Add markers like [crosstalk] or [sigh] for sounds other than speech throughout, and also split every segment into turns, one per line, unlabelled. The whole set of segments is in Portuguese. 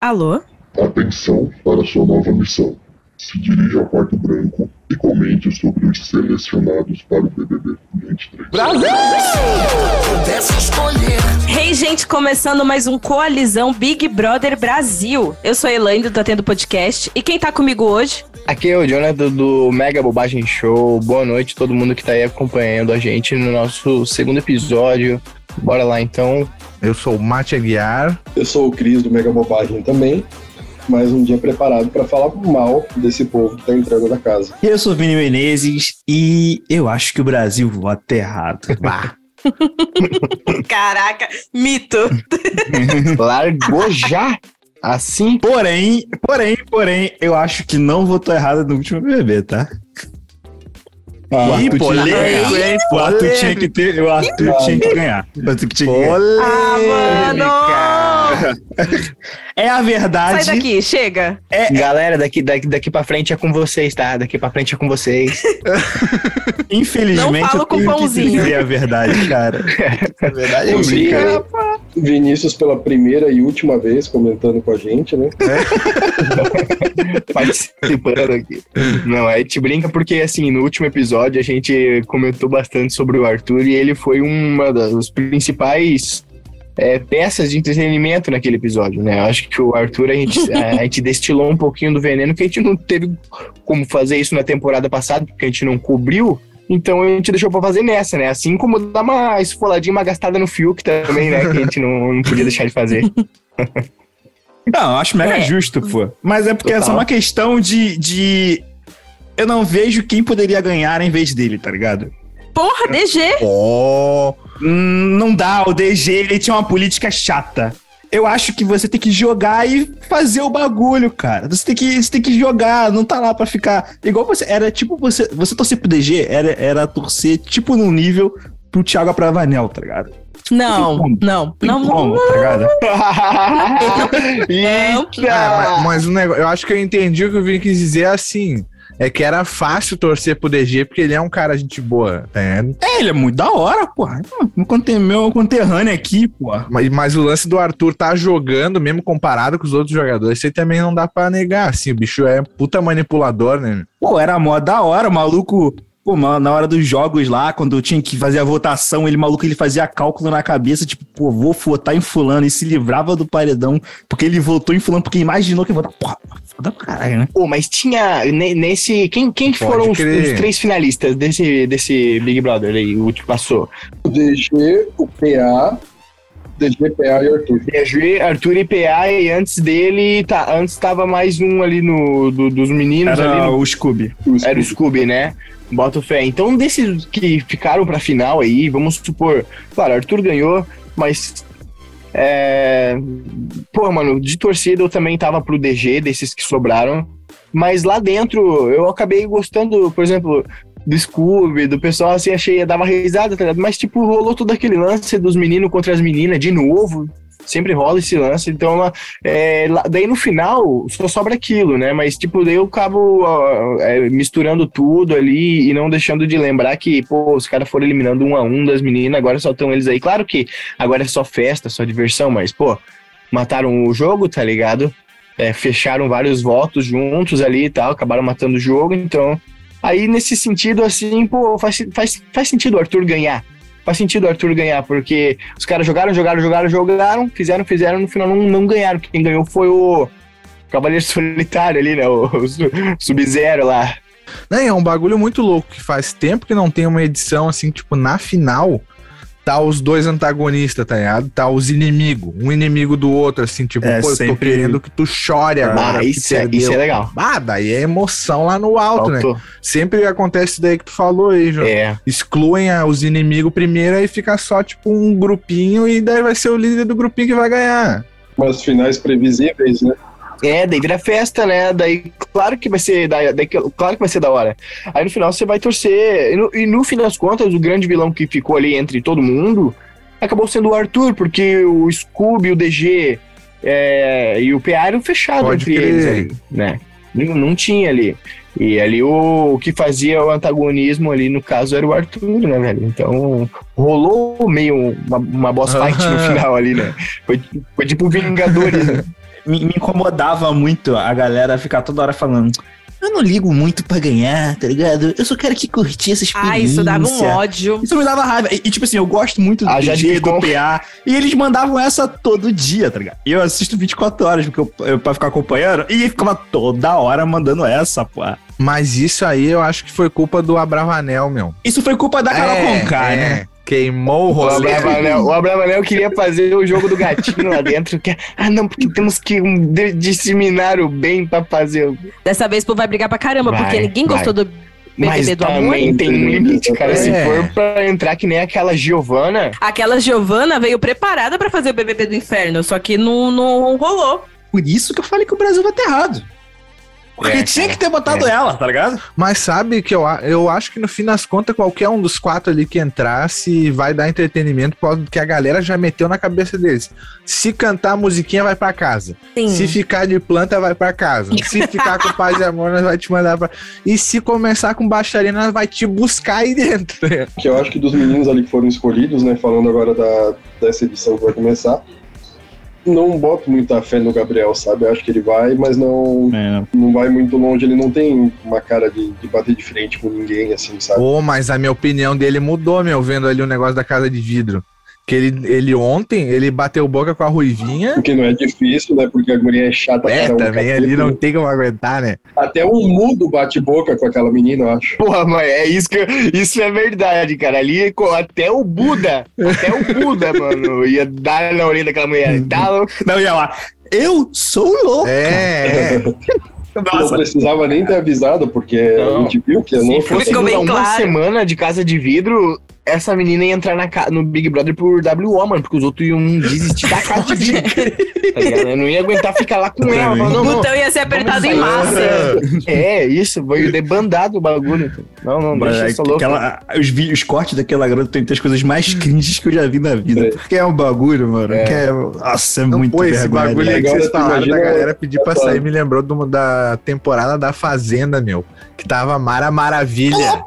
Alô?
Atenção para sua nova missão. Se dirija ao quarto branco e comente sobre os selecionados para o BBB 23.
Brasil! Pudesse escolher.
Hey, gente, começando mais um Coalizão Big Brother Brasil. Eu sou a Elaine, do Tá Tendo Podcast, e quem tá comigo hoje?
Aqui é o Jonathan do Mega Bobagem Show. Boa noite a todo mundo que tá aí acompanhando a gente no nosso segundo episódio. Bora lá então.
Eu sou o Mate Aguiar.
Eu sou o Cris do Mega Bobagem também. Mais um dia preparado pra falar mal desse povo que tá entrando na casa.
Eu sou o Vini Menezes e eu acho que o Brasil vota errado. Bah.
Caraca, mito.
Largou já? Assim?
Porém, porém, porém, eu acho que não votou errado no último bebê, tá?
Ah,
o Arthur,
polêmico,
tinha, hein? O Arthur tinha que ter, o Arthur tinha que ganhar. O Arthur que tinha que ganhar.
Ah, mano!
É a
Sai
verdade.
daqui, chega.
Galera, daqui, daqui, daqui pra frente é com vocês, tá? Daqui pra frente é com vocês.
Infelizmente,
Não falo
eu tenho
com
que
pãozinho.
dizer a verdade, cara.
Na verdade,
Eu vi Vinícius pela primeira e última vez comentando com a gente, né?
[laughs] participando aqui. Não, a gente brinca porque, assim, no último episódio a gente comentou bastante sobre o Arthur e ele foi uma das principais é, peças de entretenimento naquele episódio, né? Eu acho que o Arthur, a gente, a, a gente destilou um pouquinho do veneno que a gente não teve como fazer isso na temporada passada, porque a gente não cobriu. Então a gente deixou pra fazer nessa, né? Assim como dar uma esfoladinha, uma gastada no Fiuk também, né? Que a gente não, não podia deixar de fazer. [laughs]
Não, eu acho mega
É.
justo, pô. Mas é porque é só
Total.
uma questão de, de. Eu não vejo quem poderia ganhar em vez dele, tá ligado?
Porra, DG!
Oh,
Hum, não dá, o DG ele tinha uma política chata. Eu acho que você tem que jogar e fazer o bagulho, cara. Você tem que, você tem que jogar, não tá lá pra ficar. Igual você. Era tipo você. Você torcer pro DG era, era torcer, tipo, num nível pro Thiago Abravanel, tá ligado?
Não,
Tem como.
não,
Tem
não,
como, tá ligado?
Ah,
Eita!
Ah, mas, mas o negócio, eu acho que eu entendi o que o Vini quis dizer assim. É que era fácil torcer pro DG, porque ele é um cara gente boa, tá ligado?
É, ele é muito da hora, porra. Meu conte- Meu conterrâneo aqui, porra.
Mas, mas o lance do Arthur tá jogando, mesmo comparado com os outros jogadores, isso aí também não dá pra negar, assim. O bicho é puta manipulador, né?
Pô, era mó da hora, o maluco. Pô, ma- na hora dos jogos lá, quando tinha que fazer a votação, ele maluco, ele fazia cálculo na cabeça, tipo, pô, vou votar em fulano, e se livrava do paredão, porque ele votou em fulano, porque imaginou que ia votar. Porra, foda pra caralho, né?
Pô, mas tinha ne- nesse. Quem, quem que
Pode
foram os,
crer.
os três finalistas desse, desse Big Brother aí, o que passou?
O DG, o PA, DG, PA e Arthur.
DG, Arthur e PA, e antes dele, tá, antes tava mais um ali no, do- dos meninos ali.
Era
no-
o Scooby.
era o Scooby, né? Bota fé. Então, desses que ficaram pra final aí, vamos supor, claro, Arthur ganhou, mas. É... Pô, mano, de torcida eu também tava pro DG, desses que sobraram. Mas lá dentro eu acabei gostando, por exemplo, do Scooby, do pessoal assim, achei, dava risada, tá ligado? Mas, tipo, rolou todo aquele lance dos meninos contra as meninas de novo. Sempre rola esse lance, então lá- é, lá- daí no final só sobra aquilo, né? Mas tipo, daí eu acabo ó, é, misturando tudo ali e não deixando de lembrar que, pô, os caras foram eliminando um a um das meninas, agora só estão eles aí. Claro que agora é só festa, só diversão, mas, pô, mataram o jogo, tá ligado? É, fecharam vários votos juntos ali e tal, acabaram matando o jogo, então. Aí nesse sentido, assim, pô, faz, faz, faz sentido o Arthur ganhar. Faz sentido o Arthur ganhar, porque os caras jogaram, jogaram, jogaram, jogaram, fizeram, fizeram, no final não, não ganharam. Quem ganhou foi o Cavaleiro Solitário ali, né? O, o Su- Sub-Zero lá.
Não, é um bagulho muito louco, que faz tempo que não tem uma edição assim, tipo, na final, tá os dois antagonistas, tá ligado? Tá os inimigos, um inimigo do outro, assim, tipo,
É,
pô, eu tô
sempre-
querendo que tu chore agora.
Ah,
que
isso, é,
perdeu.
isso é legal.
Ah, daí é emoção lá no alto, né?
Faltou.
Sempre acontece isso daí que tu falou aí, João.
É.
Excluem ah, os inimigos primeiro, aí fica só, tipo, um grupinho, e daí vai ser o líder do grupinho que vai ganhar.
Mas finais previsíveis, né?
é, daí vira festa, né? Daí, claro que vai ser. Daí, daí que- claro que vai ser da hora. Aí no final você vai torcer. E no, e no fim das contas, o grande vilão que ficou ali entre todo mundo acabou sendo o Arthur, porque o Scooby, o DG é, e o PA eram fechados
Pode
entre eles ali.
crer.
né? Não, não tinha ali. E ali o, o que fazia o antagonismo ali, no caso, era o Arthur, né, velho? Então, rolou meio uma, uma boss fight no
Aham.
final ali, né? Foi, foi tipo Vingadores.
me, me incomodava muito a galera ficar toda hora falando. Eu não ligo muito pra ganhar, tá ligado? Eu só quero que curtir essa experiência.
Ah, isso dava um ódio.
Isso me dava raiva. E, e, tipo assim, eu gosto muito do
Ah, já
DG, do
ficou.
PA. E eles mandavam essa todo dia, tá ligado? E eu assisto 24 horas porque eu, eu, pra ficar acompanhando. E ficava toda hora mandando essa, pô.
Mas isso aí eu acho que foi culpa do Abravanel, meu.
Isso foi culpa da Carol Conká,
é.
né?
Queimou o
O
rolê.
Abravanel, o Abravanel queria fazer o jogo do gatinho lá dentro. Que, ah, não, porque temos que hum, de- disseminar o bem pra fazer. o-
Dessa vez o povo vai brigar pra caramba,
Vai,
porque ninguém
vai.
gostou do
Mas
BBB do amor.
também tem um limite, cara. Se
É.
for pra entrar que nem aquela Giovana,
Aquela Giovana veio preparada pra fazer o BBB do Inferno, só que não, não rolou.
Por isso que eu falei que o Brasil vai ter errado. Porque
É,
tinha
cara,
que ter botado ela, tá ligado?
Mas sabe que eu, a- eu acho que no fim das contas, qualquer um dos quatro ali que entrasse vai dar entretenimento, porque a galera já meteu na cabeça deles. Se cantar a musiquinha, vai pra casa. Se ficar de planta, vai pra casa. Se ficar com paz e amor, nós vai te mandar pra. E se começar com baixaria, nós vai te buscar aí dentro.
que eu acho que dos meninos ali que foram escolhidos, né? Falando agora da, dessa edição que vai começar, não boto muita fé no Gabriel, sabe? Eu acho que ele vai, mas não, não vai muito longe. Ele não tem uma cara de, de bater de frente com ninguém, assim, sabe?
Ô, mas a minha opinião dele mudou, meu, vendo ali o negócio da casa de vidro. Que ele, ele ontem, ele bateu boca com a Ruivinha.
O que não é difícil, né? Porque a guria é chata
É,
um
também
capeta.
ali não tem como aguentar, né?
Até um mudo bate boca com aquela menina, eu acho.
porra, mãe, é isso que eu- isso é verdade, cara. Ali co- até o Buda, até o Buda, mano, ia dar na orelha daquela mulher. Tá louco?
Não, ia lá. Eu sou louco.
É, é.
Não precisava nem ter avisado, porque
Não.
a gente viu que é
Se
louco.
fosse
Ficou bem
durar uma
claro.
semana de casa de vidro, essa menina ia entrar na ca- no Big Brother por WO, mano, porque os outros iam desistir da casa de vidro. Tá ligado? Eu não ia aguentar ficar lá com ela. Não, não,
O
não.
botão Então ia ser apertado em
Vamos
massa.
É, isso, veio debandado o bagulho. Não, não, deixa isso louco.
Aquela- os, vi- os cortes daquela garota tem as coisas mais [laughs] cringes que eu já vi na vida.
É.
Porque é um bagulho, mano. que é- nossa, é
Não,
muito
pô, esse
vergonha É
bagulho é aí
alheia.
que
Agora
vocês
tu
falaram da
imagina-
galera pedir pra sair me lembrou de uma- da temporada da Fazenda, meu. Que tava Mara Maravilha.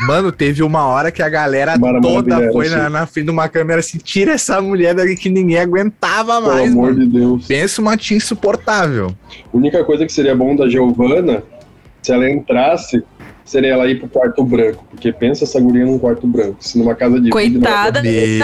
Mano, teve uma hora que a galera
Mara
toda
Maravilha,
foi na,
sim.
na frente de uma câmera assim, tira essa mulher daqui que ninguém aguentava
Pelo
mais,
amor
mano.
de Deus.
Pensa uma tia insuportável.
A única coisa que seria bom da Giovana, se ela entrasse, seria ela ir pro quarto branco. Porque pensa essa guria num quarto branco. Se numa casa de vidro,
Coitada. velho.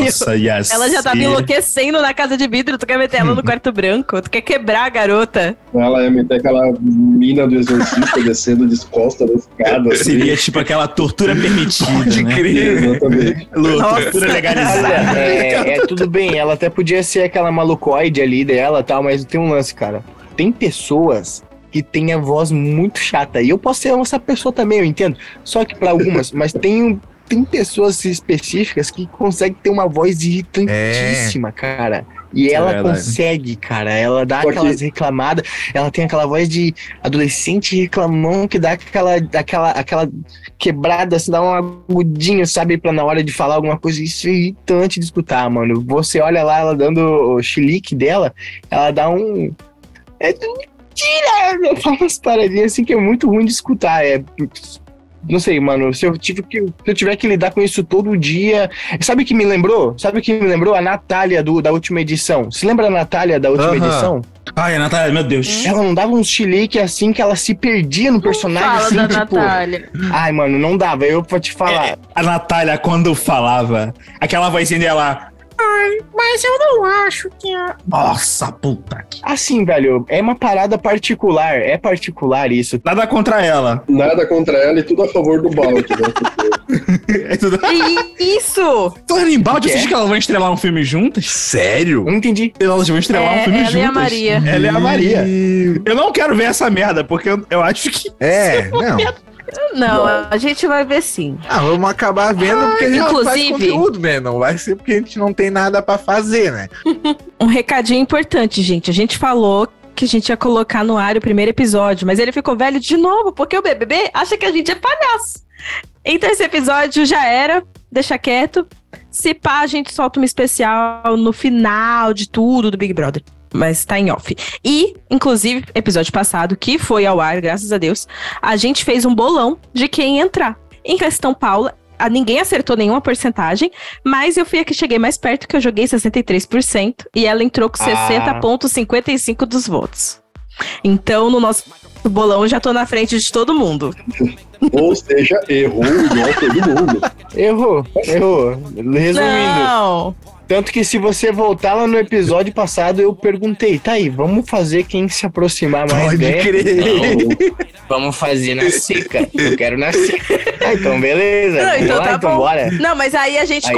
Nossa, yes.
Ela já tá tava
E- assim
enlouquecendo na casa de vidro, tu quer meter ela no quarto branco, tu quer quebrar a garota.
ela ia meter aquela mina do exorcista descendo de costa da escada. Assim.
Seria tipo aquela tortura permitida, né?
Exatamente.
Lu,
Nossa.
Tortura legalizada.
Olha, é, é, tudo bem, ela até podia ser aquela malucoide ali dela tal, mas tem um lance, cara. Tem pessoas que têm a voz muito chata. E eu posso ser essa pessoa também, eu entendo. Só que pra algumas, mas tem, um, tem pessoas específicas que conseguem ter uma voz
É.
irritantíssima, cara. E
É
ela
verdade.
consegue, cara. Ela dá
Só que-
aquelas reclamadas. Ela tem aquela voz de adolescente reclamão que dá aquela, aquela, aquela quebrada, assim, dá um agudinho, sabe? Pra na hora de falar alguma coisa. Isso é irritante de escutar, mano. Você olha lá, ela dando o chilique dela, ela dá um. É de mentira! Ela fala umas paradinhas assim que é muito ruim de escutar. É. Não sei, mano. Se eu, tive que, se eu tiver que lidar com isso todo dia. Sabe o que me lembrou? Sabe o que me lembrou? A Natália do, da última edição. Se lembra a Natália da última
Aham.
edição?
Ai, a Natália, meu Deus.
Ela não dava um chilique assim que ela se perdia no personagem. assim, tipo, Ai, mano, não dava. Eu pra te falar.
A Natália, quando falava, aquela vozinha dela. Ai, mas eu não acho que. é-" Nossa, puta que.
Assim, velho, é uma parada particular. É particular isso.
Nada contra ela.
Nada contra ela e tudo a favor do balde. Né? Porque
É tudo.
Que isso!
Torna em balde,
Que
vocês
é?
que elas vão estrelar um filme juntas?
Sério?
Não entendi.
Elas vão estrelar um
É,
filme
ela
juntas.
e a Maria.
Ela é a Maria. Eu não quero ver essa merda, porque eu, eu acho que.
É, não.
Não, a gente vai ver sim.
Ah, vamos acabar vendo porque a gente
Inclusive-
não faz conteúdo, né? Não vai ser porque a gente não tem nada pra fazer, né?
Um recadinho importante, gente. A gente falou que a gente ia colocar no ar o primeiro episódio, mas ele ficou velho de novo, porque o BBB acha que a gente é palhaço. Então esse episódio já era, deixa quieto. Se pá, a gente solta um especial no final de tudo do Big Brother. Mas tá em off. E, inclusive, episódio passado, que foi ao ar, graças a Deus, a gente fez um bolão de quem entrar. Em questão, Paula a- ninguém acertou nenhuma porcentagem, mas eu fui a que cheguei mais perto, que eu joguei 63%, e ela entrou com
Ah.
60,55% dos votos. Então, no nosso bolão, eu já tô na frente de todo mundo.
Ou seja, errou igual todo mundo.
[laughs]
Errou, errou. Resumindo.
Não!
Tanto que se você voltar lá no episódio passado, eu perguntei, tá aí, vamos fazer quem se aproximar mais
Pode
dela?
crer.
Não, vamos fazer na seca. Eu quero
[laughs]
na seca. Ah, então beleza.
Não, então
Bora,
tá bom.
bora.
Não, mas aí a gente
Aí,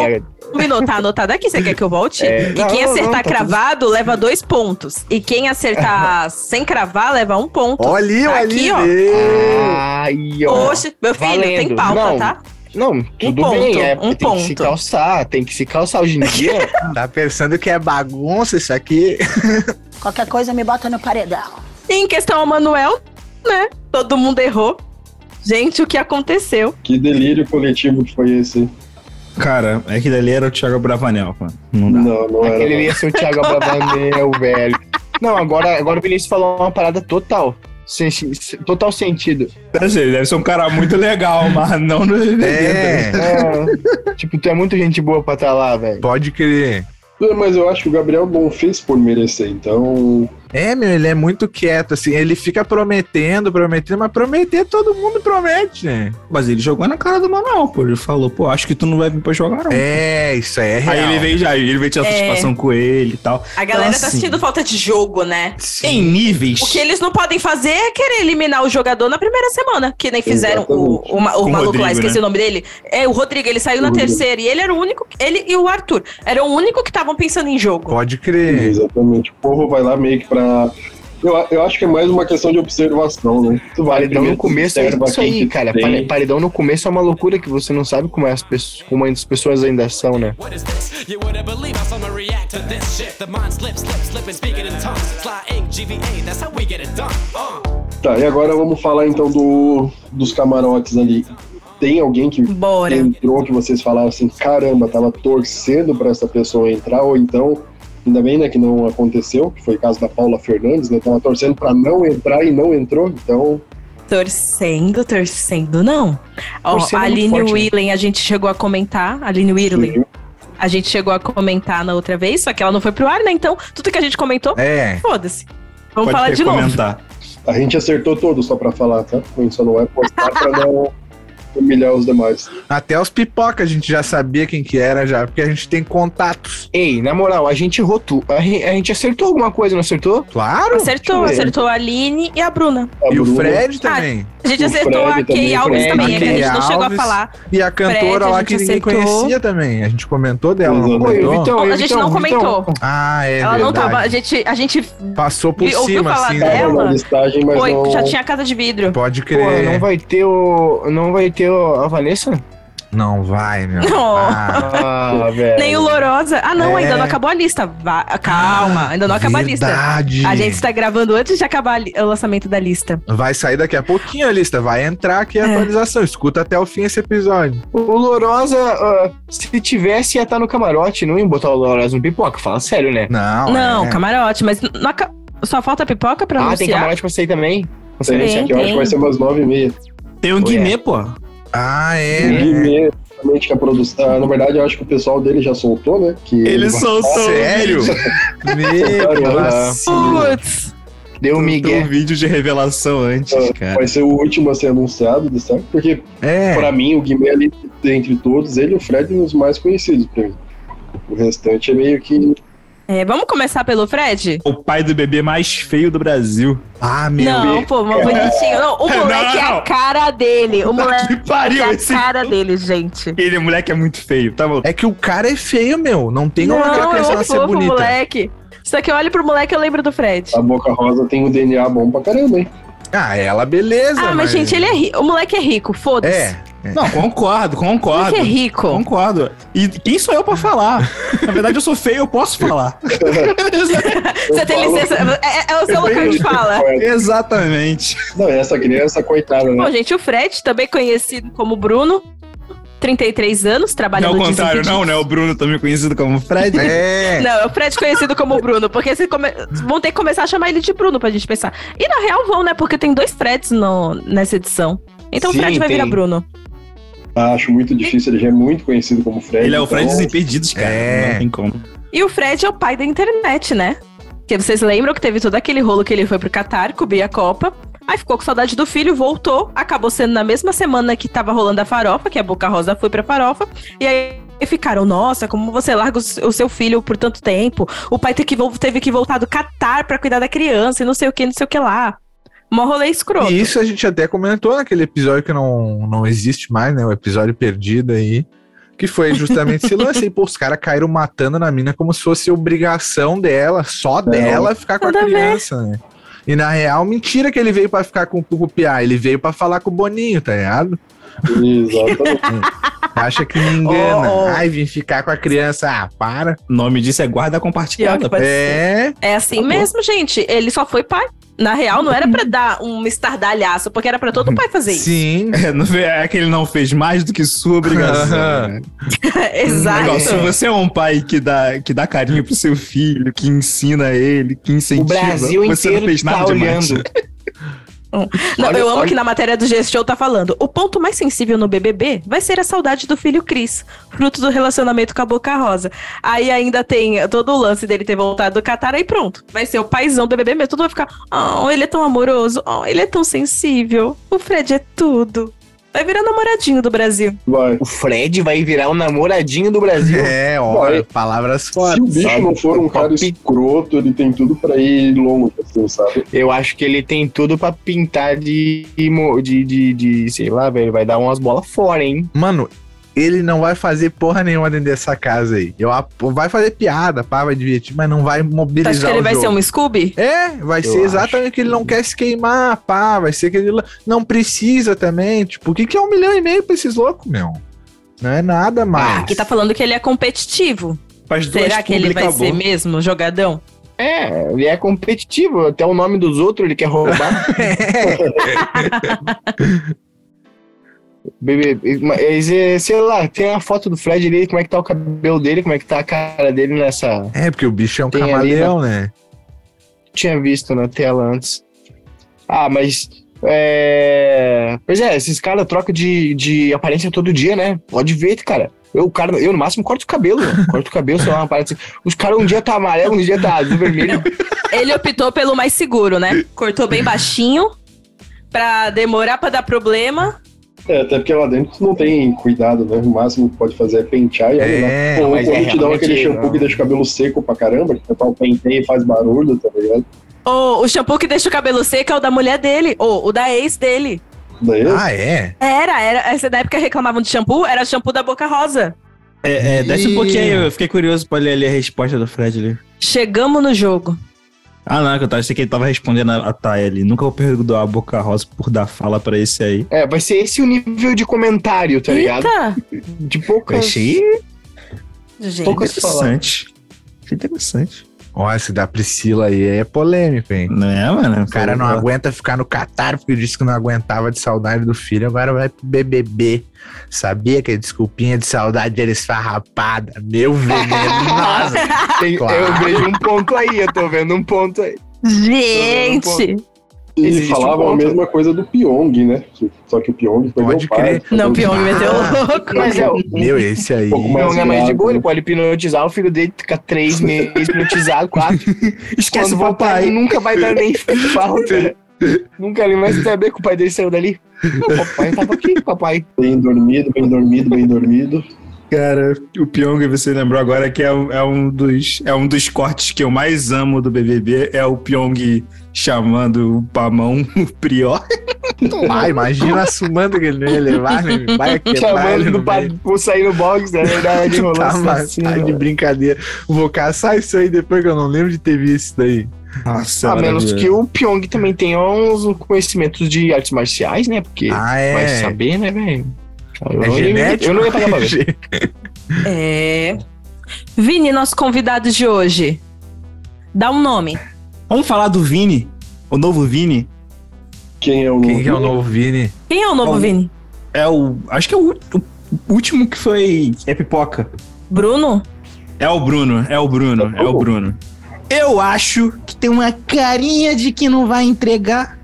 combinou, tá anotado aqui, você quer que eu volte?
[laughs] É,
e
não,
quem
não,
acertar
tá tudo-
cravado leva dois pontos. E quem
[laughs]
acertar sem cravar leva um ponto.
Olha ali,
Tá
olha
aqui,
ali.
ó.
meu.
Aí, ó.
Oxe, meu filho, tem
valendo.
pauta,
Não.
tá?
Não, tudo
ponto,
bem, é,
um
tem que se
ponto.
calçar, tem que se calçar hoje em dia.
Tá pensando que é bagunça isso aqui?
Qualquer coisa me bota no paredão.
E em questão ao Manuel, né? Todo mundo errou. Gente, o que aconteceu?
Que delírio coletivo que foi esse.
[laughs] Cara, é que dali era o Thiago Bravanel, mano. Não dá.
Não, não era.
Aquele ia ser o Thiago Abravanel, velho. Não, agora, agora o Vinícius falou uma parada total. Sen- sen- Total sentido.
Quer dizer, Ele deve ser um cara muito legal, mas não no tá
É,
É, tipo, tu é muito gente boa pra estar lá, velho.
[laughs] pode crer.
não. É, Mas eu acho que o Gabriel não fez por merecer, então.
É, meu, ele é muito quieto, assim. Ele fica prometendo, prometendo, mas prometer todo mundo promete, né?
Mas ele jogou na cara do Manuel, pô. Ele falou, pô, acho que tu não vai vir pra jogar, não.
É, isso aí é real.
Aí ele veio, aí ele veio tirar
É.
satisfação com ele e tal.
A galera
Então,
tá
assim,
sentindo falta de jogo, né?
Em níveis.
O que eles não podem fazer é querer eliminar o jogador na primeira semana, que nem fizeram o,
Exatamente.
o, ma- o
Com o
maluco lá,
Rodrigo,
esqueci
né?
o nome dele. É, o Rodrigo, ele saiu
O
na
Rodrigo.
terceira e ele era o único, ele e o Arthur, eram o único que estavam pensando em jogo.
Pode
É.
crer.
Exatamente. O povo vai lá meio que pra. Eu, a- eu acho que é mais uma questão de observação, né? Tu vai
Paredão
primeiro,
no
tu
começo é
observa
isso
quem
aí,
que
cara.
tem.
Pare- Paredão no começo é uma loucura que você não sabe como, é as pessoas, como as pessoas ainda são, né?
What is this? You wouldn't believe how someone react to this shit. The mind slips, slips, slipping, speaking in tongues. Sly ink, GVA, that's how we get it done. Uh.
Tá, e agora vamos falar então do, dos camarotes ali. Tem alguém que
Bora.
entrou que vocês falaram assim, caramba, tava torcendo pra essa pessoa entrar, ou então, ainda bem né, que não aconteceu, que foi o caso da Paula Fernandes, né? Tava torcendo pra não entrar e não entrou, então.
Torcendo, torcendo, não. Ó,
Torcendo
a
é muito
Aline
forte, né?
Whirling, a gente chegou a comentar, a Aline Whirling,
surgiu.
a gente chegou a comentar na outra vez, só que ela não foi pro ar, né? Então, tudo que a gente comentou,
É.
foda-se.
Pode
Vamos falar de novo.
comentar.
A gente acertou todos só pra falar, tá? A gente só não vai postar pra não humilhar os demais.
Até os pipoca a gente já sabia quem que era já, porque a gente tem contatos.
Ei, na moral, a gente errou tu. A, re- a gente acertou alguma coisa, não acertou?
Claro.
Acertou,
Deixa eu ver.
acertou a Aline e a Bruna.
A
E o
Bruna-
Fred também.
A gente
O
acertou a
Fred também,
Kay
o
Alves
Fred.
também, é que a
A
gente
Kay
não chegou a
Alves.
falar.
E a cantora
a
lá
gente
que ninguém
acertou.
conhesia também. A gente comentou dela, não
Exatamente.
Oi,
comentou?
Vitão,
A
oi,
gente
Vitão,
não comentou.
Vitão.
Ah, é
ela não
verdade.
tava. A gente, a gente
Passou por
Vi- ouviu
cima,
falar
assim,
Tava
né?
dela?
tá na listagem, mas
foi,
não...
já tinha a casa de vidro.
Pode
Pô, não
crer.
vai ter o. Não vai ter o- a Vanessa?
não, vai.
[laughs]
meu.
Não.
Ah,
Ah,
É.
velho.
Nem o Lorosa. Ah, não,
É.
ainda não acabou a lista. Va- calma, ainda não acabou a lista.
verdade.
A gente está gravando antes de acabar a li- o lançamento da lista.
Vai sair daqui a pouquinho a lista. Vai entrar aqui a
É.
atualização. Escuta até o fim esse episódio.
O Lourosa, ah, se tivesse, ia estar no camarote. Não ia botar o Lourosa no pipoca. Fala sério, né?
Não.
não,
é.
camarote, mas não aca- só falta pipoca pra
Ah, tem
anunciar.
camarote pra sair também? Não sei
Tem,
se é
que eu acho que vai ser umas nove e meia.
Tem o
Ué.
Guimê, pô.
Ah, é.
É.
né?
exatamente que a produção... ah, Na verdade, eu acho que o pessoal dele já soltou, né? Que vai-
soltou.
Sério?
[laughs] Sério,
Meu,
né?
vacilo.
Putz.
Deu o
Tem um
Miguel.
vídeo de revelação antes,
Ah,
cara.
Vai ser o último a ser anunciado, certo? Porque,
É.
pra mim, o Guimê ali, dentre todos, ele e o Fred, os mais conhecidos pra mim. O restante é meio que...
É, vamos começar pelo Fred?
O pai do bebê mais feio do Brasil.
Ah, meu.
não, pô, mas bonitinho. Não,
[laughs]
o
Não,
moleque é a
não.
cara dele. O moleque
Que pariu
é a
esse.
cara dele, gente.
Ele, moleque, é muito feio. Tá bom.
É que o cara é feio, meu. Não tem como aquela
é
pessoa
muito
ser
fofo,
bonita.
moleque. Só que eu olho pro moleque e eu lembro do Fred.
A Boca Rosa tem um DNA bom pra caramba, hein?
Ah, ela, beleza.
Ah, mas, gente, ele é rico. O moleque é rico, foda-se.
É.
Não, concordo,
O
concordo.
moleque é rico.
Concordo. E quem sou eu pra falar? Na verdade, eu sou feio, eu posso falar.
Você tem
falo-
licença. É, é o seu
Eu
local
tenho-
de fala.
[laughs] Exatamente.
Não, essa criança, coitada, né?
Bom, gente, o Fred, também conhecido como Bruno, 33 anos, trabalha
Não é
no
o contrário,
Desimpedidos.
não, né? O Bruno também conhecido como Fred.
É.
Não, é o Fred conhecido como Bruno, porque vocês come- vão ter que começar a chamar ele de Bruno pra gente pensar. E na real vão, né? Porque tem dois Freds no... nessa edição. Então
Sim,
o Fred vai
tem.
virar Bruno.
Acho muito difícil, ele já é muito conhecido como Fred.
Ele é o
então-
Fred dos Impedidos, cara.
É.
Não tem como.
E o Fred é o pai da internet, né? Porque vocês lembram que teve todo aquele rolo que ele foi pro Catar, cobrir a Copa. Aí ficou com saudade do filho, voltou. Acabou sendo na mesma semana que tava rolando a farofa, que a Boca Rosa foi pra farofa. E aí ficaram, nossa, como você larga o s- o seu filho por tanto tempo? O pai teve que, vol- teve que voltar do Catar pra cuidar da criança e não sei o que, não sei o que lá. Mó rolê escroto.
E isso a gente até comentou naquele episódio que não, não existe mais, né? O episódio perdido aí. Que foi
[laughs]
justamente esse lance aí, pô, os caras caíram matando na mina como se fosse obrigação dela, só dela, ficar com a
Nada a ver.
criança, né? E na real, mentira que ele veio pra ficar com, com o Piá, ele veio pra falar com o Boninho,
[laughs]
tá ligado?
Exatamente.
Acha que me engana.
Oh, oh.
Ai, vim ficar com a criança, ah, para.
O nome disso é guarda compartilhada.
Pior que
É,
É assim mesmo, gente. Ele só foi pai. Na real, não era pra dar um estardalhaço, porque era pra todo pai fazer isso. [laughs]
sim.
É, [laughs] não vê- é que ele não fez mais do que sua obrigação.
Aham.
né?
Exato.
Igual, se você é um pai que dá, que dá carinho pro seu filho, que ensina ele, que incentiva,
O Brasil
você não
inteiro
fez nada
tá
demais.
olhando.
Não,
Olha-
eu amo
olha-
que na matéria do G-Show tá falando. O ponto mais sensível no BBB vai ser a saudade do filho Cris, fruto do relacionamento com a Boca Rosa. Aí ainda tem todo o lance dele ter voltado do Catar, aí pronto. Vai ser o paizão do BBB, mas todo mundo vai ficar. Oh, ele é tão amoroso, oh, ele é tão sensível. O Fred é tudo. Vai virar namoradinho do Brasil.
Vai.
O Fred vai virar o namoradinho do
[laughs]
Brasil.
[laughs] É, olha, palavras
Se
fortes.
o bicho
sabe?
não for um cara
Palpite.
escroto, ele tem tudo pra ir longe, assim, sabe?
Eu acho que ele tem tudo pra pintar de. de, de, de sei lá, velho. Vai dar umas bolas fora, hein?
Mano, ele não vai fazer porra nenhuma dentro dessa casa aí. Eu, apo- vai fazer piada, pá, vai divertir, mas não vai
Tu
mobilizar
acha que ele
o
vai
jogo.
ser um Scooby?
É, vai ser
acho.
exatamente que ele não quer se queimar, pá, vai ser que ele la- não precisa também. Tipo, o que, que é um milhão e meio pra esses loucos, meu? Não é nada mais.
Que tá falando que ele é competitivo.
Faz duas
Será que ele vai
publica
ser
boa.
mesmo jogadão?
É, ele é competitivo. Até o nome dos outros ele quer roubar. Bebê, mas, é, sei lá, tem a foto do Fred ali, como é que tá o cabelo dele, como é que tá a cara dele nessa.
É, porque o bicho é um
Tem ali,
camaleão, né?
Tinha visto na tela antes. Ah, mas. é, Pois é, esses caras trocam de, de aparência todo dia, né? Pode ver, cara. Eu, o cara, eu no máximo corto o cabelo, [laughs] mano. corto o cabelo, sei lá, uma parada assim. Os caras um dia tá amarelo, um dia tá azul, vermelho.
Ele optou pelo mais seguro, né? Cortou bem baixinho pra demorar pra dar problema.
É, até porque lá dentro tu não tem cuidado, né? O máximo que pode fazer é pentear e aí né?
É,
Ou
mas
quando
é
te dá aquele
realmente-
shampoo que deixa o cabelo seco pra caramba, que o pessoal penteia e faz barulho, tá ligado?
Ou o shampoo que deixa o cabelo seco é o da mulher dele, ou o da ex dele.
Daí
Ah, é?
Era, era. Essa da época reclamavam de shampoo, era shampoo da boca rosa.
É, é, desce
Ih.
um pouquinho aí, eu fiquei curioso pra ler ali a resposta do Fred ali.
Chegamos no jogo.
Ah, não, que eu tava- achei que ele tava respondendo a, a Thay ali. Nunca vou perdoar a Boca Rosa por dar fala pra esse aí.
É, vai ser esse o nível de comentário, tá ligado?
Eita!
De poucas.
Achei
Gente.
poucas palavras.
interessante. Achei interessante.
Ó, esse da Priscila aí é polêmico, hein?
Né, mano?
O cara não aguenta ficar no Catar porque disse que não aguentava de saudade do filho, agora vai pro BBB. Sabia que a desculpinha de saudade era esfarrapada. Meu
[laughs]
venenosa.
Tem-
Claro.
Eu vejo um ponto aí, eu tô vendo um ponto aí.
Gente!
eles
existe um
falavam a
ponto.
mesma coisa do Pyong, né? Que- Só que o Pyong foi
Pode
meu pai,
Não, Pyong meteu
Ah.
louco.
Mas é, o
Meu, esse aí.
pouco mais
não é mais de
grave,
boa, ele
né?
pode hipnotizar o filho dele, fica
[laughs]
três meses hipnotizado, quatro.
Esquece
Quando
o
voltar, ele
papai.
nunca vai dar nem
[laughs]
falta. Nunca ele vai saber que o pai dele saiu dali. Não, papai tava aqui,
[laughs]
papai.
Bem dormido, bem dormido, bem dormido.
Cara, o Pyong, você lembrou agora que é, um- é um dos, é um dos cortes que eu mais amo do BBB. É o Pyong chamando o Pamão [laughs] o Prior.
Ah, imagina a sumanda que ele não ia
[laughs]
levar, né? Vai aqui, vai ali
Chamando
no
do pai
meio.
por sair no box, né? Ele dava
[laughs]
de
Tá,
rolando
mas
assim,
tá de
ó.
brincadeira. Vou caçar isso aí depois que eu não lembro de ter visto isso daí.
Nossa,
A menos
maravilha.
que o Pyong também tenha uns conhecimentos de artes marciais, né? Porque
Ah,
vai
é.
saber, né, velho? Eu,
É
não ia-
genético.
eu não ia pagar pra ver.
É. Vini, nosso convidado de hoje. Dá um nome.
Vamos falar do Vini, o novo Vini.
Quem é o
Quem que é o novo Vini?
Quem é o novo
Bom,
Vini?
É o. Acho que é o, ú- o último que foi. É pipoca.
Bruno?
É o Bruno, é o Bruno, é o Bruno. Eu acho que tem uma carinha de que não vai entregar.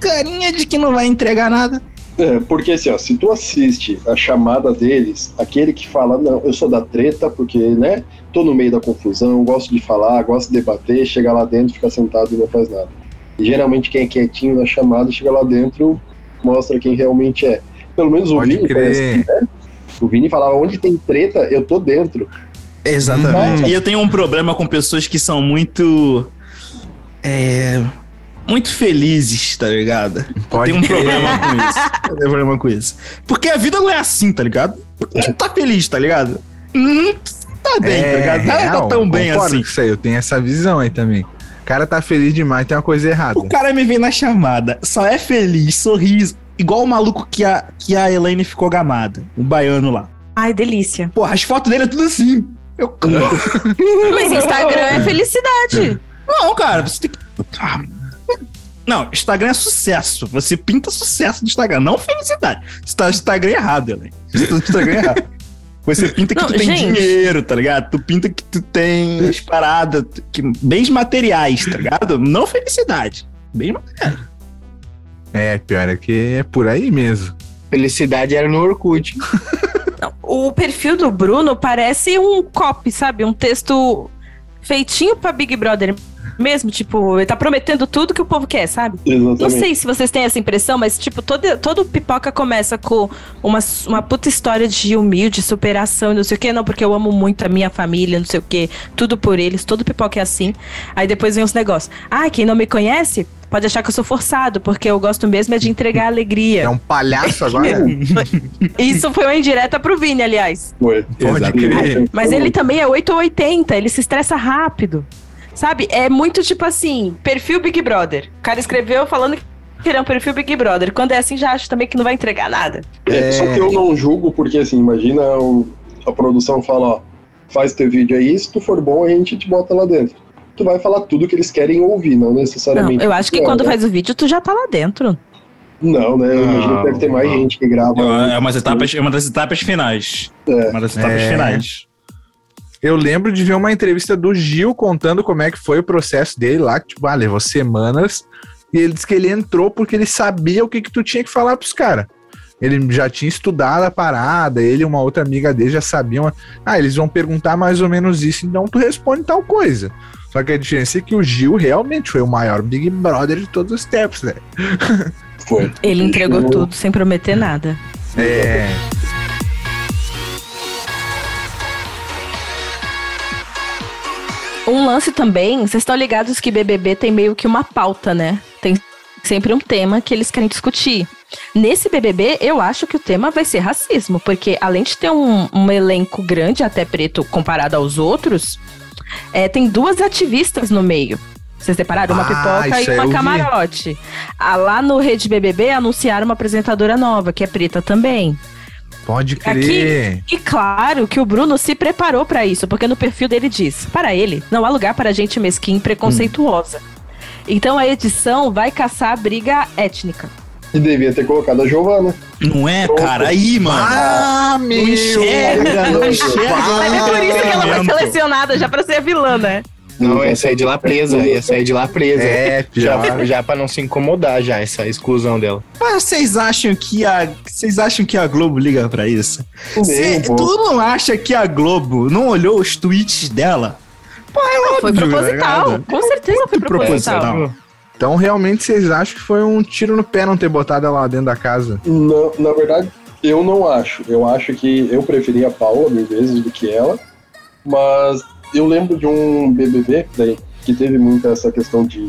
Carinha de que não vai entregar nada.
É, porque assim, ó, se tu assiste a chamada deles, aquele que fala, não, eu sou da treta, porque, né, tô no meio da confusão, gosto de falar, gosto de debater, chega lá dentro, fica sentado e não faz nada. E geralmente quem é quietinho na chamada, chega lá dentro, mostra quem realmente é. Pelo menos o
Pode
Vini
crer.
parece que, né? O Vini falava, onde tem treta, eu tô dentro.
Exatamente. E eu tenho um problema com pessoas que são muito. É. Muito felizes, tá ligado?
Pode
eu tenho um
crer.
problema com isso. [laughs] Eu tenho um problema com isso. Porque a vida não é assim, tá ligado? Tu tá feliz, tá ligado? Hum, tá bem, tá ligado? Nada tá
real,
tão bem
É, concordo
assim.
com isso aí, eu tenho essa visão aí também. O cara tá feliz demais, tem uma coisa errada.
O cara me vem na chamada, só é feliz, sorriso. Igual o maluco que a, que a Elaine ficou gamada, o baiano lá.
Ai,
[laughs]
delícia.
Porra, as fotos dele é tudo assim. Eu,
Mas Instagram é felicidade.
Não, cara, você tem que. Ah. Não, Instagram é sucesso. Você pinta sucesso no Instagram, não felicidade. Você tá no Instagram errado, Elaine. Você tá no Instagram errado. Você pinta que
Não,
tu tem
gente.
dinheiro, tá ligado? Tu pinta que tu tem as paradas, que, bens materiais, tá ligado? Não felicidade. Bem
É, pior é que é por aí mesmo.
Felicidade era no Orkut.
O perfil do Bruno parece um copy, sabe? Um texto feitinho pra Big Brother mesmo. Tipo, ele tá prometendo tudo que o povo quer, sabe?
Exatamente.
Não sei se vocês têm essa impressão, mas, tipo, todo, todo pipoca começa com uma, uma puta história de humilde, superação, e não sei o quê. Não, porque eu amo muito a minha família, não sei o quê. Tudo por eles, todo pipoca é assim. Aí depois vem os negócios. Ah, quem não me conhece pode achar que eu sou forçado, porque eu gosto mesmo é de entregar
É
alegria.
um palhaço agora?
Isso foi uma indireta pro Vini, aliás.
Foi.
Pode crer.
Mas ele também é 8 ou 80, ele se estressa rápido. Sabe? É muito tipo assim, perfil Big Brother. O cara escreveu falando que era um perfil Big Brother. Quando é assim, já acho também que não vai entregar nada.
É, Só que eu não julgo, porque assim, imagina o- a produção fala, ó, faz teu vídeo aí, se tu for bom, a gente te bota lá dentro. Tu vai falar tudo que eles querem ouvir, não
Não,
necessariamente.
eu acho que
é,
quando
né?
faz o vídeo, tu já tá lá dentro.
Não, né? Eu imagino que deve ter mais
Não.
gente que grava.
É umas etapas, é uma das etapas finais. Uma das etapas
É.
finais.
Eu lembro de ver uma entrevista do Gil contando como é que foi o processo dele lá, que tipo, ah, levou semanas. E ele disse que ele entrou porque ele sabia o que, que tu tinha que falar pros caras. Ele já tinha estudado a parada, ele e uma outra amiga dele já sabiam. Ah, eles vão perguntar mais ou menos isso, então tu responde tal coisa. Só que a diferença é que o Gil realmente foi o maior Big Brother de todos os tempos, né?
Foi.
Ele entregou
Eu-
tudo sem prometer nada.
É.
Um lance também, vocês estão ligados que BBB tem meio que uma pauta, né? Tem sempre um tema que eles querem discutir. Nesse BBB, eu acho que o tema vai ser racismo, porque além de ter um, um elenco grande, até preto, comparado aos outros, é, tem duas ativistas no meio. Vocês separaram uma
Ah,
pipoca
isso
e
aí eu
uma
vi.
camarote. Ah, lá no Rede BBB anunciaram uma apresentadora nova, que é preta também.
Pode
Aqui-
crer.
E claro que o Bruno se preparou pra isso, porque no perfil dele diz: para ele, não há lugar para gente mesquinha e preconceituosa. Então a edição vai caçar a briga étnica.
E devia ter colocado a Giovana.
Não é, cara? Aí, mano.
Ah, meu!
enxerga, não enxerga.
Ah,
Mas é por isso que ela foi selecionada já pra ser a vilã, né?
Não, ia sair de lá presa, ia sair de lá presa.
É, pior.
Uhum. Já, já pra não se incomodar, já, essa exclusão dela.
Mas vocês acham que a vocês acham que a Globo liga pra isso? Cê-
Meu,
tu não acha que a Globo não olhou os tweets dela?
É
Foi
Óbvio,
proposital.
né?
Com certeza foi proposital.
Então realmente vocês acham que foi um tiro no pé não ter botado ela lá dentro da casa?
Não, na verdade, eu não acho. Eu acho que eu preferi a Paula mil vezes do que ela. Mas eu lembro de um BBB daí, que teve muito essa questão de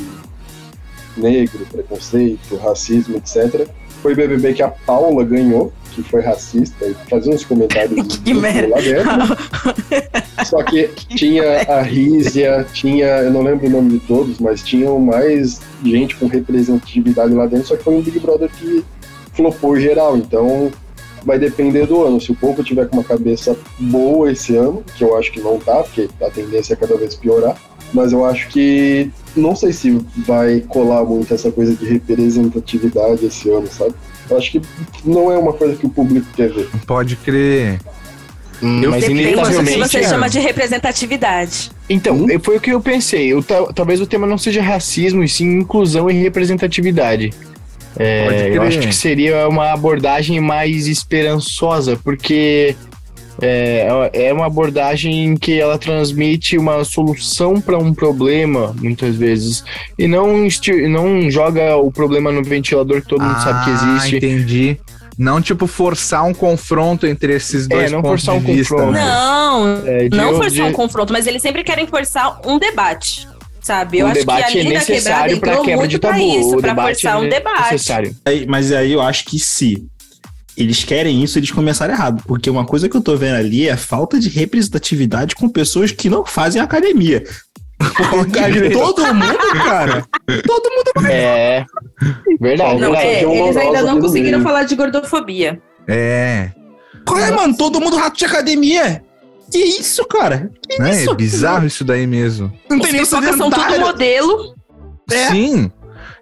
negro, preconceito, racismo, etc. Foi o BBB que a Paula ganhou, que foi racista, e fazia uns comentários
[laughs] Que merda.
lá dentro.
[laughs]
Só que tinha a Rízia, tinha, eu não lembro o nome de todos, mas tinham mais gente com representatividade lá dentro, só que foi um Big Brother que flopou em geral, então vai depender do ano. Se o povo tiver com uma cabeça boa esse ano, que eu acho que não tá, porque a tendência é cada vez piorar, mas eu acho que não sei se vai colar muito essa coisa de representatividade esse ano, sabe? Eu acho que não é uma coisa que o público quer ver.
Pode crer.
Hum,
Eu
mas
fiquei
Depende do que
inevitavelmente.
você
é.
chama de representatividade.
Então,
Uhum.
eh, foi o que eu pensei. Eu ta- talvez o tema não seja racismo, e sim inclusão e representatividade. É,
Pode crer.
eu acho que seria uma abordagem mais esperançosa, porque é, é uma abordagem que ela transmite uma solução para um problema, muitas vezes, e não, esti- não joga o problema no ventilador que todo mundo sabe que existe.
Ah, entendi. Não, tipo, forçar um confronto entre esses dois
É, não
pontos
forçar
de
um
vista.
confronto.
né?
Não,
É, de-
não forçar um
de-
confronto, mas eles sempre querem forçar um debate. Sabe? Eu
um
acho
debate
que a
é
lei da quebrada
necessário para
entrou
quebra de
muito pra
tabu.
isso,
o
pra
debate
forçar
é
um debate.
necessário.
Aí- mas aí eu acho que se eles querem isso, eles começaram errado. Porque uma coisa que eu tô vendo ali é falta de representatividade com pessoas que não fazem academia.
Tipo,
[laughs] Porque
[laughs]
todo
[laughs]
mundo, cara, todo mundo
É verdade. né?
Não,
verdade.
é,
Tem um
eles ainda
monólogo
não
aqui no
conseguiram
meio.
falar de gordofobia.
É.
Qual é, mano? Todo mundo rato de academia. Que isso, cara? Que
Né?
isso?
É bizarro isso daí mesmo.
Não
Os
tem nem
pipocas são tudo
sedentário.
modelo
É.
Sim.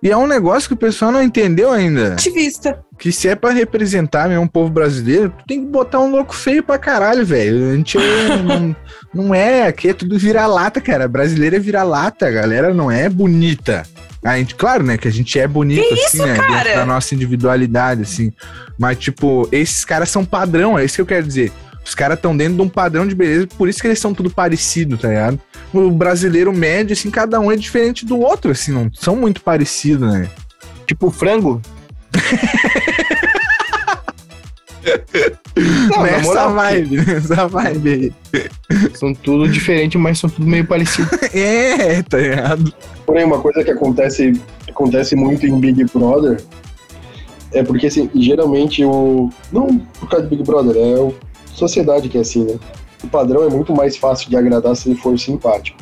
E é um negócio que o pessoal não entendeu ainda.
ativista.
Que se é pra representar mesmo o povo brasileiro, tu tem que botar um louco feio pra caralho, velho. A gente
[laughs]
é- não, não é, aqui é tudo vira-lata, cara. Brasileiro é vira-lata, a galera não é bonita. A gente, claro, né, que a gente é bonito,
Que
assim, né,
cara?
dentro da nossa individualidade, assim. Mas, tipo, esses caras são padrão, é isso que eu quero dizer. Os caras estão dentro de um padrão de beleza, por isso que eles são tudo parecido, tá ligado? O brasileiro médio, assim, cada um é diferente do outro, assim, não são muito parecidos, né?
Tipo frango? Não, na
Nessa
moral,
vibe, [laughs] nessa vibe aí.
São tudo diferente, mas são tudo meio parecido.
É, tá errado.
Porém, uma coisa que acontece, acontece muito em Big Brother é porque, assim, geralmente o. Não por causa do Big Brother, é o- a sociedade que é assim, né? O padrão é muito mais fácil de agradar se ele for simpático.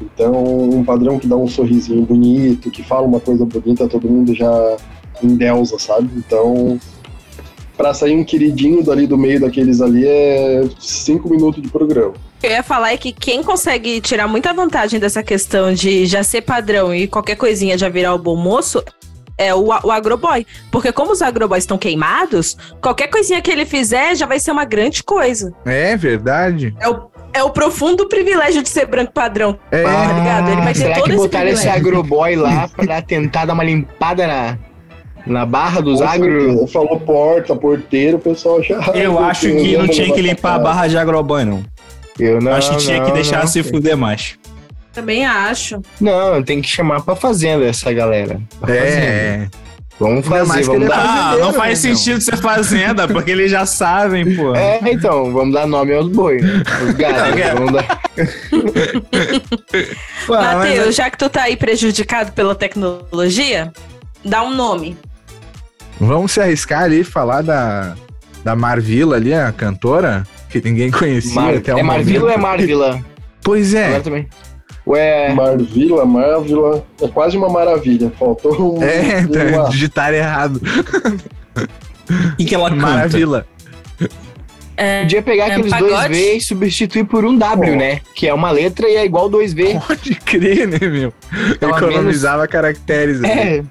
Então, um padrão que dá um sorrisinho bonito, que fala uma coisa bonita, todo mundo já endeusa, sabe? Então, pra sair um queridinho dali do meio daqueles ali é cinco minutos de programa.
O que eu ia falar é que quem consegue tirar muita vantagem dessa questão de já ser padrão e qualquer coisinha já virar o bom moço é o, a- o agroboy. Porque como os agroboys estão queimados, qualquer coisinha que ele fizer já vai ser uma grande coisa.
É verdade.
É o, é o profundo privilégio de ser branco padrão.
É.
Tá ligado? Ele vai ter
Será
todo
que
esse
botaram esse,
privilégio.
agroboy lá pra tentar dar uma limpada na, na barra dos
Com
agro?
certeza. Falou porta, porteiro, o pessoal já.
Eu acho que não tinha que limpar a barra de agroboy, não.
Eu não.
Eu acho que tinha que
não,
deixar
não.
se fuder mais.
Também acho.
Não, tem que chamar pra fazenda essa galera. Pra fazenda.
É.
Vamos
Ainda
fazer,
mais que
vamos
ele é
dar.
Ah,
fazendeiro,
não faz
né, meu?
sentido ser fazenda, porque eles já sabem, pô.
É, então, vamos dar nome aos boi, né? Os
Não,
gados.
cara.
vamos dar-
Pô, Ah, mas- é-
Matheus, já que tu tá aí prejudicado pela tecnologia, dá um nome.
Vamos se arriscar ali e falar da, da Marvila ali, a cantora, que ninguém conhecia
Mar-
até o
é Marvila ou é
momento.
Marvila?
Pois
Agora
é.
também. Ué,
Marvila, Marvila. É quase uma maravilha. Faltou um.
É, tá,
uma-
digitar errado.
E que ela canta.
Marvila.
podia pegar
É,
aqueles dois
pagode?
V e substituir por um W, né? Que é uma letra e é igual dois V.
Pode crer, né, meu?
Pelo
Economizava caracteres. né?
É.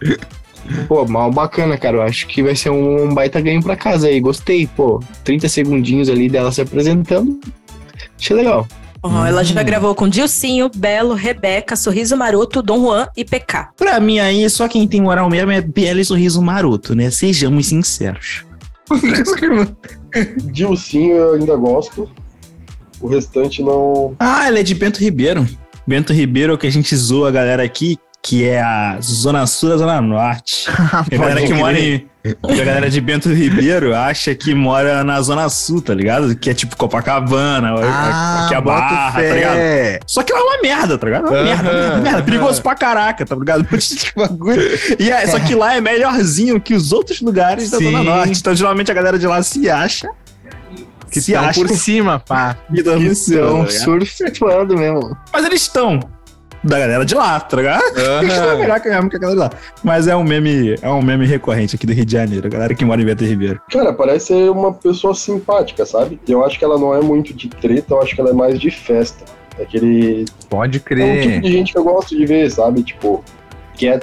Pô, mal bacana, cara. Eu acho que vai ser um baita ganho pra casa aí. Gostei, pô. 30 segundinhos ali dela se apresentando. Achei legal.
Ó, Ela já gravou com Dilcinho, Belo, Rebeca, Sorriso Maroto, Dom Juan e PK.
Pra mim aí, só quem tem moral mesmo é Bela e Sorriso Maroto, né? Sejamos sinceros.
Dilcinho eu ainda gosto. O restante não.
Ah, ela é de Bento Ribeiro. Bento Ribeiro é o que a gente zoa a galera aqui, que é a Zona Sul da Zona Norte.
Ah,
A galera que mora em. A galera de Bento Ribeiro acha que mora na Zona Sul, tá ligado? Que é tipo Copacabana,
Ah,
que é a
bota
Barra, tá ligado?
fé.
Só que ela é uma merda, tá ligado? Uma
Aham,
merda, merda, merda.
aham.
Perigoso pra caraca, tá ligado? [laughs] Um monte de bagulho. E é, só que lá é melhorzinho que os outros lugares da Zona
Sim.
Norte. Então, geralmente, a galera de lá se acha.
Que estão por cima, pá.
vida no céu,
Então,
tá ligado?
surfando mesmo.
Mas eles estão da galera de lá, tá ligado? Eles estão melhor que a que a galera de lá. Mas é um meme, é um meme recorrente aqui do Rio de Janeiro, a galera que mora em Beto Ribeiro.
Cara, parece ser uma pessoa simpática, sabe? Eu acho que ela não é muito de treta, eu acho que ela é mais de festa. É Aquele.
Pode
É um tipo
crer.
de gente que eu gosto de ver, sabe? Tipo, que é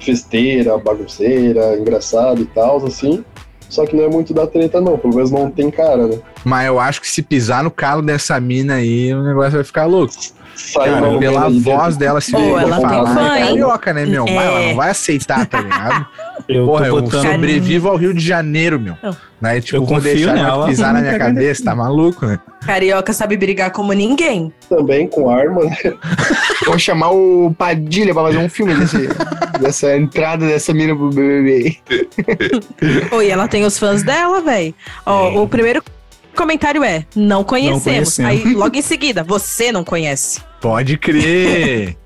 festeira, bagunceira, engraçado e tal, assim. Só que não é muito da treta, não. Pelo menos não tem cara, né?
Mas eu acho que se pisar no calo dessa mina aí, o negócio vai ficar louco.
Sai
Cara,
uma
pela
menina de
voz
dentro.
dela, se
Pô,
for
ela tem
falar,
fã,
é
hein?
carioca, né, meu? Mas
É.
ela não vai aceitar, tá ligado?
Eu
Porra,
tô
eu
botando. um-
sobrevivo ao Rio de Janeiro, meu.
Não.
Né? Tipo,
Eu
vou
confio
deixar
nela.
ela pisar na minha
Tá vendo?
cabeça, tá maluco, né?
Carioca sabe brigar como ninguém.
Também com arma, né?
Vou chamar o Padilha pra fazer um filme desse- dessa entrada dessa mina pro BBB.
Oi, ela tem os fãs dela, velho. Ó, o primeiro comentário é: não conhecemos.
conhecemos.
Aí, logo em seguida, você não conhece.
Pode crer.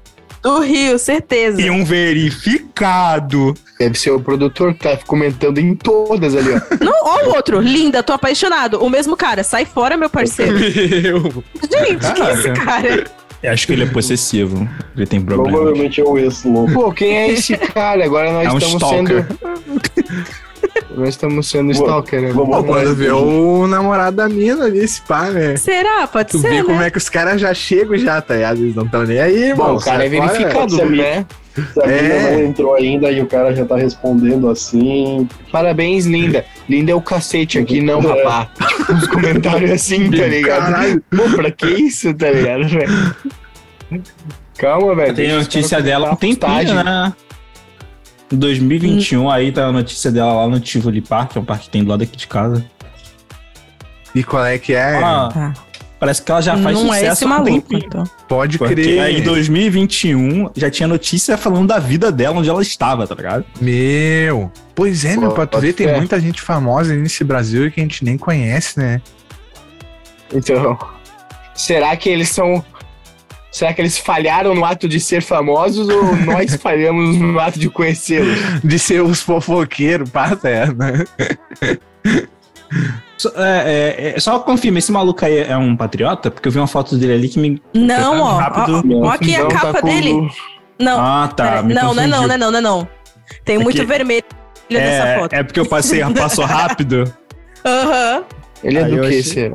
Do Rio, certeza.
E um verificado.
Deve ser o produtor que tá comentando em todas ali, ó.
Não, ó o outro, linda, tô apaixonado. O mesmo cara, sai fora, meu parceiro.
Meu.
Gente, que é esse cara?
Eu acho que ele é possessivo. Ele tem problema.
Provavelmente é o ex louco.
Pô, quem é esse cara? Agora nós
É um
estamos
stalker.
sendo. [laughs] Nós estamos sendo stalker. né?
Vamos
Pô,
atrás
quando vê
do-
o namorado da mina ali, esse pá, né?
Será? Pode
Tu vê
ser,
como
né?
é que os caras já chegam já, tá ligado? Eles não estão nem aí,
Bom,
irmão.
o cara é
Sai fora,
verificado,
velho.
né?
Se a mina
É.
não entrou ainda e o cara já tá respondendo assim.
Parabéns, linda. Linda é o cacete aqui, não,
É.
rapá. Tipo, Os comentários assim, tá ligado?
Caralho.
Pô, pra que isso, tá ligado, velho? Calma, velho.
Tem a
Deixa os
notícia
caras
dela com
comentar à vontade.
tempinho, né? Em 2021, aí tá a notícia dela lá no Tivoli Park, que é um parque que tem do lado aqui de casa.
E qual é que é?
Ah,
Tá.
Parece que ela já faz
não é
sucesso
esse
há um
maluco,
tempinho.
então.
Pode
Porque
crer.
aí em 2021 já tinha notícia falando da vida dela, onde ela estava, tá ligado?
Meu. Pois é, meu,
Pô,
pra tu
pode
ver, tem
crer.
muita gente famosa aí nesse Brasil que a gente nem conhece, né? [laughs]
Então, será que eles são. Será que eles falharam no ato de ser famosos ou nós falhamos no ato de conhecê-los?
De ser os fofoqueiros, pá, é, né?
Só, é, é, é, só confirma, esse maluco aí é um patriota? Porque eu vi uma foto dele ali que me.
Não, ó.
Rápido.
ó, ó, ó aqui a
Então tá
capa
com-
dele. Não,
Ah, tá.
pera-
me
não, não é não,
confundiu.
não é não, não é não. Tem
É
muito
que-
vermelho nessa foto.
É, é porque eu passei,
[laughs]
passo rápido.
Aham.
Ele é
Aí
do
eu
que,
achei-
será?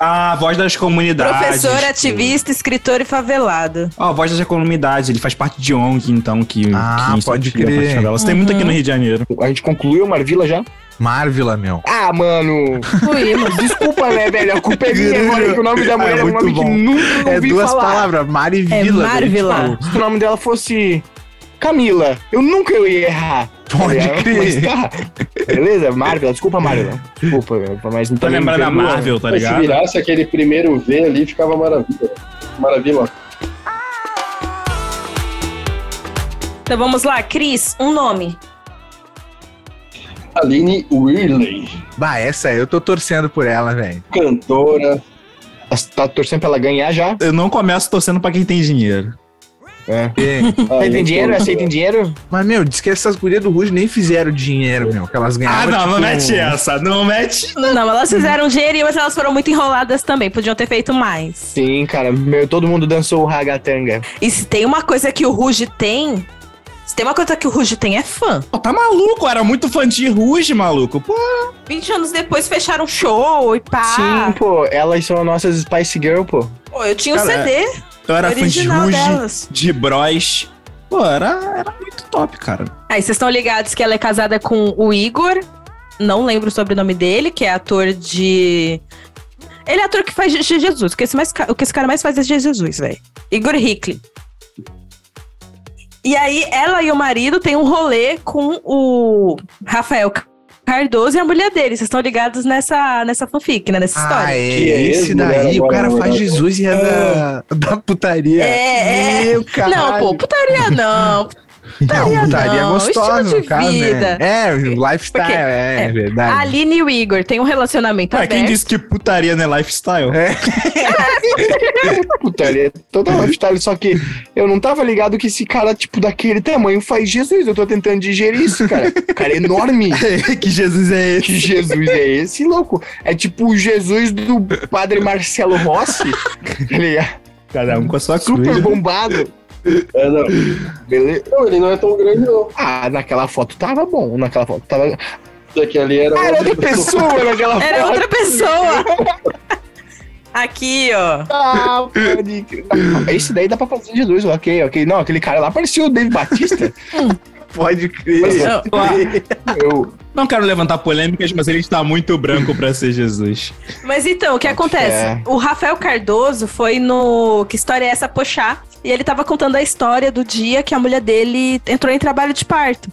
Ah, voz das comunidades.
Professor, ativista, escritor e favelado.
Ó, voz das comunidades, ele faz parte de ONG, então, que.
Ah,
que
pode
incentiva a
crer.
prática dela. Você tem muito
Uhum.
aqui no Rio de Janeiro.
A gente concluiu o Marvila já?
Marvila, meu.
Ah, mano!
Fluímos.
Desculpa,
[laughs]
né, velho? A culpa é minha agora, que o nome da mulher
É
é, um
muito
nome
bom.
que nunca
É
ouvi
duas
falar.
palavras, Marivila.
É
né,
velho.
Marvila.
Tipo,
Se o nome dela fosse Camila, eu nunca ia errar.
Pode
Tá ligado?
crer. É.
Mas tá. Beleza, Marvel, desculpa, Marvel. Desculpa, mas não
Tá
me
lembrando da
perdoa.
Marvel, tá
Mas se
ligado?
virasse aquele primeiro V ali, ficava maravilha. Maravilha.
Então vamos lá, Cris, um nome.
Aline Whirley,
Bah, essa aí eu tô torcendo por ela, velho.
cantora.
Tá torcendo pra ela ganhar já?
Eu não começo torcendo pra quem tem dinheiro.
É.
[laughs] Você tem dinheiro? Você tem dinheiro?
Mas, meu, diz que essas gurias do Ruge nem fizeram dinheiro, meu. Que elas tipo,
Ah,
ganharam.
não, não mete essa. Não mete.
Não, elas fizeram um dinheirinho, mas elas foram muito enroladas também. Podiam ter feito mais.
Sim, cara. Meu, todo mundo dançou o ragatanga.
E se tem uma coisa que o Ruge tem. Se tem uma coisa que o Ruge tem, é fã.
Pô, tá maluco, eu era muito fã de Ruge, maluco. Pô,
20 anos depois fecharam show e pá.
Sim, pô. Elas são as nossas Spice Girl, pô.
Pô, eu tinha o
Cara,
CD
eu era fã de
original
Ruge,
delas.
de Bros. Pô, era, era muito top, cara.
Aí vocês estão ligados que ela é casada com o Igor. Não lembro o sobrenome dele, que é ator de. Ele é ator que faz Je- Je- Jesus. Que esse mais, ca- o que esse cara mais faz é Je- Jesus, velho. Igor Hickley. E aí, ela e o marido têm um rolê com o Rafael Cardoso e a mulher dele. Vocês estão ligados nessa, nessa fanfic, né? Nessa
Ah,
história.
é.
Que é
Esse
esse, mulher,
daí, o
agora,
cara
na
faz
verdade.
Jesus e é da, da putaria.
É, é.
Meu
Não,
caralho.
pô, putaria não.
[laughs] Não, putaria
não,
gostosa,
estilo
no
de
caso,
vida.
né? É, o lifestyle,
Porque-
é,
é. A
verdade.
Aline e o Igor têm um relacionamento
Ué, quem
aberto.
disse que putaria não é lifestyle?
É.
[laughs] Puta, ele é toda lifestyle, só que eu não tava ligado que esse cara, tipo, daquele tamanho faz Jesus. Eu tô tentando digerir isso, cara. O cara é enorme.
que Jesus é esse?
Que Jesus é esse, louco? É tipo o Jesus do padre Marcelo Rossi, tá ligado?
Cada um com a sua
Super
cruz.
bombado.
É, não.
Beleza?
não, ele não é tão grande, não.
Ah, naquela foto tava bom. Naquela foto tava.
Isso aqui É ali era.
Ah, era outra pessoa naquela
Era
foto.
outra pessoa. Aqui, ó.
Ah, pode crer. Esse daí dá pra fazer Jesus, ok, ok. Não, aquele cara lá parecia o David Batista.
Pode crer.
Não,
Eu,
Não quero levantar polêmicas, mas ele está muito branco pra ser Jesus.
Mas então, o que acontece?
É.
O Rafael Cardoso foi no Que História é Essa, Poxá? E ele tava contando a história do dia que a mulher dele entrou em trabalho de parto.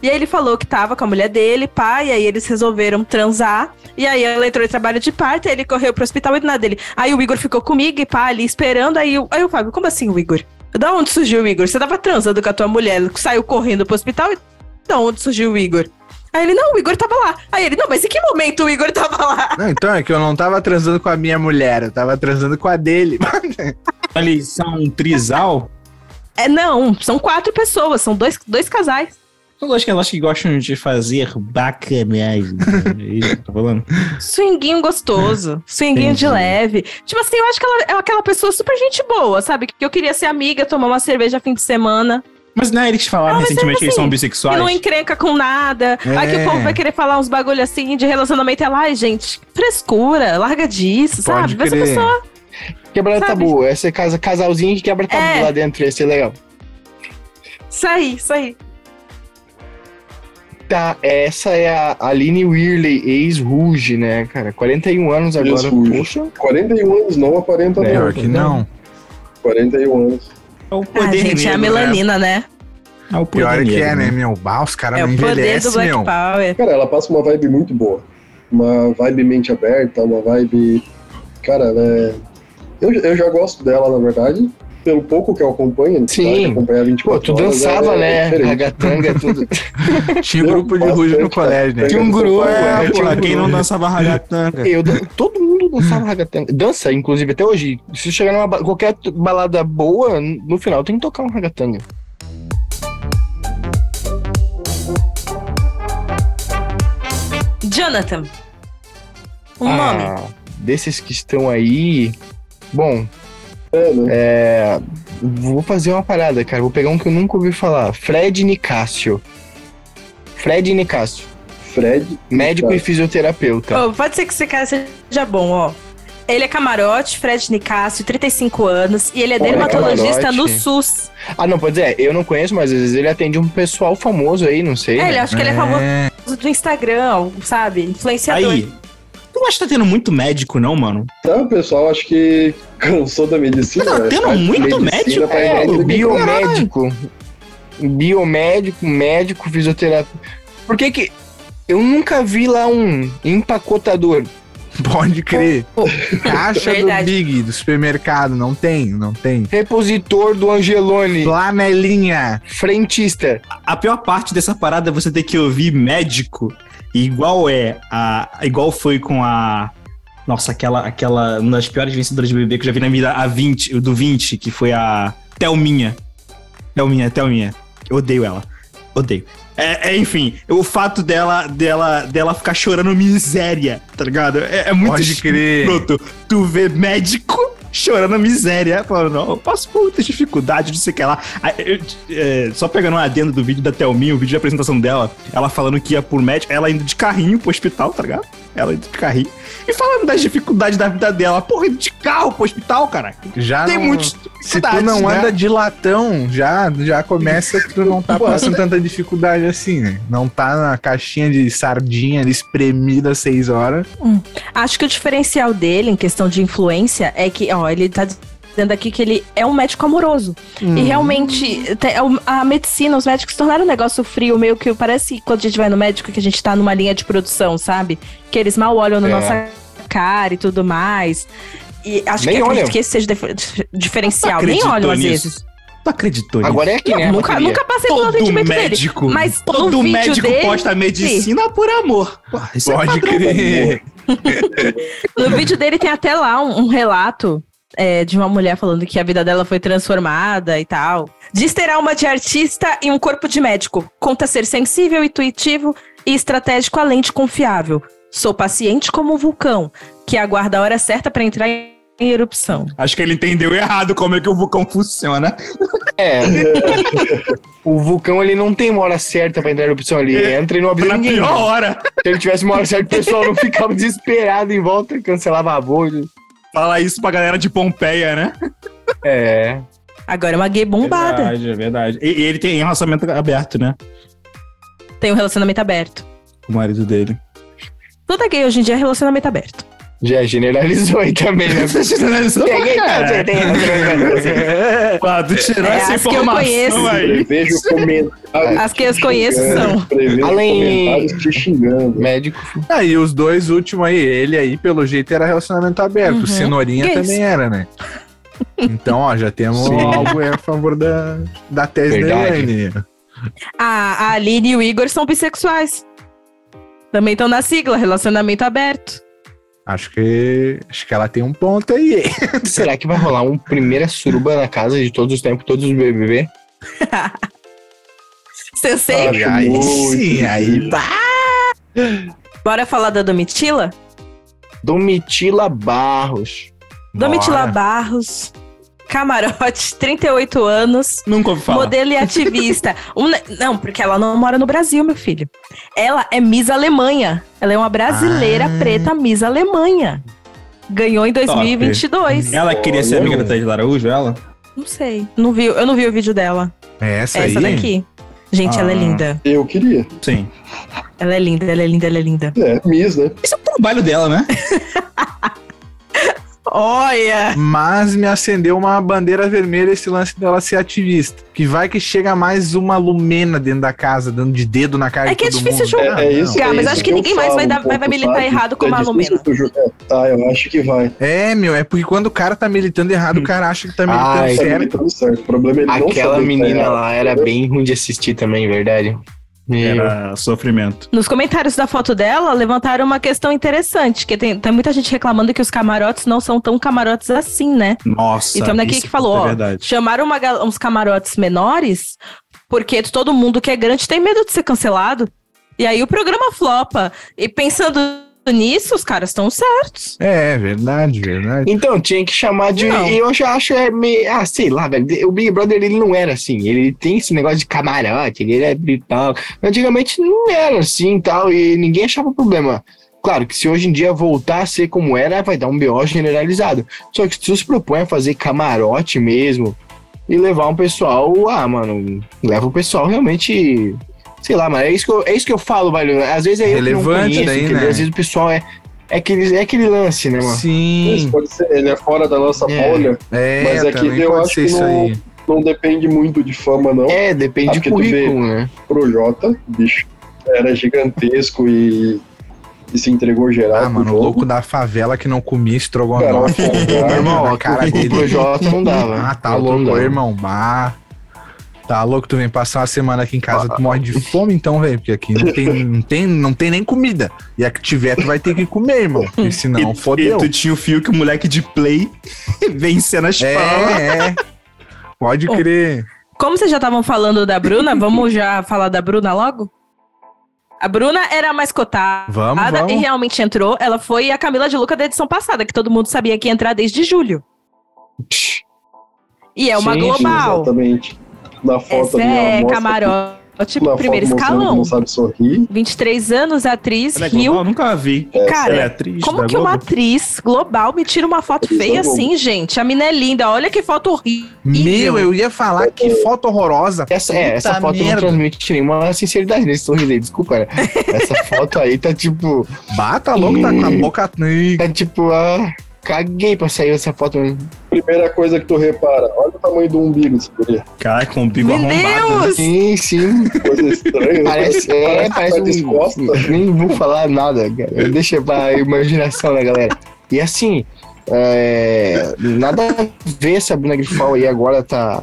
E aí ele falou que tava com a mulher dele, pá, e aí eles resolveram transar. E aí ela entrou em trabalho de parto, aí ele correu pro hospital e do nada dele. Aí o Igor ficou comigo e pá, ali esperando. Aí, o- aí o Fábio, como assim o Igor? Da onde surgiu o Igor? Você tava transando com a tua mulher, saiu correndo pro hospital e da onde surgiu o Igor? Aí ele, não, o Igor tava lá. Aí ele, não, mas em que momento o Igor tava lá?
Não, então é que eu não tava transando com a minha mulher, eu tava transando com a dele.
Ali, são um trisal?
É, não, são quatro pessoas, são dois, dois casais.
Eu acho que elas que gostam de fazer bacanais. né? É isso que eu tô falando.
Swinguinho gostoso, swinguinho de
Entendi.
leve. Tipo assim, eu acho que ela é aquela pessoa super gente boa, sabe? Que eu queria ser amiga, tomar uma cerveja fim de semana,
Mas não é eles que falaram
Não, mas é
recentemente que eles
assim,
são
que
bissexuais?
não encrenca com nada.
É.
Aí que o povo vai querer falar uns bagulho assim de relacionamento. Ela, ai, gente, frescura, larga disso,
Pode
sabe? Essa
crer.
pessoa.
Quebrar
Sabe?
tabu. Essa casa, casalzinho que quebra tabu
É.
lá dentro. Ia ser legal.
Isso aí, isso aí.
Tá, essa é a Aline Weirley, ex-Ruge, né, cara? 41 anos agora.
Ex-Ruge.
Poxa.
41 anos, não aparenta não.
Pior que não.
41 anos.
É o
Ah,
poder
gente, é a
negro, né?
melanina, né?
É o poder
Pior é que
negro,
é, né, meu? Bah, os caras
É
não
o poder do
envelhecem,
Black
meu.
Power.
Cara, ela passa uma vibe muito boa. Uma vibe mente aberta, uma vibe. Cara, ela é. Eu, eu já gosto dela, na verdade, pelo pouco que eu acompanho.
Sim.
tá? Acompanhar 24
Pô, tu
horas,
dançava,
ela é
né?
diferente. [laughs]
Ragatanga, tudo.
Tinha grupo de
Bastante,
rujo no
cara.
colégio, né?
Tinha um guru, é,
É,
pô.
porra, quem não dançava ragatanga?
Eu, dan- todo mundo dançava ragatanga. Dança, inclusive, até hoje. Se chegar numa ba- qualquer t- balada boa, n- no final tem que tocar um ragatanga.
Jonathan. Um
Ah.
nome.
Ah, Desses que estão aí. Bom,
É, né?
é. Vou fazer uma parada, cara. Vou pegar um que eu nunca ouvi falar. Fred Nicásio. Fred Nicásio.
Fred.
Médico e
Nicásio.
fisioterapeuta.
Ô, pode ser que esse cara seja bom, ó. Ele é camarote, Fred Nicásio, 35 anos, e ele é
Olha,
dermatologista
camarote.
no SUS.
Ah, não, pode dizer, eu não conheço, mas às vezes ele atende um pessoal famoso aí, não sei.
É, ele
né?
acho que ele é famoso do Instagram, ó, sabe? Influenciador.
Aí, tu não acha que tá tendo muito médico, não, mano?
Então, o pessoal acho que cansou da medicina.
Tá
né?
tendo
Faz
muito
medicina
médico,
pra
É,
inglês,
o
né?
biomédico. Biomédico, médico, fisioterapeuta. Por que que. Eu nunca vi lá um empacotador.
Pode crer. Caixa do
Verdade.
Big, do supermercado. Não tem, não tem.
Repositor do Angelone.
Flanelinha.
Frentista.
A pior parte dessa parada é você ter que ouvir médico, e igual é a. Igual foi com a. Nossa, aquela, aquela. Uma das piores vencedoras de BBB que eu já vi na minha vida, a 20, o do 20, que foi a Thelminha. Thelminha, Thelminha. Eu odeio ela. Odeio. É, é, enfim, o fato dela, dela, dela ficar chorando miséria, tá ligado? É, é muito
Pode crer.
Pronto, tu vê médico chorando miséria, falando, não, eu passo por muita dificuldade, não sei o que lá. Aí, eu, é, só pegando um adendo do vídeo da Thelminha, o vídeo de apresentação dela, ela falando que ia por médico, ela indo de carrinho pro hospital, tá ligado? Ela indo de carrinho. E falando das dificuldades da vida dela, porra, indo de carro pro hospital, cara.
Já
Tem
não-
muitas
Ah, Se tu não
né?
anda de latão, já, já começa que tu não
[laughs]
tá
né?
passando tanta dificuldade assim, né? Não tá na caixinha de sardinha ali espremida às seis horas.
Acho que o diferencial dele, em questão de influência, é que, ó, ele tá dizendo aqui que ele é um médico amoroso.
Uhum.
E realmente, te- é um- a medicina, os médicos tornaram um negócio frio, meio que parece que quando a gente vai no médico que a gente tá numa linha de produção, sabe? Que eles mal olham na
É.
nossa cara e tudo mais. E acho
Nem
que acredito
olham.
que esse seja dif- diferencial. Nem
acreditou
olham às
nisso?
vezes.
Tu acreditou nisso?
Agora é aqui,
Não,
né?
nunca,
bateria?
nunca passei pelo
Todo
atendimento dele.
médico,
Mas no
todo
vídeo
médico
dele-
posta medicina por amor. Porra, isso é
Pode
padrão,
crer.
No vídeo dele tem até lá um, um relato é, de uma mulher falando que a vida dela foi transformada e tal. Diz ter alma de artista e um corpo de médico. Conta ser sensível, intuitivo e estratégico, além de confiável. Sou paciente como um vulcão, que aguarda a hora certa pra entrar em erupção.
Acho que ele entendeu errado como é que o vulcão funciona.
É. [laughs] o vulcão, ele não tem uma hora certa pra entrar na opção. Ele entra e não avisa
Na
ninguém.
é pior hora.
Se ele tivesse uma hora certa, o pessoal não ficava desesperado em volta e cancelava a bolha.
Fala isso pra galera de Pompeia, né?
É.
Agora é uma gay bombada.
Verdade, é verdade. E, e ele tem relacionamento aberto, né?
Tem um relacionamento aberto.
Com o marido dele. [laughs]
Toda gay hoje em dia é relacionamento aberto.
Já generalizou aí também, né?
Você
tá
generalizou pra
é
é.
caralho.
Pá, tu tirou
É,
essa
as que eu conheço.
informação aí.
Prevejo comentários.
As que eu conheço são.
Prevejo
Além-
comentários tá te xingando.
Médico.
Aí Ah, os dois últimos aí, ele aí, pelo jeito, era relacionamento aberto.
Uhum.
Cenourinha
Que
também
isso? [laughs]
era, né? Então, ó, já temos
Sim.
algo a favor da, da tese da
Verdade.
Elaine.
A, a Aline e o Igor são bissexuais. Também estão na sigla, relacionamento aberto.
Acho que, acho que ela tem um ponto aí.
Será que vai rolar uma primeira suruba na casa de todos os tempos, todos os BBB?
Você sei?
[laughs]
Acho
Aí
muito
sim, aí tá.
Bora falar da Domitila?
Domitila Barros.
Domitila
Bora.
Barros, camarote, [laughs] 38 anos,
Nunca ouvi falar.
modelo e
[laughs]
ativista. Um ne- não, porque ela não mora no Brasil, meu filho. Ela é Miss Alemanha. Ela é uma brasileira
Ah.
preta Miss Alemanha. Ganhou em 2022.
Ela queria ser amiga da Thaís Araújo, ela?
Não sei. Não vi, eu não vi o vídeo dela.
É essa,
Essa
aí.
daqui. Gente, ela é
Ah.
linda.
Eu queria.
Sim.
Ela é linda, ela é linda, ela é linda.
É, Miss, né?
Esse é o trabalho dela, né?
Olha!
Mas me acendeu uma bandeira vermelha esse lance dela ser ativista. Que vai que chega mais uma lumena dentro da casa, dando de dedo na cara
É
de
que é
todo
difícil
mundo.
julgar.
Ah,
É, é
não.
isso.
Cara,
é
mas
isso
acho que
eu
ninguém mais
falo
vai dar-
um
vai- vai
pouco,
militar
sabe?
errado como a
difícil
Lumena.
tu ju- é, Tá, eu acho que vai.
É, meu, é porque quando o cara tá militando errado, o cara acha que tá militando
Ai,
Tá
certo.
militando certo. O problema é ele não
Aquela
saber que tá
menina
errado.
lá era bem ruim de assistir também, verdade. Meu.
Era sofrimento.
Nos comentários da foto dela, levantaram uma questão interessante, que tem, tem muita gente reclamando que os camarotes não são tão camarotes assim, né?
Nossa.
Então, daqui
isso
que falou,
é
ó,
verdade.
Chamaram uma gal- uns camarotes menores, porque todo mundo que é grande tem medo de ser cancelado. E aí o programa flopa. E pensando nisso, os caras estão certos.
É, verdade, verdade.
Então, tinha que chamar de.
Não.
E eu já acho é meio. Ah, sei lá, velho. O Big Brother ele não era assim. Ele tem esse negócio de camarote, ele é bitoca. Antigamente não era assim e tal, e ninguém achava problema. Claro que se hoje em dia voltar a ser como era, vai dar um BO generalizado. Só que se tu se propõe a fazer camarote mesmo e levar um pessoal. Ah, mano, leva o pessoal realmente. Sei lá, mas é isso que eu, é isso que eu falo, velho. Às vezes é eu que não
Relevante
conheço,
daí,
entendeu?
né?
Às vezes o pessoal é. É aquele, é aquele lance, né, mano?
Sim.
Mas pode ser, ele é fora da nossa
É.
bolha.
Hum. É,
Mas é que
também
eu
pode
acho
ser
que
isso
não- é
aí.
Não depende muito de fama, não.
É, depende
Acho
do
Então, que tu
currículo, né?
Projota, bicho, era gigantesco e, e se entregou geral.
Ah,
pro
mano, o
jogo.
louco da favela que não comia
Cara,
estrogonofe. [laughs]
cara,
irmão,
ó,
a cara
O
dele.
Projota não dava.
Ah, tá
Projota
louco,
não dava.
irmão. Bah. Tá louco, tu vem passar uma semana aqui em casa, tu morre de fome então, velho, porque aqui não
[laughs]
tem, não, tem, não tem nem comida. E a que tiver, tu vai ter que comer, irmão,
[laughs]
porque senão
e,
fodeu.
E tu tinha o fio que o moleque de play [laughs] vencendo as palavras.
É, é. Pode
Oh.
crer.
Como vocês já estavam falando da Bruna, vamos já falar da Bruna logo? A Bruna era a mais cotada
Vamos, vamos.
e realmente entrou. Ela foi a Camila de Luca da edição passada, que todo mundo sabia que ia entrar desde julho. E é uma
Gente,
global.
Exatamente. Na foto
Essa
ali, ela
é
mostra
camarote,
que- na
primeiro
foto mostrando que
escalão.
Não sabe sorrir.
23 anos, atriz,
Ela é
Rio.
global? Nunca vi.
Cara,
Ela é atriz
Como
da
que uma
Globo?
atriz global me tira uma foto
Atriz da
feia
Globo.
assim, gente? A mina é linda, olha que foto horrível.
Meu, eu ia falar que foto horrorosa.
Essa, é, essa
Puta
foto
merda.
não transmite nenhuma sinceridade nesse sorriso aí, desculpa, cara. Essa foto aí tá tipo.
Bata louco, tá com a boca. Ih,
Tá tipo, ah, caguei pra sair essa foto. né?
Primeira coisa que tu repara, olha o tamanho do umbigo dessa guria.
Caraca, com o bico
Meu
arrombado. né?
Deus!
Sim, sim.
Coisa estranha. né?
[laughs] Parece, é, parece um.
descosta.
[laughs] Nem vou falar nada, cara. Deixa pra imaginação da galera. E assim, é, nada a ver essa Bruna Grifal aí agora tá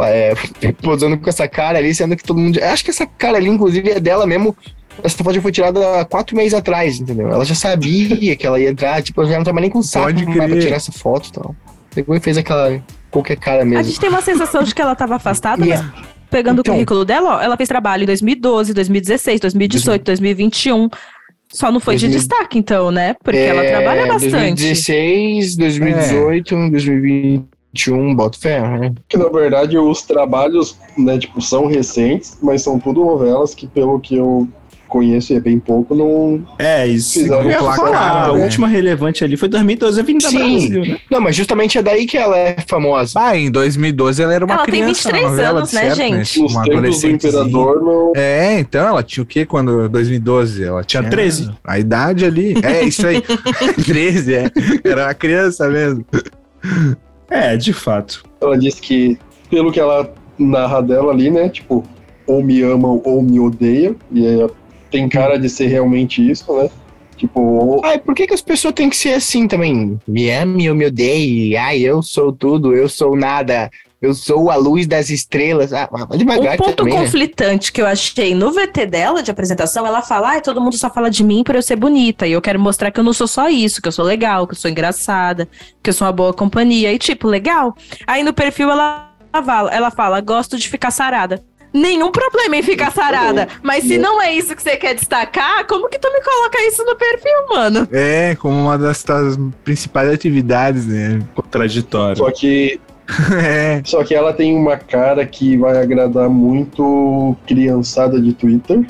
é, [laughs] posando com essa cara ali, sendo que todo mundo. Acho que essa cara ali, inclusive, é dela mesmo. Essa foto já foi tirada há quatro meses atrás, entendeu? Ela já sabia que ela ia entrar, tipo, ela já não tava nem com saco
Pode
mais pra
crer.
tirar essa foto e tal. Pegou e fez aquela qualquer cara
A
mesmo.
gente tem uma sensação de que ela tava afastada,
E é-
mas pegando
Então.
o currículo dela, ó, ela fez trabalho em 2012, 2016, 2018, 2021. Só não foi de
2000.
destaque, então, né? Porque ela
É,
trabalha bastante.
2016, 2018, 2021, boto fé, né?
[laughs] Que na verdade os trabalhos, né, tipo, são recentes, mas são tudo novelas que, pelo que eu conheço e é bem pouco, não.
É, isso.
Fizeram
Eu ia
placar,
falar, a
né?
última relevante ali foi 2012, a Avenida
Sim.
Brasil, né?
Não, mas justamente é daí que ela é famosa.
Ah, em 2012 ela era uma
Ela tem
criança. na
23
novela,
anos,
de
né,
certo,
gente?
Nos
Uma
tempos do
adolescente.
imperador, não.
É, então ela tinha o quê quando 2012? Ela tinha
13.
A idade ali. É, isso
[laughs]
aí. 13, é. Era uma criança mesmo.
É, de fato.
Ela disse que, pelo que ela narra dela ali, né? Tipo, ou me amam ou me odeiam. E é- tem cara de ser realmente isso, né? Tipo, ou-
Ai, por que, que as pessoas têm que ser assim também? Me ame, eu me odeie. Ai, eu sou tudo, eu sou nada. Eu sou a luz das estrelas. Ah, vai
Um
devagar
ponto
também, né?
conflitante que eu achei no VT dela, de apresentação, ela fala, ai, todo mundo só fala de mim por eu ser bonita, e eu quero mostrar que eu não sou só isso, que eu sou legal, que eu sou engraçada, que eu sou uma boa companhia, e tipo, legal. Aí no perfil ela fala, ela fala gosto de ficar sarada. Nenhum problema em ficar sarada, mas se não é isso que você quer destacar, como que tu me coloca isso no perfil, mano?
É, como uma das tuas principais atividades, né?
Contraditório.
só que
[laughs] É.
Só que ela tem uma cara que vai agradar muito criançada de Twitter.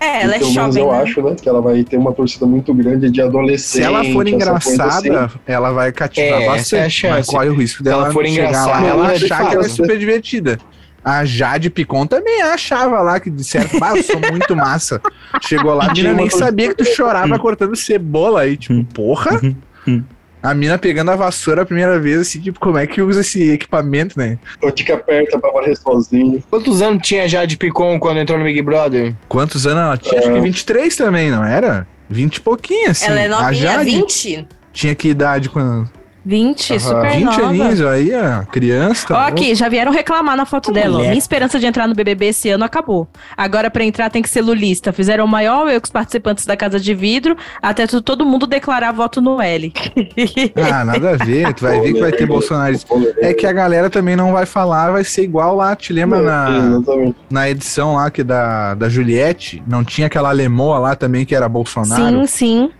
É, ela é
pelo menos
jovem,
Então, eu
né?
acho, né? Que ela vai ter uma torcida muito grande de
Se
adolescente.
ela for
essa coisa
engraçada,
assim.
ela vai cativar
É, essa é a
bastante.
chance.
mas corre o risco
Se ela
dela
for
chegar
engraçada,
lá,
ela
ela
é
achar que ela é
fácil.
super divertida. A Jade Picon também achava lá que disseram, "Bah, eu sou muito massa. Chegou lá, a mina nem sabia que tu chorava cortando cebola aí, tipo, porra. A mina pegando a vassoura a primeira vez, assim, tipo, como é que usa esse equipamento, né?
Eu te que aperta Então pra varrer sozinho.
Quantos anos tinha Jade Picon quando entrou no Big Brother?
Quantos anos ela tinha?
É.
Acho que 23 também, não era? 20 e pouquinho, assim.
Ela é
a
novinha,
Jade
20?
tinha que idade quando...
20, super
20
nova.
aninhos aí, ó, criança.
Ó,
tá louco.
aqui, já vieram reclamar na foto dela. ó. Minha esperança de entrar no BBB esse ano acabou. Agora, pra entrar, tem que ser lulista. Fizeram o maior eu que os participantes da Casa de Vidro, até tu- todo mundo declarar voto no L.
Ah, nada a ver. Tu vai ver que vai ter bolsonarista. É que a galera também não vai falar, vai ser igual lá. Te lembra é na,
Exatamente.
na edição lá que da, da Juliette? Não tinha aquela alemoa lá também que era
Sim,
Bolsonaro?
sim.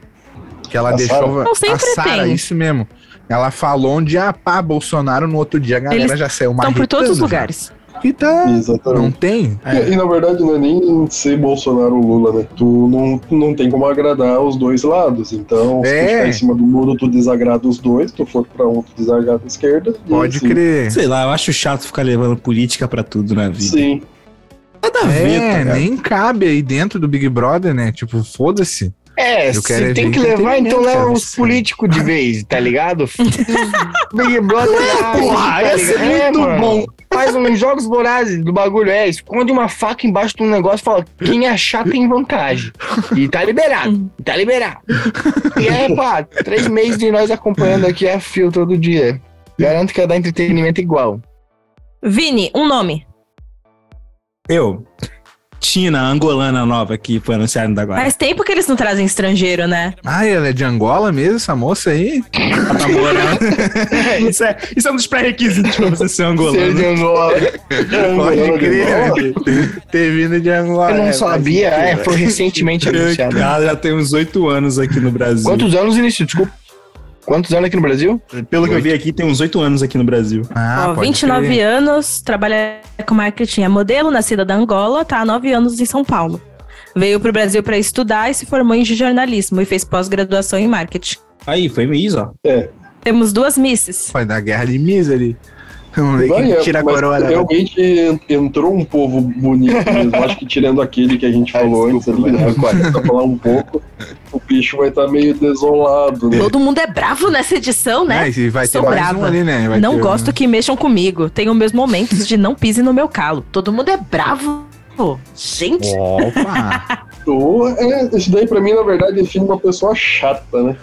Que ela
A
deixou.
Sara.
Não, sempre
a Sara,
tem.
isso mesmo. Ela falou um dia, ah, pá, Bolsonaro, no outro dia a galera
Eles
já saiu
Estão
marretando.
por todos os
já.
lugares.
E tá. Não
Exatamente.
tem.
E, e, na verdade não é nem ser Bolsonaro ou Lula, né? Tu não, não tem como agradar os dois lados. Então, se
É.
tu ficar em cima do muro, tu desagrada os dois. Tu for pra um, tu desagrada a esquerda. E
Pode
assim,
crer.
Sei lá, eu acho chato ficar levando política pra tudo na vida.
Sim.
Nada a ver, tá
É,
ligado?
nem cabe aí dentro do Big Brother, né? Tipo, foda-se.
É,
Eu quero
se
é
tem que
ver
levar, então
entretenimento,
leva
cara,
os
isso.
políticos de vez, tá
[laughs]
ligado? Big Brother. ah, lá,
é, porra, ia ser muito
É, mano.
bom.
Faz uns jogos vorazes do bagulho, é, esconde uma faca embaixo de um negócio e fala, quem achar tem vantagem. E tá liberado, tá liberado. E
[laughs]
é, pá, três meses de nós acompanhando aqui a fio todo dia. Garanto que ia dar entretenimento igual.
Vini, um nome.
Eu. Tina, a angolana nova que foi anunciada ainda agora.
Faz tempo que eles não trazem estrangeiro, né?
Ah, ela é de Angola mesmo, essa moça aí?
Ela tá
[laughs]
morando. [laughs] isso, é, isso é um dos pré-requisitos pra você ser
Ser de
angolano.
Angola.
[laughs]
É,
Pode crer, né? Ter vindo de Angola.
Eu
é,
não
faz
sabia, é,
né?
sentido,
foi recentemente anunciado.
Ela ah, já tem uns oito anos aqui no Brasil.
Quantos anos, Vinícius? Desculpa. Quantos anos aqui no Brasil?
Pelo que eu vi aqui, tem uns oito anos aqui no Brasil.
Ah,
Ó,
pode
29
crer.
anos, trabalha com marketing. É modelo, nascida da Angola, tá há 9 anos em São Paulo. Veio pro Brasil pra estudar e se formou em jornalismo e fez pós-graduação em marketing.
Aí, foi Miss, ó.
é.
Temos duas misses.
Vai dar guerra de misery. Vamos ver
Vai,
quem
é,
tira a
mas
coroa. né?
Realmente en- entrou um povo bonito mesmo. Acho que tirando aquele que a [laughs] gente falou antes ali, né? pra falar um pouco, o bicho vai estar meio desolado, né?
Todo mundo é bravo nessa edição, né?
Ah, e vai ter
Sou
mais
brava.
um ali, né? Vai
não
ter um-
gosto que mexam comigo. Tenho meus momentos de não pise no meu calo. Todo mundo é bravo. Gente,
Opa!
Ou, é, isso daí pra mim, na verdade, define uma pessoa chata, né?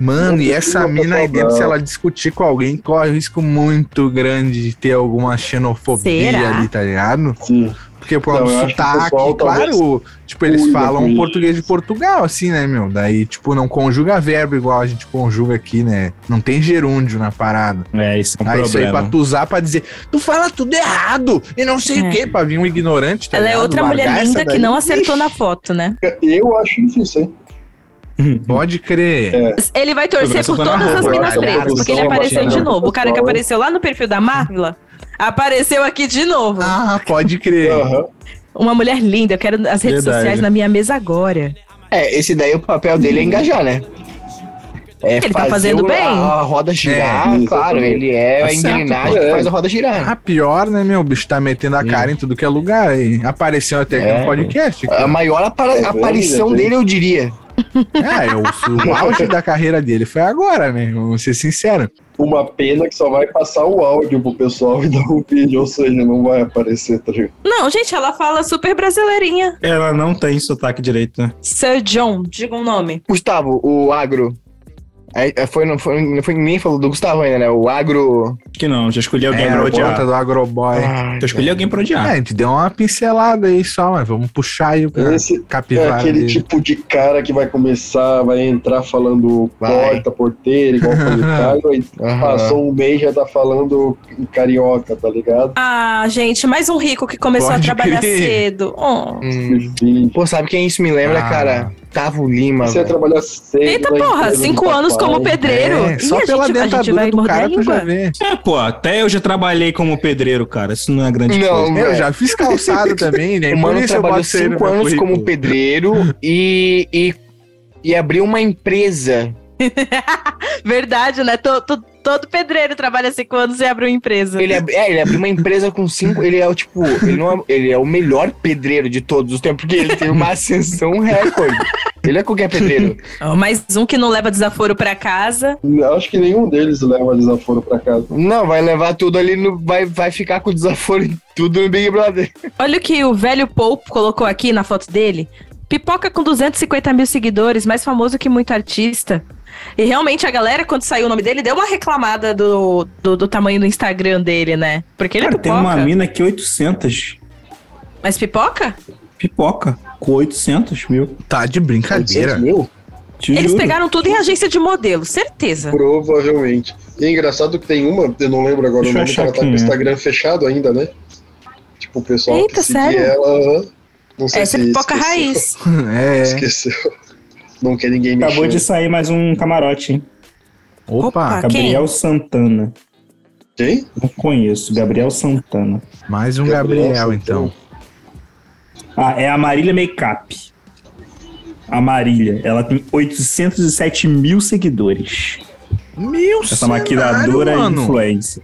Mano, e essa
Não,
mina aí dentro,
não.
se ela discutir com alguém, corre um risco muito grande de ter alguma xenofobia
Será?
ali, tá ligado?
Sim.
Porque pô,
Não, eu
o
acho que o
sotaque,
pessoal talvez
claro, tipo, eles
cuida
falam
com isso.
português de Portugal, assim, né, meu? Daí, tipo, não conjuga verbo igual a gente conjuga aqui, né? Não tem gerúndio na parada.
É, isso é um
ah, isso aí pra
problema.
tu usar pra dizer, tu fala tudo errado e não sei
É.
o quê, pra vir um ignorante. tá
ela é
ligado?
outra
Largar
mulher
essa
linda que
daí.
não acertou
Ixi,
na foto, né?
Eu acho difícil, hein?
Pode crer.
É.
Ele vai torcer
Abraço
por
pra Ana
todas as
Rosa,
minas
olha,
presas, porque ele
Rosa,
apareceu
Rosa,
de novo. O cara que
Rosa.
apareceu lá no perfil da Marvel apareceu aqui de novo.
Ah, pode crer.
Aham.
Uma mulher linda, eu quero as redes
Verdade.
sociais na minha mesa agora.
É, esse daí o papel dele é engajar, né? É
Ele tá
fazer
fazendo
o-
bem.
A roda girar,
isso,
claro.
exatamente.
Ele é
Tá
a
certo,
engrenagem
pô.
que faz a roda girar. né?
Ah, pior, né, meu? O bicho tá metendo a cara em tudo que é lugar. E apareceu até aqui
É. Tá
no podcast.
A
cara.
maior apa-
É
aparição
verdade.
dele, eu diria.
É, eu- o auge da carreira dele foi agora, né? Vamos ser sincero.
Uma pena que só vai passar o áudio pro pessoal [laughs] e dar um vídeo, ou seja, não vai aparecer, tá ligado?
Não, gente, ela fala super brasileirinha.
Ela não tem sotaque direito, né?
Sir John, diga um nome.
Gustavo, o agro. Aí, é, Foi, não foi, não foi, ninguém falou do Gustavo ainda, né? O agro.
Acho que não, já escolhi alguém
É,
pra
a
odiar.
conta do Agroboy.
Ah,
Já escolhi alguém pra
É,
odiar.
a gente deu uma pincelada aí só, mas vamos puxar aí o ca-
Esse é
capivara
aquele
dele.
tipo de cara que vai começar, vai entrar falando
Vai.
porta, porteira, igual [laughs] foi o Caio, e
aham.
passou um mês já tá falando em carioca, tá ligado?
Ah, gente, mais um rico que começou
Pode
a trabalhar
crer.
cedo. Oh.
Hum.
Enfim.
Pô, sabe quem isso me lembra,
Ah.
cara? Tavo Lima.
Você
velho.
trabalhar cedo. né,
Eita
na
porra,
empresa do
cinco
papai.
anos como pedreiro.
É,
Ih,
só
a
pela
gente- a gente
dentadura
vai
do
morder a
cara tu já
língua.
vê.
É, pô, até eu já trabalhei como pedreiro, cara. Isso não é grande
Não,
coisa.
Eu
velho.
já fiz calçado também, né?
O
Por
mano
isso eu
trabalhou
boto isso aí no
cinco
meu
anos como
currículo.
pedreiro e, e, e abriu uma empresa.
Verdade, né? To- to- todo pedreiro trabalha cinco anos e abre uma empresa.
Ele, ab- é, ele abriu uma empresa com cinco. Ele é o tipo. Ele, não é, ele é o melhor pedreiro de todos os tempos, porque ele tem uma ascensão recorde. Ele é qualquer pedreiro.
Ó, mais um que não leva desaforo pra casa.
Acho que nenhum deles leva desaforo pra casa.
Não, vai levar tudo ali, no, vai, vai ficar com desaforo em tudo no Big Brother.
Olha o que o velho Pope colocou aqui na foto dele. Pipoca com 250 mil seguidores, mais famoso que muito artista. E realmente a galera, quando saiu o nome dele, deu uma reclamada do, do, do tamanho do Instagram dele, né? Porque ele
Cara,
é
tem
pipoca.
uma mina aqui 800.
Mas pipoca?
Pipoca. Com 800 mil.
Tá de brincadeira. [laughs]
Meu?
Te
Eles
juro.
pegaram tudo em agência de modelo, certeza.
Provavelmente. E é engraçado que tem uma, eu não lembro agora
Deixa eu
o nome, que
achar
ela tá com
quem
o
é.
Instagram fechado ainda, né? Tipo, o pessoal
Eita,
que seguia
sério?
ela. aham. Não sei
Essa é
se
pipoca
esqueceu.
raiz.
É.
[laughs] Esqueceu. Não quer ninguém mexer.
Acabou de sair mais um camarote, hein?
Opa,
Opa. Ah, Quem?
Gabriel Santana.
Quem?
Não conheço. Gabriel Santana.
mais um
Gabriel,
Gabriel,
Santana.
então.
Ah, é a Marília Makeup. A Marília. Ela tem 807 mil seguidores.
Meu
Essa
cenário,
maquiladora e
mano.
influencer.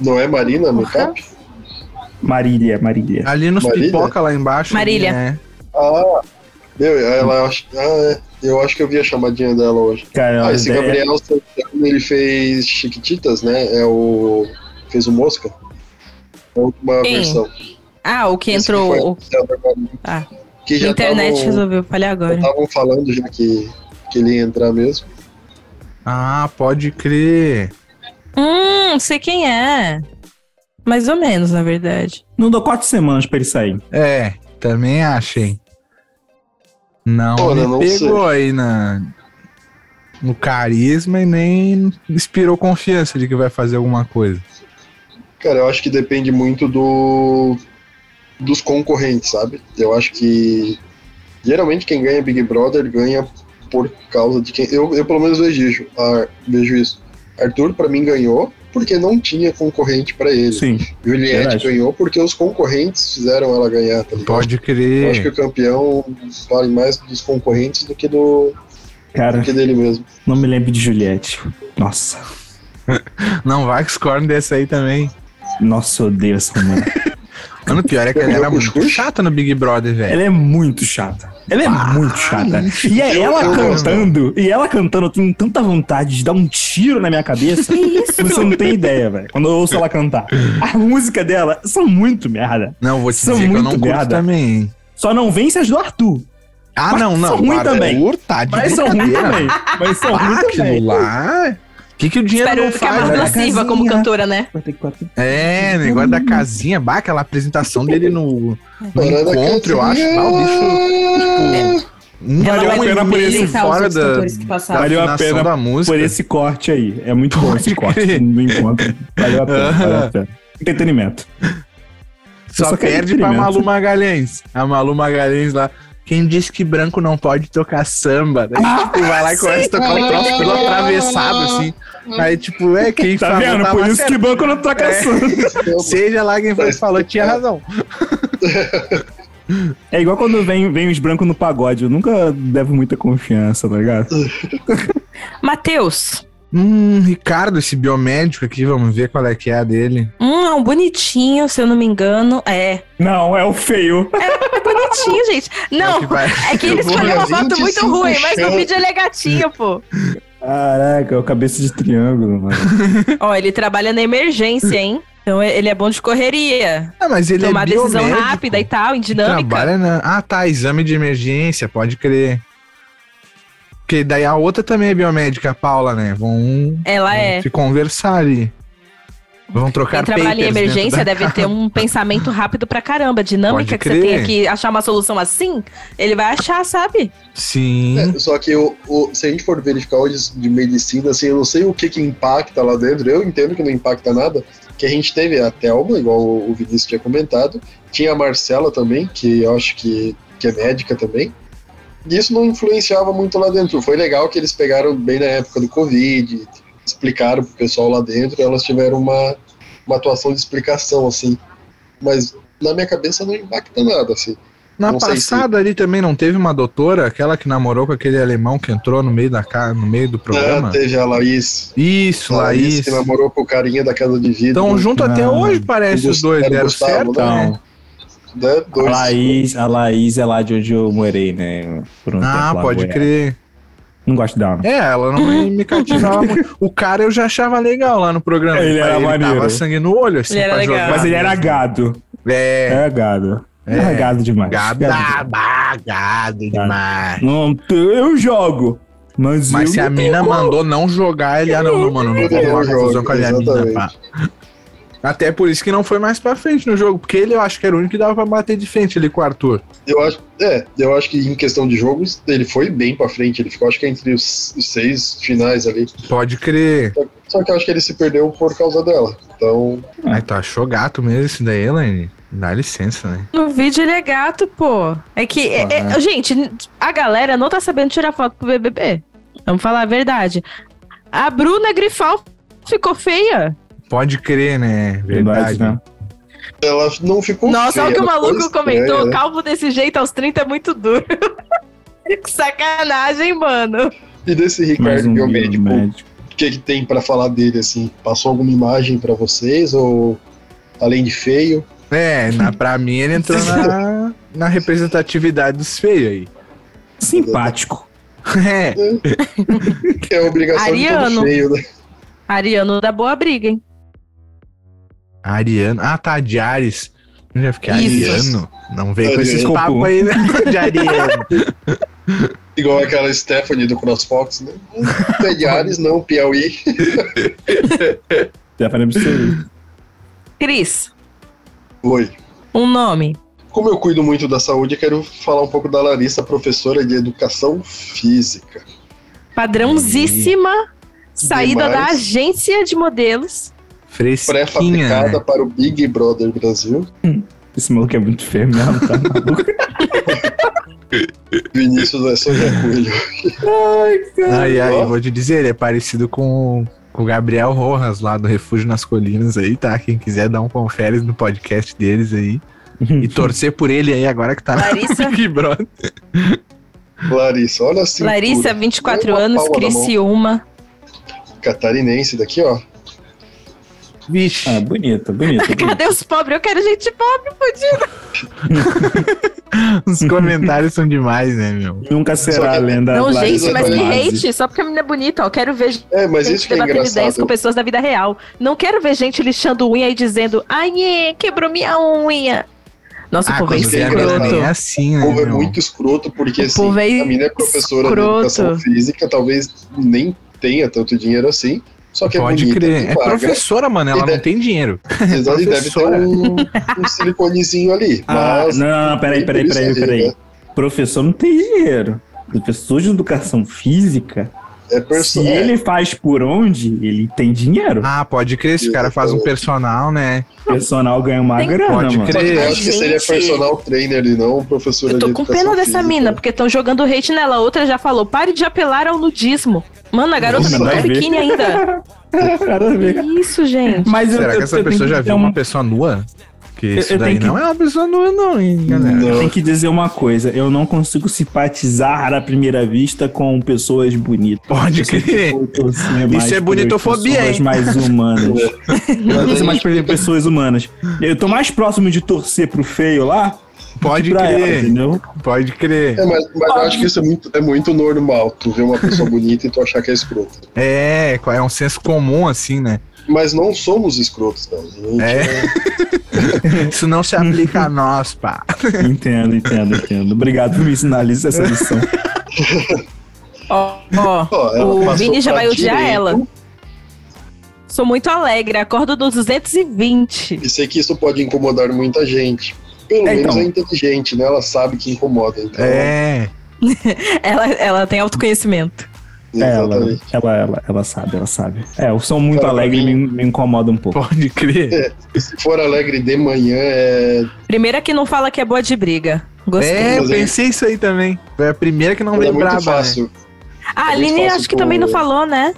Não é Marina Makeup?
Marília, Marília.
Ali nos
Marília?
pipoca lá embaixo.
Marília.
né?
Ah, meu, ela acho. Ah, é. Eu acho que eu vi a chamadinha dela hoje.
Cara,
Ah,
ela
esse
é-
Gabriel Santana, ele fez Chiquititas, né? É o. Fez o Mosca. É A última
Quem?
versão.
Ah, o que
Esse
entrou.
foi
o-
anunciado agora.
Ah,
Que
a
já
internet
tavam-
resolveu falhar
já
agora.
estavam falando já que, que ele ia entrar mesmo.
Ah, pode crer.
Hum, sei quem é. Mais ou menos, na verdade.
Não dou quatro semanas pra ele sair.
É, também achei. Não,
Pô,
me
eu não
pegou aí na, no carisma e nem inspirou confiança de que vai fazer alguma coisa.
Cara, eu acho que depende muito do dos concorrentes, sabe? Eu acho que geralmente quem ganha Big Brother ganha por causa de quem. Eu, eu pelo menos vejo, isso. Ah, vejo isso. Arthur, pra mim, ganhou porque não tinha concorrente pra ele.
Sim.
Juliette
verdade.
ganhou porque os concorrentes fizeram ela ganhar, tá ligado?
Pode
Eu acho que
crer.
o campeão vale mais dos concorrentes do que, do, do
Cara,
que dele mesmo.
não me lembro de Juliette. Nossa.
Não vai que scorn desse aí também.
Nossa, eu odeio essa mulher.
Mano, o pior é que ela
Comeu
um
era muito
cuscuz?
chata no Big Brother, velho.
ela é muito chata. Ela é muito chata. E é
Eu-
ela
eu gosto.
cantando, e ela cantando, eu tenho tanta vontade de dar um tiro na minha cabeça. Tipo,
isso?
Você não tem ideia, velho. Quando eu ouço ela cantar. A música dela são muito merda.
Não, vou te
é- São
dizer que eu não
muito
curto
merda.
também. hein.
Só não vence as do Arthur.
Ah,
Mas
não, não.
são ruim
Para-
também.
Curta, de
Mas são ruins
brincadeira.
também. Mas são ruins
Ah,
também.
aquilo lá. O que, que o dinheiro
Espero
não
ficar
faz,
mais
né?
nociva como
Casinha.
cantora, né?
É, negócio da casinha, bah, aquela apresentação dele no, no
Fora da
encontro, eu acho.
casinha.
Lá, o bicho, tipo, um
Ela
Valeu a
vai
pena por
imitar
esse
os
fora
outros
da-
cantores que passaram.
Valeu a
afinação
pena
da música.
Por esse corte aí. É muito bom
Pode
esse corte
crer.
no encontro. Valeu a pena, valeu a pena. Entretenimento.
só,
só quero
perde pra
experimento.
Malu Magalhães. A Malu Magalhães lá. Quem disse que branco não pode tocar samba? Daí,
Ah,
tipo, vai lá e começa a tocar o troço todo atravessado, assim. Aí, tipo, é, quem
Tá
falou
vendo?
tava
Por isso
certo.
que
É. [laughs]
banco não tá caçando.
Seja lá quem foi, falou, tinha razão.
É igual quando vem, vem os brancos no pagode. Eu nunca devo muita confiança, tá ligado?
Matheus.
Hum, Ricardo, esse biomédico aqui, vamos ver qual é que é a dele.
Hum, é um bonitinho, se eu não me engano. É.
Não, é o feio.
É bonitinho, gente. Não,
vai-
é que ele escolheu uma foto muito
25
ruim, mas no
chão.
vídeo ele é gatinho, pô.
Caraca, é o cabeça de triângulo, mano.
Ó, ele trabalha na emergência,
[laughs]
hein? Então ele é bom de correria.
Ah, mas ele
tomar
é
decisão
biomédico.
rápida e tal, em dinâmica.
Trabalha na... Ah, tá, exame de emergência, pode crer. Porque daí a outra também é biomédica, a Paula, né? Vão
Ah,
Ela
vão
é.
se Né? conversar ali. Vão trocar
Quem trabalha em
papers dentro
emergência
da-
deve ter um pensamento rápido pra caramba.
né? Pode
Dinâmica que você
crer.
tem que achar uma solução assim, ele vai achar, sabe?
Sim.
É, só que o, o- se a gente for verificar hoje de medicina, assim, eu não sei o que que impacta lá dentro, eu entendo que não impacta nada, que a gente teve a Thelma, igual o o Vinícius tinha comentado, tinha a Marcela também, que eu acho que, que é médica também, e isso não influenciava muito lá dentro. Foi legal que eles pegaram bem na época do Covid, explicaram pro pessoal lá dentro, elas tiveram uma, uma atuação de explicação, assim, mas na minha cabeça não impacta nada, assim.
Na
Não sei
passada ali também não teve uma doutora, aquela que namorou com aquele alemão que entrou no meio da ca... no meio do
Ah,
programa.
teve a Laís,
Isso, Laís.
que namorou com o carinha da casa de né? vida.
Estão junto até
Não.
hoje, parece,
O
os dois.
Gustavo,
Deram
Gustavo,
certo,
né?
né?
Então,
né?
a
Dois.
Laís, a Laís é lá de onde eu morei, né? Por um
Ah,
tempo lá,
pode
Goiás.
crer.
Não gosto dela.
É, ela não me, me
[laughs]
cativava muito. O cara eu já achava legal lá no programa.
Ele era
tava
maneiro.
sangue no olho, assim,
Ele era
pra
legal.
jogar.
Mas ele era gado.
É,
É gado. É, gado demais.
gado,
Gado.
ah, gado demais.
Não, eu jogo. Mas,
Mas
eu
se a
não
mina mandou não jogar, ele, ah, não, não, mano, não vou arrumar confusão com a minha mina, pá. Até por isso que não foi mais pra frente no jogo, porque ele eu acho que era o único que dava pra bater de frente ali com o Arthur.
Eu acho, é, eu acho que em questão de jogos, ele foi bem pra frente. Ele ficou, acho que entre os, os seis finais ali.
Pode crer.
Só que eu acho que ele se perdeu por causa dela. Então,
Ai, tu achou gato mesmo isso daí, Elaine? Dá licença, né?
No vídeo ele é gato, pô. É que, é-
Ah.
é- gente, a galera não tá sabendo tirar foto pro BBB. Vamos falar a verdade. A Bruna Grifal ficou feia.
Pode crer, né? Verdade.
Verdade, né?
ela não ficou.
Nossa,
feia,
olha o que o
ela ficou
maluco
estranha,
comentou.
né?
Calvo desse jeito aos 30 é muito duro. [laughs] Que Sacanagem, mano.
E desse
Mais
Ricardo é
um
biomédico,
né?
biomédico.
tipo, o que, que tem pra falar dele assim? Passou alguma imagem pra vocês? Ou além de feio?
É, na, pra mim ele entrou na, na representatividade dos feios
Simpático.
aí. [laughs] É,
É a obrigação de
Ariano.
todo feio, né?
Ariano da boa briga, hein?
Ariano. Ah, tá, de Ares. Eu já fiquei
Isso.
Ariano. Não veio com esses
Ariano.
papos aí, né? [laughs] De Ariano.
Igual aquela Stephanie do CrossFox, né? Pediares, não, Piauí.
Já falei pra você.
Cris,
Oi.
um nome.
Como eu cuido muito da saúde, eu quero falar um pouco da Larissa, professora de educação física.
Padrãozíssima. Saída
Demais.
da agência de modelos.
Fresquinha.
Pré-fabricada
né?
para o Big Brother Brasil.
Esse maluco é muito feio mesmo, tá maluco?
Vinícius é Sonia Coelho.
Aí, aí,
Ó.
eu vou te dizer, ele é parecido com, com o Gabriel Rojas lá do Refúgio nas Colinas aí, tá? Quem quiser dar um confere no podcast deles
[laughs]
aí. E torcer por ele aí agora [laughs] que tá na
Larissa.
Big Brother.
Larissa, olha assim.
Larissa, 24
Uma
anos,
palma na mão.
Criciúma.
Catarinense daqui, ó.
Vixe.
Ah, bonito, bonito. bonito.
Cadê os pobres? Eu quero gente pobre, fudido.
Os comentários são demais, né, meu?
Nunca será a lenda.
Não,
Larissa
gente, mas que
Tomasi.
hate. Só porque a menina é bonita, ó. Quero ver
É, mas
gente
isso que é
debatendo ideias com
engraçado.
pessoas da vida real. Não quero ver gente lixando unha e dizendo, ai, nhê, quebrou minha unha. Nossa, o
Ah,
povo é
quando vê a
escroto.
menina é
escroto.
assim,
O
né,
povo é
meu?
muito escroto, porque
O
assim,
povo é
a menina é professora
escroto.
de educação física, talvez nem tenha tanto dinheiro assim. Só que
Pode
é bonita,
crer.
que
É
paga,
professora, mano. Ela
E de-
não tem dinheiro.
Exato, e Então deve ter
professora.
um, um siliconezinho ali.
Ah,
mas
não, não, não, peraí, peraí, peraí, peraí. Professor não tem dinheiro. Professor de educação física,
é perso-
se
é,
ele faz por onde, ele tem dinheiro.
Ah, pode crer. Esse cara faz um personal, né?
O personal ganha uma
Ah. Tem-
grana,
Pode
mano.
crer.
Só que eu acho que
é Gente.
seria personal trainer e não professora
Eu tô
de
com
educação
pena dessa
física.
mina, porque estão jogando hate nela. A outra já falou, pare de apelar ao nudismo. Mano, a garota
Nossa,
nem
vai
tem
ver.
biquíni ainda.
[laughs] Nada a ver.
Que Isso, gente.
Mas eu-
Será
eu-
que essa
eu tenho
pessoa já
ter
viu
um-
uma pessoa nua? Porque isso
eu
daí
tenho que- Hum.
não é uma pessoa nua, não, hein,
né?
galera.
Eu
é.
tenho que dizer uma coisa, eu não consigo simpatizar à primeira vista com pessoas bonitas.
Pode crer. Isso é bonitofobia,
né, Pessoas
hein?
mais humanas. Eu torço mais pra pessoas humanas. Eu tô mais próximo de torcer pro feio lá
Pode
que pra ela,
crer.
entendeu?
Pode crer.
É, mas, mas eu acho que isso é muito, é muito normal, tu ver uma pessoa bonita e tu achar que é escrota.
É, é um senso comum, assim, né?
Mas não somos escrotos, não. Gente,
É. [laughs] Isso não se aplica a nós, pá.
Entendo, entendo, entendo. Obrigado por me ensinar Alice,
[laughs]
essa lição.
[laughs] Ó, ó,
Ó, ela
o
passou
Vini já
pra
vai odiar
direita.
ela. Sou muito alegre, acordo dos 220.
E sei que isso pode incomodar muita gente. Pelo
É,
menos
então.
é inteligente, né? Ela sabe que incomoda. Então,
É.
Ela, ela tem autoconhecimento.
Ela, né?
exatamente.
ela, ela, ela sabe, ela sabe. É, o som muito
Cara, pra
alegre
mim-
me, me incomoda um pouco.
[laughs] Pode crer.
Se for alegre de manhã, é.
Primeira que não fala que é boa de briga. Gostei.
É, eu pensei isso aí também. Foi a primeira que não
é
veio
muito
braba. né?
fácil.
a
é
Ah,
muito
Aline
fácil
acho que também
pro-
não falou, né?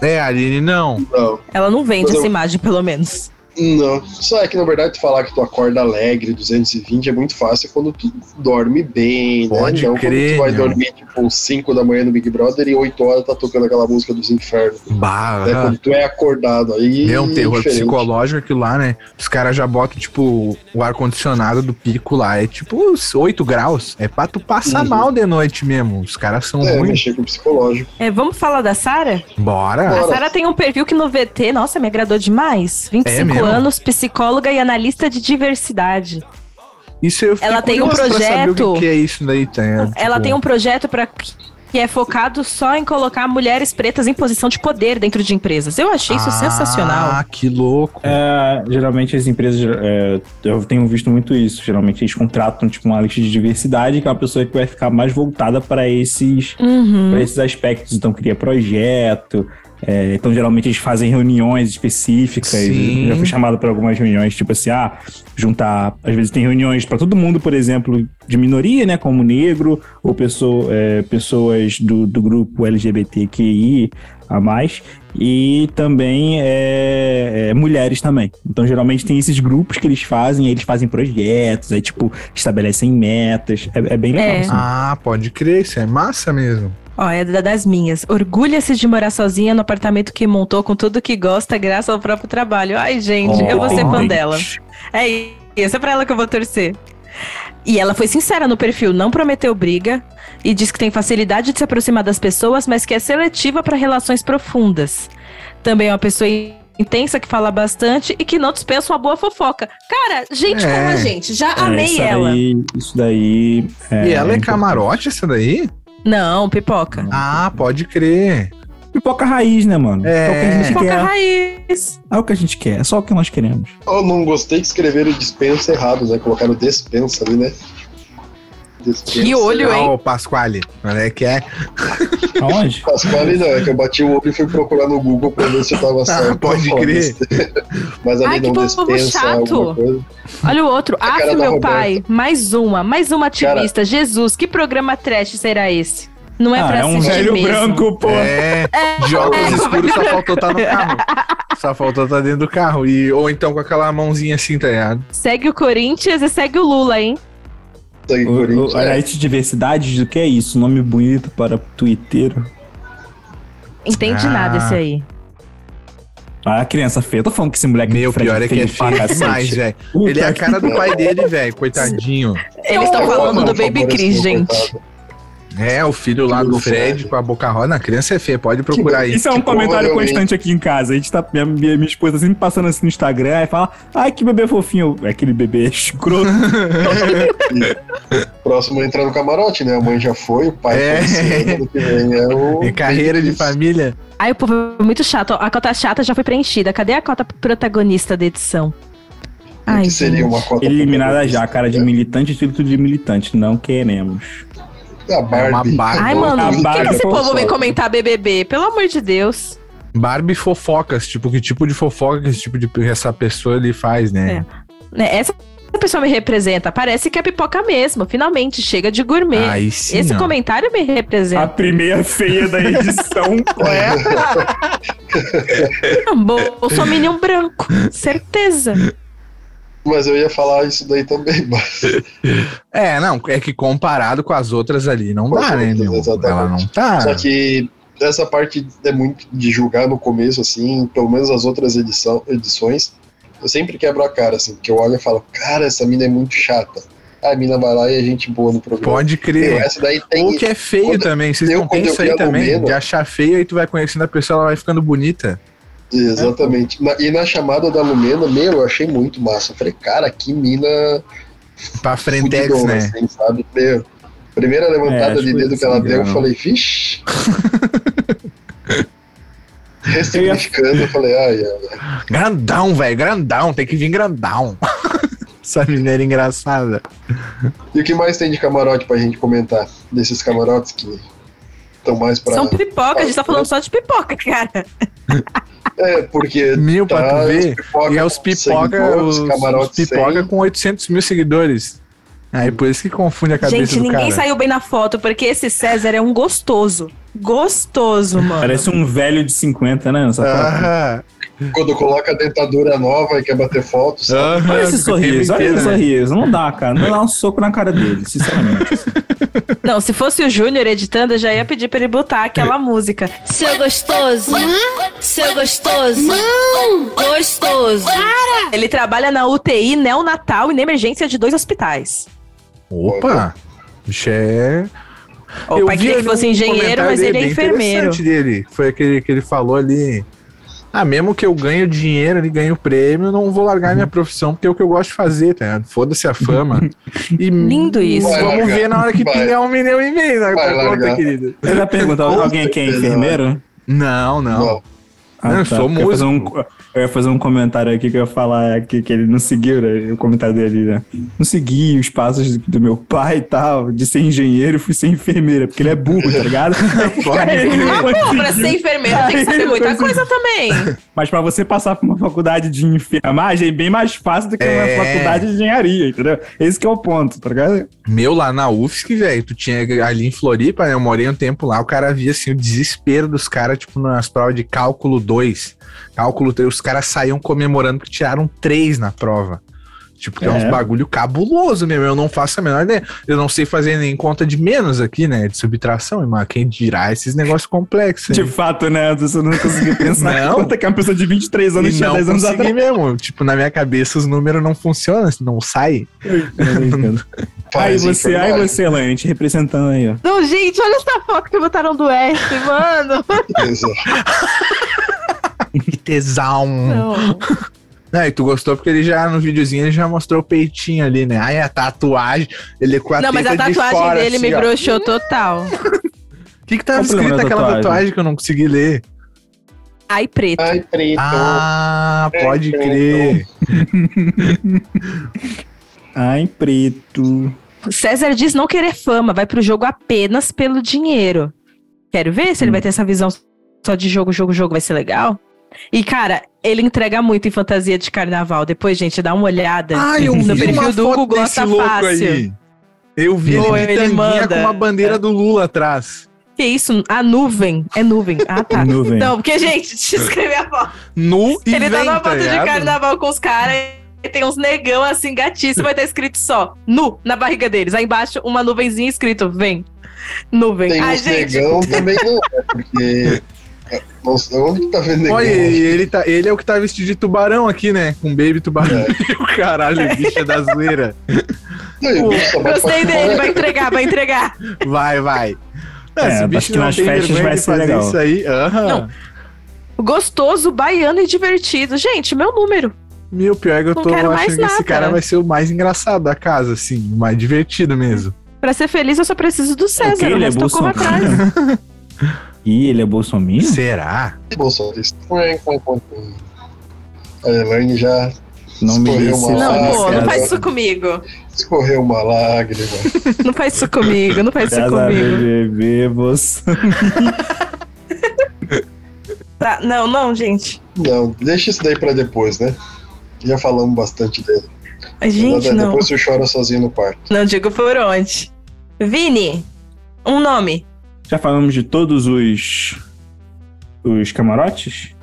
É, Aline, não.
Não,
Ela não vende
Mas eu-
essa imagem, pelo menos.
não. Só é que na verdade tu falar que tu acorda alegre, 220, é muito fácil quando tu dorme bem,
Pode
né? Não
crer,
quando tu vai
meu.
dormir tipo 5 da manhã no Big Brother e 8 horas tá tocando aquela música dos infernos.
Bah,
né? Quando tu é acordado aí.
é um terror
diferente.
psicológico aquilo lá, né? Os caras já botam, tipo, o ar-condicionado do pico lá. É tipo uns 8 graus. É pra tu passar
Uhum.
mal de noite mesmo. Os caras são
É,
ruins.
mexer com o psicológico.
É, vamos falar da Sara?
Bora.
A
Bora.
Sara tem um perfil que no VT, nossa, me agradou demais. 25
É mesmo?
anos, psicóloga e analista de diversidade.
Isso eu fiquei
Ela tem um
curioso pra saber o que
projeto.
que é isso daí, tá? É,
Ela
tipo,
tem um projeto para que é focado só em colocar mulheres pretas em posição de poder dentro de empresas. Eu achei isso
ah,
sensacional.
Ah, que louco.
É, geralmente as empresas, é, eu tenho visto muito isso, geralmente eles contratam tipo, uma lista de diversidade, que é uma pessoa que vai ficar mais voltada para esses, pra
Uhum.
esses aspectos, então cria projeto, é, então geralmente eles fazem reuniões específicas,
Sim.
Eu já fui chamado para algumas reuniões, tipo assim, ah, juntar, às vezes tem reuniões para todo mundo, por exemplo, de minoria, né, como negro, ou pessoa, é, pessoas do, do grupo LGBTQI a mais, e também é, é, mulheres também. Então, geralmente tem esses grupos que eles fazem, aí eles fazem projetos, aí, tipo, estabelecem metas, é, é bem legal.
É.
assim.
Ah, pode crer, isso é massa mesmo.
Ó, é da- das minhas. Orgulha-se de morar sozinha no apartamento que montou com tudo que gosta, graças ao próprio trabalho. Ai, gente, eu vou ser fã
Gente.
dela. É isso, é pra ela que eu vou torcer. E ela foi sincera no perfil, não prometeu briga e diz que tem facilidade de se aproximar das pessoas, mas que é seletiva para relações profundas. Também é uma pessoa intensa que fala bastante e que não dispensa uma boa fofoca. Cara, gente
É.
como a gente, já
É,
amei
isso
ela.
daí- isso daí.
e ela é
importante.
camarote essa daí?
Não, pipoca.
Ah, pode crer.
Pipoca raiz, né, mano?
É.
É, o que a gente
Pipoca
quer.
raiz.
É o que a gente quer. É só o que nós queremos.
Eu não gostei que escreveram dispensa errado, né? Colocaram despensa ali, né? Despensa.
Que olho, hein?
Ó, o Ah, Pasquale. Olha que é.
Aonde?
Pasquale não, é que eu bati o olho e fui procurar no Google pra ver se
[laughs]
eu tava certo.
Ah, pode
Ó,
crer.
Mas ali
Ai, que
não
povo
despensa
chato.
alguma coisa.
Olha o outro.
A cara
Aff,
da
meu
Roberta.
pai. Mais uma, mais uma ativista. Jesus, que programa trash será esse? [laughs] Não é
ah,
pra
é um
assistir
velho
mesmo.
branco, pô.
É,
[laughs]
de óculos escuros só faltou estar no carro. Só faltou estar dentro do carro. E, ou então com aquela mãozinha assim, tá ligado?
Segue o Corinthians e segue o Lula, hein?
Sangue
O-
Corinthians,
o-
é.
a arte de diversidade, o que é isso? Nome bonito para Twitter.
Entende
Ah.
nada esse aí.
Ah, a criança feia. Eu tô falando que esse moleque
Meu,
Fred
pior é que é
pra
feio
cacete.
demais, velho.
Puta
Ele é a
que-
cara do pai dele, velho. Coitadinho.
Eles estão
Não,
tá falando
não, tá.
do
por
Baby
favor,
Cris,
esse meu
gente.
coitado.
É, o filho lá do Fred com a boca roda. A criança é feia, pode procurar aí.
Isso é um
Que
comentário
provavelmente-
constante aqui em casa. A gente tá. Minha, minha, minha esposa sempre passando assim no Instagram e fala: Ai, que bebê fofinho. Aquele bebê [laughs] escroto.
Próximo a entrar no camarote, né? A mãe já foi, o pai
É.
foi esse ano que vem, é o
um
É carreira de família.
Ai, o povo é muito chato. Ó, A cota chata já foi preenchida. Cadê a cota protagonista da edição?
O
Ai,
É que seria uma cota
Eliminada
protagonista,
já, cara de
né?
militante, título de militante. Não queremos.
A
É uma
Barbie.
Barbie.
Ai, mano, por que,
Abaca,
que esse
pô,
povo
só.
vem comentar BBB? Pelo amor de Deus.
Barbie fofocas. Tipo, que tipo de fofoca que esse tipo de essa pessoa ele faz, né?
Né, Essa pessoa me representa. Parece que é pipoca mesmo. Finalmente, chega de gourmet.
Aí sim.
esse
ó.
comentário me
A
representa.
primeira feia da
[laughs]
edição.
[laughs]
Ah, Bolsominion branco. Certeza.
Mas eu ia falar isso daí também, [laughs] mas
É, não, é que comparado com as outras ali, não
Com
dá,
as
né,
outras,
meu?
exatamente.
Ela não tá.
Só que essa parte é muito de julgar no começo, assim, pelo menos as outras edição, edições, eu sempre quebro a cara, assim, porque eu olho e falo, cara, essa mina é muito chata. Ah, A mina vai lá e é gente boa no programa.
Pode
Meu,
crer.
essa daí tem.
Ou que é feio
quando-
também, vocês
eu-
não
quando
têm
eu
isso aí
ia no
também,
Mena-
de achar feio, aí tu vai conhecendo a pessoa, ela vai ficando bonita.
Exatamente. Na- e na chamada da Lumena, meu, eu achei muito massa. Eu falei, cara, que mina
Pra frentex,
fudidona,
né?
assim, sabe? Meu, primeira levantada
É, acho
de
que
dedo que ela
assim,
deu, eu
não.
falei,
[laughs]
vixe. Ressignificando, eu falei, ai, ai.
né? Grandão, velho, grandão, tem que vir grandão. [laughs] Essa mineira engraçada.
E o que mais tem de camarote pra gente comentar? Desses camarotes que estão mais pra.
São pipoca, a gente tá falando só de pipoca, cara.
É, porque.
Mil pra tu ver,
pipoca
E é os
com
pipoca,
seguidores,
os,
camarotes
os pipoca
sem.
com 800 mil seguidores. Aí por isso que confunde a cabeça
Gente,
do
ninguém
cara.
saiu bem na foto, porque esse César é um gostoso. Gostoso, mano.
Parece um velho de 50, né? Nessa foto.
Aham,
Quando coloca a dentadura nova e quer bater foto, sabe?
aham,
Olha
o
esse
tempo
sorriso, olha
inteiro,
esse
né?
sorriso. Não dá, cara. Não dá um soco na cara dele, sinceramente.
Não, se fosse o Júnior editando, eu já ia pedir pra ele botar aquela música.
Seu gostoso. Seu gostoso. Gostoso.
Ele trabalha na UTI neonatal e na emergência de dois hospitais.
Opa! Bicho é.
O pai queria que
um
fosse engenheiro, mas ele é enfermeiro.
Dele. Foi aquele que ele falou ali. Ah, mesmo que eu ganhe dinheiro ali, ganhe o prêmio, não vou largar minha profissão, porque é o que eu gosto de fazer, tá ligado? Foda-se
[laughs]
a fama. E
Lindo isso.
Vai
Vamos
largar.
ver na hora que
Vai.
pingar um milhão e meio na
Vai
tua conta,
largar.
querido.
Eu ia perguntar, alguém aqui é enfermeiro? Ah, tá,
Não, não.
Não.
Não, né? eu sou
porque ia fazer
músico.
um- eu ia fazer um comentário aqui que eu ia falar aqui que ele não seguiu né, o comentário dele, né? Não segui os passos do, do meu pai e tal, de ser engenheiro e fui ser enfermeira, porque ele é burro,
[laughs]
tá ligado? Ele não
Pô,
conseguiu.
pra ser enfermeira tem que saber muita coisa também.
Mas pra você passar por uma faculdade de enfermagem é bem mais fácil do que
É.
uma faculdade de engenharia, entendeu? Esse que é o ponto, tá ligado?
Meu, lá na UFSC, velho, tu tinha ali em Floripa, né? Eu morei um tempo lá, o cara via assim o desespero dos caras, tipo, nas provas de cálculo 2, cálculo 3, os caras saíam comemorando que tiraram 3 na prova. Tipo, que é, uns
É.
bagulho cabuloso mesmo. Eu não faço a menor ideia. Eu não sei fazer nem conta de menos aqui, né? De subtração, irmão. Quem dirá esses negócios complexos.
De
hein?
fato, né? Você não conseguiu pensar
Não.
quanto é que uma pessoa de 23 anos
E
tinha
não
10 anos
consegui
atrás.
mesmo. Tipo, na minha cabeça os números não funcionam, não sai.
Eu entendo. Aí
Faz
você, aí
enfermagem.
você, Elaine, te representando aí, ó.
Não, gente, olha essa foto que botaram do S, mano.
Exato.
Que tesão.
Não.
Não, e tu gostou porque ele já, no videozinho, ele já mostrou o peitinho ali, né? Ai, a tatuagem, ele com a
Não, mas a
teta de
tatuagem
fora,
dele
assim,
me
ó.
broxou total.
O que que tava
Qual o
escrito
problema da
naquela tatuagem?
tatuagem?
que eu não consegui ler?
Ai, preto.
Ai, então, preto.
Então,
Ah,
É,
pode
então.
crer.
Ai, preto.
César diz não querer fama, vai pro jogo apenas pelo dinheiro. Quero ver se ele vai ter essa visão só de jogo, jogo, jogo, vai ser legal. E, cara, ele entrega muito em fantasia de carnaval. Depois, gente, dá uma olhada
Ah, [laughs]
no perfil do Hugo Gosta Fácil.
Eu vi
Pô,
ele, de
ele
tanguinha
manda.
com uma bandeira do Lula atrás.
Que isso? A nuvem. É nuvem. Ah, tá.
Nuvem.
Não, porque, gente, deixa eu escrever a foto.
Nu e
ele tá
vem,
numa
tá
foto de
ligado?
carnaval com os caras e tem uns negão assim, gatíssimo, vai tá escrito só nu na barriga deles. Aí embaixo, uma nuvenzinha escrito, vem. Nuvem.
Tem
Ai,
uns
gente.
negão também não, é, porque.
[laughs]
Nossa, onde que tá vendo negão?
Olha, e ele, tá, ele é o que tá vestido de tubarão aqui, né? Com baby tubarão. O [laughs] Caralho, bicho é da zoeira.
Não, e o bicho só bate
Gostei
pra
dele,
fora.
vai entregar, vai entregar.
Vai, vai.
É, acho que nas festas vai ser legal.
isso aí. Aham.
Não. Gostoso, baiano e divertido. Gente, meu número.
Meu, pior é que eu
Não
tô
quero mais
achando que esse
nada.
cara vai ser o mais engraçado da casa, assim, o mais divertido mesmo.
Pra ser feliz, eu só preciso do
O que
César, o
ele é
resto eu corro
Bolsonaro?
atrás.
[laughs] Ih, ele é bolsominion?
Será?
bolsonarista. Quim, quim, quim, quim. é A Elaine já
Não me
Escorreu
disse.
uma
Não,
Ah,
pô, não
César.
faz isso comigo.
escorreu uma lágrima.
Não faz isso comigo, não faz isso
Casa
comigo.
BBB, você.
Tá, não, não, gente.
Não, deixa isso daí pra depois, né? Já falamos bastante dele.
Ai, Gente,
Depois
não.
você chora sozinho no quarto.
Não digo por onde. Vini, um nome.
Já falamos de todos os. Os camarotes?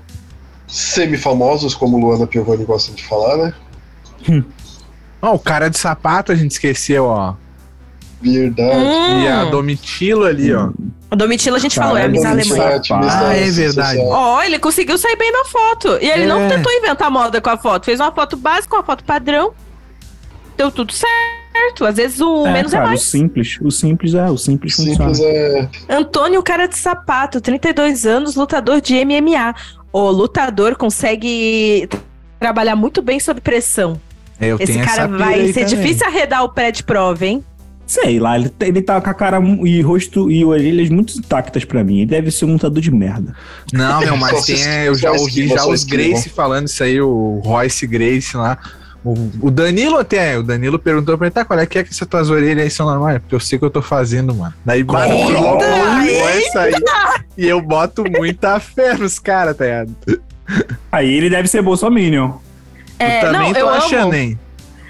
Semifamosos, como Luana Piovani gosta de falar, né?
Ó, o cara de sapato a gente esqueceu, ó.
Verdade.
E a
Hum.
Domitila ali, ó.
Um. O Domitila a gente falou, é a Miss Alemanha.
Ah, é verdade.
Ó, ele conseguiu sair bem na foto. E ele não
É.
tentou inventar moda com a foto. Fez uma foto básica, uma foto padrão. Deu tudo certo. Às vezes o menos é
cara,
mais.
O simples, o simples é, o simples,
Simples
funciona.
é.
Antônio Cara de Sapato, 32 anos, lutador de MMA. O lutador consegue t- trabalhar muito bem sob pressão.
É, eu
Esse
tenho
cara
essa pira
vai
aí
ser
também.
difícil arredar o pré de prova, hein?
é.
Sei lá, ele, tá- ele tá com a cara mu- e rosto e orelhas muito intactas pra mim. Ele deve ser um lutador de merda.
Não, meu,
Só
mas tem,
esquiva,
eu já
só
ouvi
esquiva,
já
só
os
esquiva.
Grace falando isso aí, o Royce Grace lá. O, o Danilo até, o Danilo perguntou pra ele, tá, qual é que é que essas tuas orelhas aí são normais? Porque eu sei o que eu tô fazendo, mano. Daí bate
Eita,
logo essa aí. E eu boto muita fé nos caras, tá ligado?
Aí ele deve ser Bolsominion.
É,
eu também
não,
tô
eu
achando,
amo.
hein?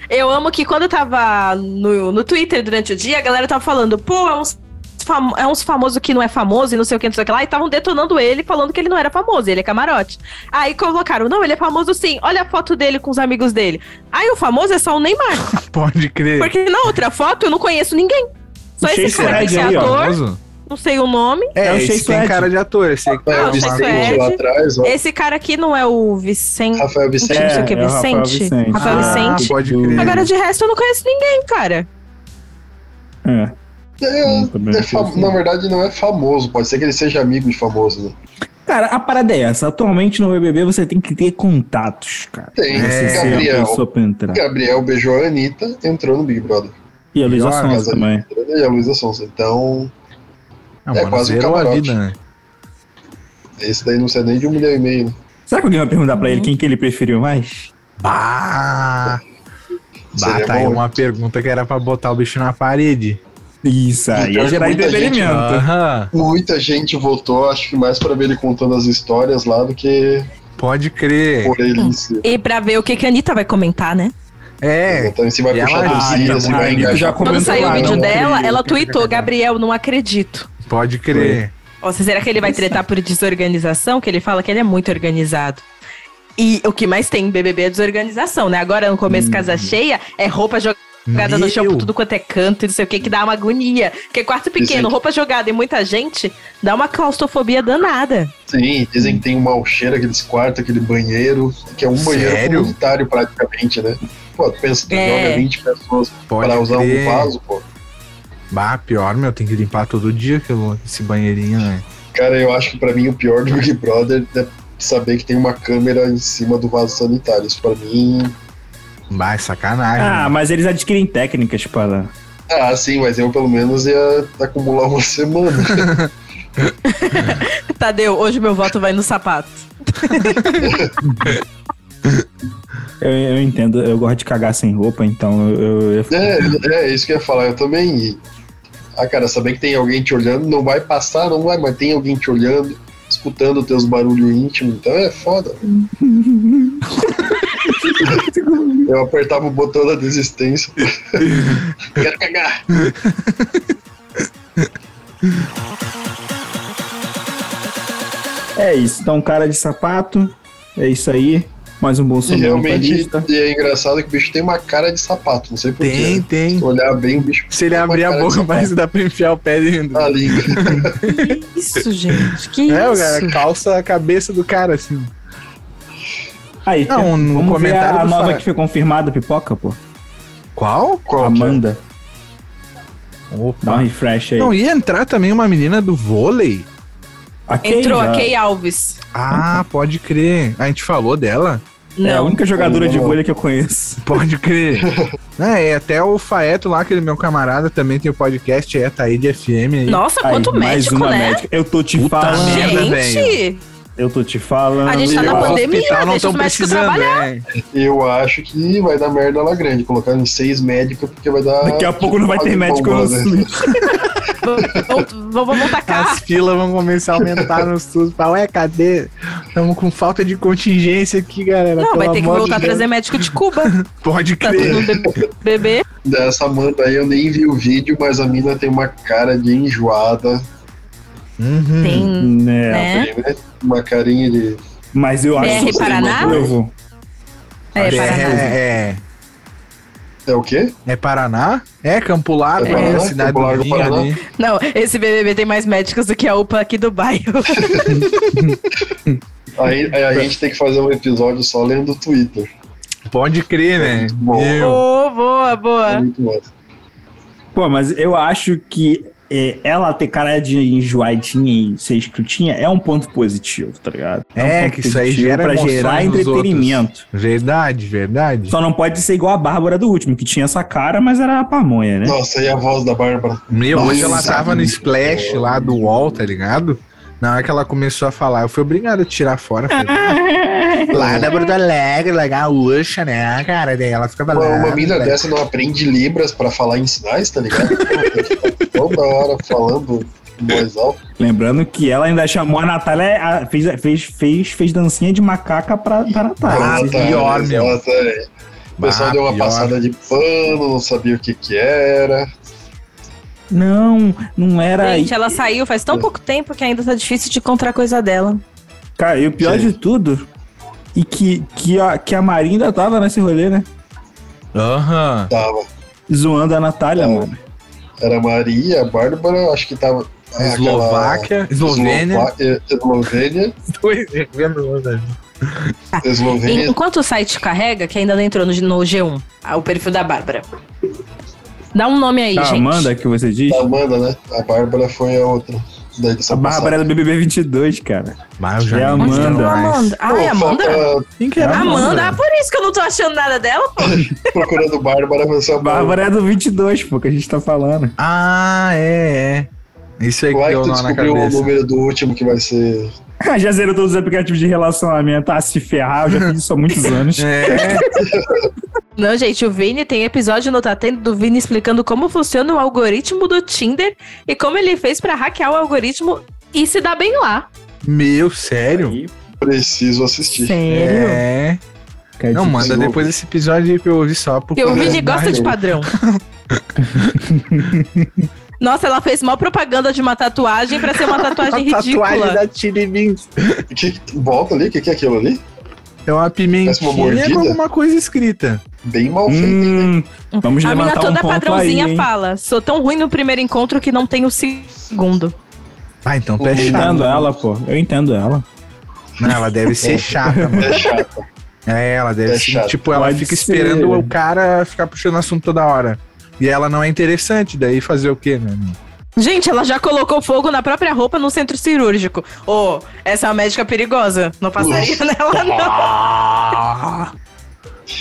Eu amo que quando eu tava no, no Twitter durante o dia, a galera tava falando, pô, é uns, fam é uns famoso que não é famoso e não sei o que, não sei o que lá, e estavam detonando ele, falando que ele não era famoso, ele é camarote. Aí colocaram, não, ele é famoso sim, olha a foto dele com os amigos dele. Aí o famoso é só o Neymar,
Pode crer.
porque na outra foto eu não conheço ninguém. Só
O
esse
Chase
cara aqui que é
Ed aí, ó,
ator,
Famoso?
não sei o nome.
É,
É o
esse
Chase
tem
Ed.
cara de ator, esse aí que
Ah,
tá
o
Rafael
Chase
arrumado.
Vicente
Ed.
lá atrás, ó.
Esse cara aqui não é o Vicente.
Rafael
não
Vicente.
sei o que,
É, é o Rafael
Vicente.
Vicente.
Rafael
Ah,
Vicente.
pode crer.
Agora de resto eu não conheço ninguém, cara.
É.
É,
Hum, também
é
não sei
fa-
assim.
se-
na verdade, não é famoso. Pode ser que ele seja amigo de famoso. Né?
Cara, a parada é essa. Atualmente no BBB você tem que ter contatos, cara.
Tem.
É,
Pra Você ser
Gabriel.
a pessoa pra entrar.
Gabriel beijou a Anitta, entrou no Big Brother.
E a Luísa
Olha,
Sonza também.
E a Luísa Sonza. Então,
Ah,
É,
mano,
quase um
zerou a
camarote.
vida, né?
esse daí não sei nem de um milhão e meio. né?
Será que alguém vai perguntar pra
Uhum.
ele quem que ele preferiu mais?
Bah! Bah,
Seria
tá aí
bom. né?
uma pergunta que era pra botar o bicho na parede.
Isso,
Então,
aí
Pior
ia
que
gerar
muita gente-
entretenimento.
Aham,
Muita gente votou, acho que mais pra ver ele contando as histórias lá do que
pode crer.
por ele em si.
E pra ver o que, que a Anitta vai comentar, né?
É,
Então, se vai
E
puxar
ela-
torcida,
Ah,
se
então, a
vai
Anitta
engajar.
já
com-
Comentou
Quando saiu
lá,
o vídeo
não,
dela,
não,
ela
não,
tweetou,
não.
Gabriel, não acredito.
pode crer.
Ó, será que ele vai tretar por desorganização? Que ele fala que ele é muito organizado. E o que mais tem em BBB é desorganização, né? Agora, no começo, casa cheia, é roupa jogada no chão por
Meu.
tudo quanto é canto, e não sei o que, que dá uma agonia. Porque quarto pequeno,
Exato.
roupa jogada e muita gente, dá uma claustrofobia danada.
Sim, dizem que tem um mau cheiro, aqueles quartos, aquele banheiro, que é um banheiro
Sério?
comunitário praticamente, né? Pô, pensa, tu
É.
joga 20 pessoas
Pode
pra usar
crer.
um vaso, pô.
Bah, pior, meu, tem que limpar todo dia aquilo- esse banheirinho, né?
Cara, eu acho que pra mim o pior do Big Brother é saber que tem uma câmera em cima do vaso sanitário. Isso pra mim.
Bah, é sacanagem.
Ah,
né?
mas eles adquirem técnicas para.
Ah, sim, mas eu pelo menos ia acumular uma [laughs] semana.
Tadeu, hoje meu voto vai no sapato.
Eu, eu entendo, eu gosto de cagar sem roupa, então eu. eu-
é, é isso que eu ia falar, eu também. E, ah, cara, saber que tem alguém te olhando, não vai passar, não vai, mas tem alguém te olhando, escutando teus barulhos íntimos, então é foda. eu apertava o botão da desistência. Quero cagar.
É isso, então cara de sapato, é isso aí. Mais um
E
Bolsonaro pra
realmente
lista.
e é engraçado que o bicho tem uma cara de sapato, não sei porquê.
tem, tem.
Se olhar bem, o bicho.
Se ele
tem uma
abrir a
cara de
boca,
sapato.
parece que dá pra enfiar o pé dentro.
Ah,
[laughs]
liga.
Isso, gente, que
É, o
isso.
cara calça a cabeça do cara, assim.
Aí,
Não, no
vamos
comentário
ver a
do
nova
Fábio.
que foi confirmada, pipoca, pô.
Qual? é? Ah.
Amanda. Dá um
Opa.
refresh aí.
Não, ia entrar também uma menina do vôlei.
A Kay
Entrou
já-
a Kay Alves.
Ah, pode crer. A gente falou dela?
É a
Não,
única jogadora de
Não.
bolha que eu conheço.
Pode
[laughs]
crer. é, e até o Faeto lá, aquele meu camarada, também tem o podcast, é Taíde FM aí.
Nossa,
Aí,
quanto
mais
médico,
uma
né?
médica. Eu tô te
Puta
falando.
merda.
Gente,
Eu tô te falando.
a gente tá na
Os
pandemia,
hospital não
deixa
estão
os médicos
precisando,
trabalhar.
né?
Eu acho que vai dar merda lá grande, colocar em seis médicos, porque vai dar.
Daqui a pouco não vai ter médico no
Né?
SUS.
Vamos- Vamos montar carro.
Tá. As filas vão começar a aumentar no SUS. Fala, ué, cadê? Estamos com falta de contingência aqui, galera.
Não, vai
pelo
ter que
amor
voltar a
de Deus. É.
trazer médico de Cuba.
Pode
Tá todo
crer.
mundo bebe- bebê.
Dessa Amanda aí eu nem vi o vídeo, mas a mina tem uma cara de enjoada,
Uhum.
Tem,
né?
né?
tem, né? uma carinha de.
Mas eu acho
BR
que
Paraná?
eu vou.
É, Paraná.
é, é.
É o quê?
É Paraná? É Campo Largo,
É.
é, a
Paraná,
cidade
Campo
do
Largo,
vinho
Paraná.
ali.
Não, esse BBB tem mais médicos do que a UPA aqui do bairro.
Aí, aí
É.
a gente tem que fazer um episódio só lendo o Twitter. É
Pode crer, né?
[laughs] Oh, boa, boa.
Pô, mas eu acho que é, ela ter cara de enjoadinha e ser escrutinha é um ponto positivo, tá ligado? um
É,
ponto
que isso aí
positivo
gera
pra
emoções
gerar
nos
entretenimento.
outros. Verdade, verdade.
Só não pode ser igual a Bárbara do último, que tinha essa cara, mas era a pamonha, né?
Nossa, e a voz da Bárbara?
Meu, hoje ela
Nossa,
tava no splash lá do UOL, tá ligado? Na hora que ela começou a falar, eu fui obrigado a tirar fora. falei,
[laughs]
"Ah, lá da Porto Alegre, lá gaúcha, né, cara? Daí ela né? ficava
Uma,
lá.
uma mina
lá.
dessa não aprende libras pra falar em sinais, tá ligado? Toda hora falando em voz alta.
Lembrando que ela ainda chamou a Natália, a- fez, fez, fez, fez dancinha de macaca pra, pra Natália.
Ah,
Vocês
tá,
viram?
exato, é. O pessoal
Bah,
deu uma
Ah, pior.
passada de pano, não sabia o que que era.
Não, não era.
Gente, ela saiu faz tão pouco tempo que ainda tá difícil de encontrar coisa dela.
Cara, e o pior de tudo, e que, que, a, que a Marinda tava nesse rolê, né?
Aham.
Tava.
Zoando a Natália, mano.
Era Maria, Bárbara, acho que tava. ah,
Eslováquia,
aquela-
Eslovênia.
[laughs] Eslováquia, Eslovênia.
Ah,
É
Eslovênia.
Enquanto o site carrega, que ainda não entrou no, no G1, ah, o perfil da Bárbara. Dá um nome aí,
Tá,
a
gente.
Tá, Amanda é que você diz?
A Amanda, né? A Bárbara foi a outra. Da
A
edição
Bárbara é do BBB 22, cara.
já
é a
nem
Amanda.
lembro mais.
Amanda. Ah, é a Amanda?
Quem que era a
Amanda, ah,
Amanda?
por isso que eu não tô achando nada dela, pô.
tá Procurando Bárbara, você é
Bárbara é do 22, pô, que a gente tá falando. [laughs]
Ah, é, é. Isso aí que
Vai que
deu
tu
nó na
descobriu o
cabeça.
número do último que vai ser.
já zerou todos os aplicativos de relacionamento. Ah, se ferrar, eu já fiz isso
[laughs]
há muitos anos.
É.
Não, gente, o Vini tem episódio no Tá Tendo do Vini explicando como funciona o algoritmo do Tinder e como ele fez pra hackear o algoritmo e se dar bem lá.
Meu, sério?
Preciso assistir.
Sério?
É. Não, manda
desculpa.
depois esse episódio aí pra eu ouvir só.
Porque o é Vini gosta de [laughs] padrão. Nossa, ela fez mal propaganda de uma tatuagem pra ser [laughs] uma tatuagem
A
ridícula.
tatuagem da Tiribins.
Que, volta ali, o que, que é aquilo ali?
É uma
Parece uma
pimentinha
mordida?
com alguma coisa escrita.
Bem mal feito,
hein? hum, Vamos
a mina
levantar um
toda
ponto
padrãozinha
aí, hein?
fala: sou tão ruim no primeiro encontro que não tenho segundo.
Ah, então tu
Eu
é
entendo
chata.
ela, pô. Eu entendo ela.
Não, ela deve ser chata,
Hum.
mano.
É chata.
É, ela deve
É
ser.
chato.
Tipo, ela
Pode
fica
ser.
esperando o cara ficar puxando assunto toda hora. E ela não é interessante, daí fazer o quê, né?
Gente, ela já colocou fogo na própria roupa no centro cirúrgico. Ô, essa é uma médica perigosa. Não passaria nela, não.
Ah.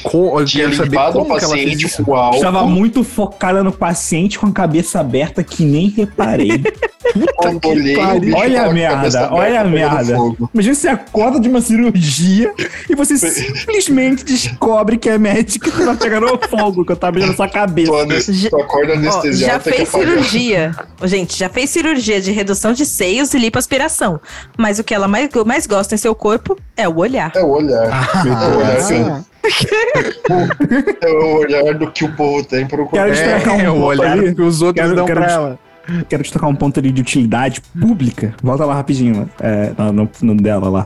Co- eu quero saber
limpado o
como que ela fez
paciente
isso.
com álcool.
Estava muito focada no paciente com a cabeça aberta que nem
[laughs]
reparei.
Puta
que pariu.
tá
Olha a merda, olha a merda. Imagina você acorda de uma cirurgia e você simplesmente descobre que é médico que tá pegando fogo, que eu tava vendo na sua cabeça.
Tu acorda
Ó,
anestesiado.
já
tem que
fez
apagar.
cirurgia. Ô, Gente, já fez cirurgia de redução de seios e lipoaspiração. Mas o que ela mais, mais gosta em seu corpo é o olhar.
É o olhar.
Ah,
Ah.
é, o olhar que- é o olhar do que o povo tem pro
É,
Quero destacar um ponto ali. quero, quero
pra
dest- Quero destacar um ponto ali de utilidade pública. Volta lá rapidinho, lá. é, no, no- no dela lá.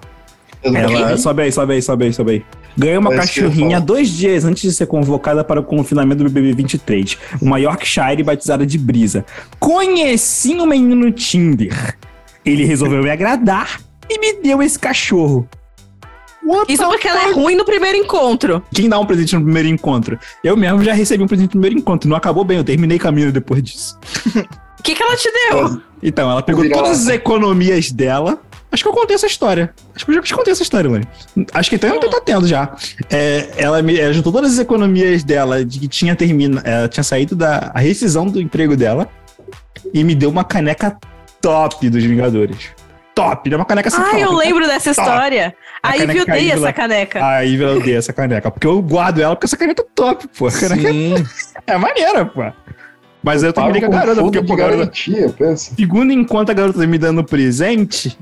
Ela, sobe aí, sobe aí, sobe aí, sobe aí. Ganhou uma
É isso que eu ia
cachorrinha dois dias antes de ser convocada para o confinamento do BBB 23. Uma Yorkshire batizada de Brisa. Conheci um menino no Tinder. Ele resolveu me agradar e me deu esse cachorro.
Isso porque ela é ruim no primeiro encontro.
Quem dá um presente no primeiro encontro? Eu mesmo já recebi um presente no primeiro encontro. Não acabou bem, eu terminei caminho depois disso.
O que, que ela te deu?
Então, ela pegou
Vira
todas as
lata.
economias dela. Acho que eu contei essa história. Acho que eu já te contei essa história, mãe. Acho que até eu tá tendo já. É, ela, me, ela juntou todas as economias dela de que tinha termina, ela tinha saído da a rescisão do emprego dela e me deu uma caneca top dos Vingadores. Top, deu uma caneca assim.
Ah,
top,
eu lembro dessa
top.
história.
A
Aí
caneca Ah,
eu dei
Ívila-
essa caneca.
A Ivy eu dei essa caneca, porque eu guardo ela porque essa caneca é top, pô. A caneca é, é maneira, pô. Mas eu terminei com a
Pago com
garota,
fundo
porque pô,
de
garota,
garantia, pensa.
Segundo enquanto a garota tá me dando presente,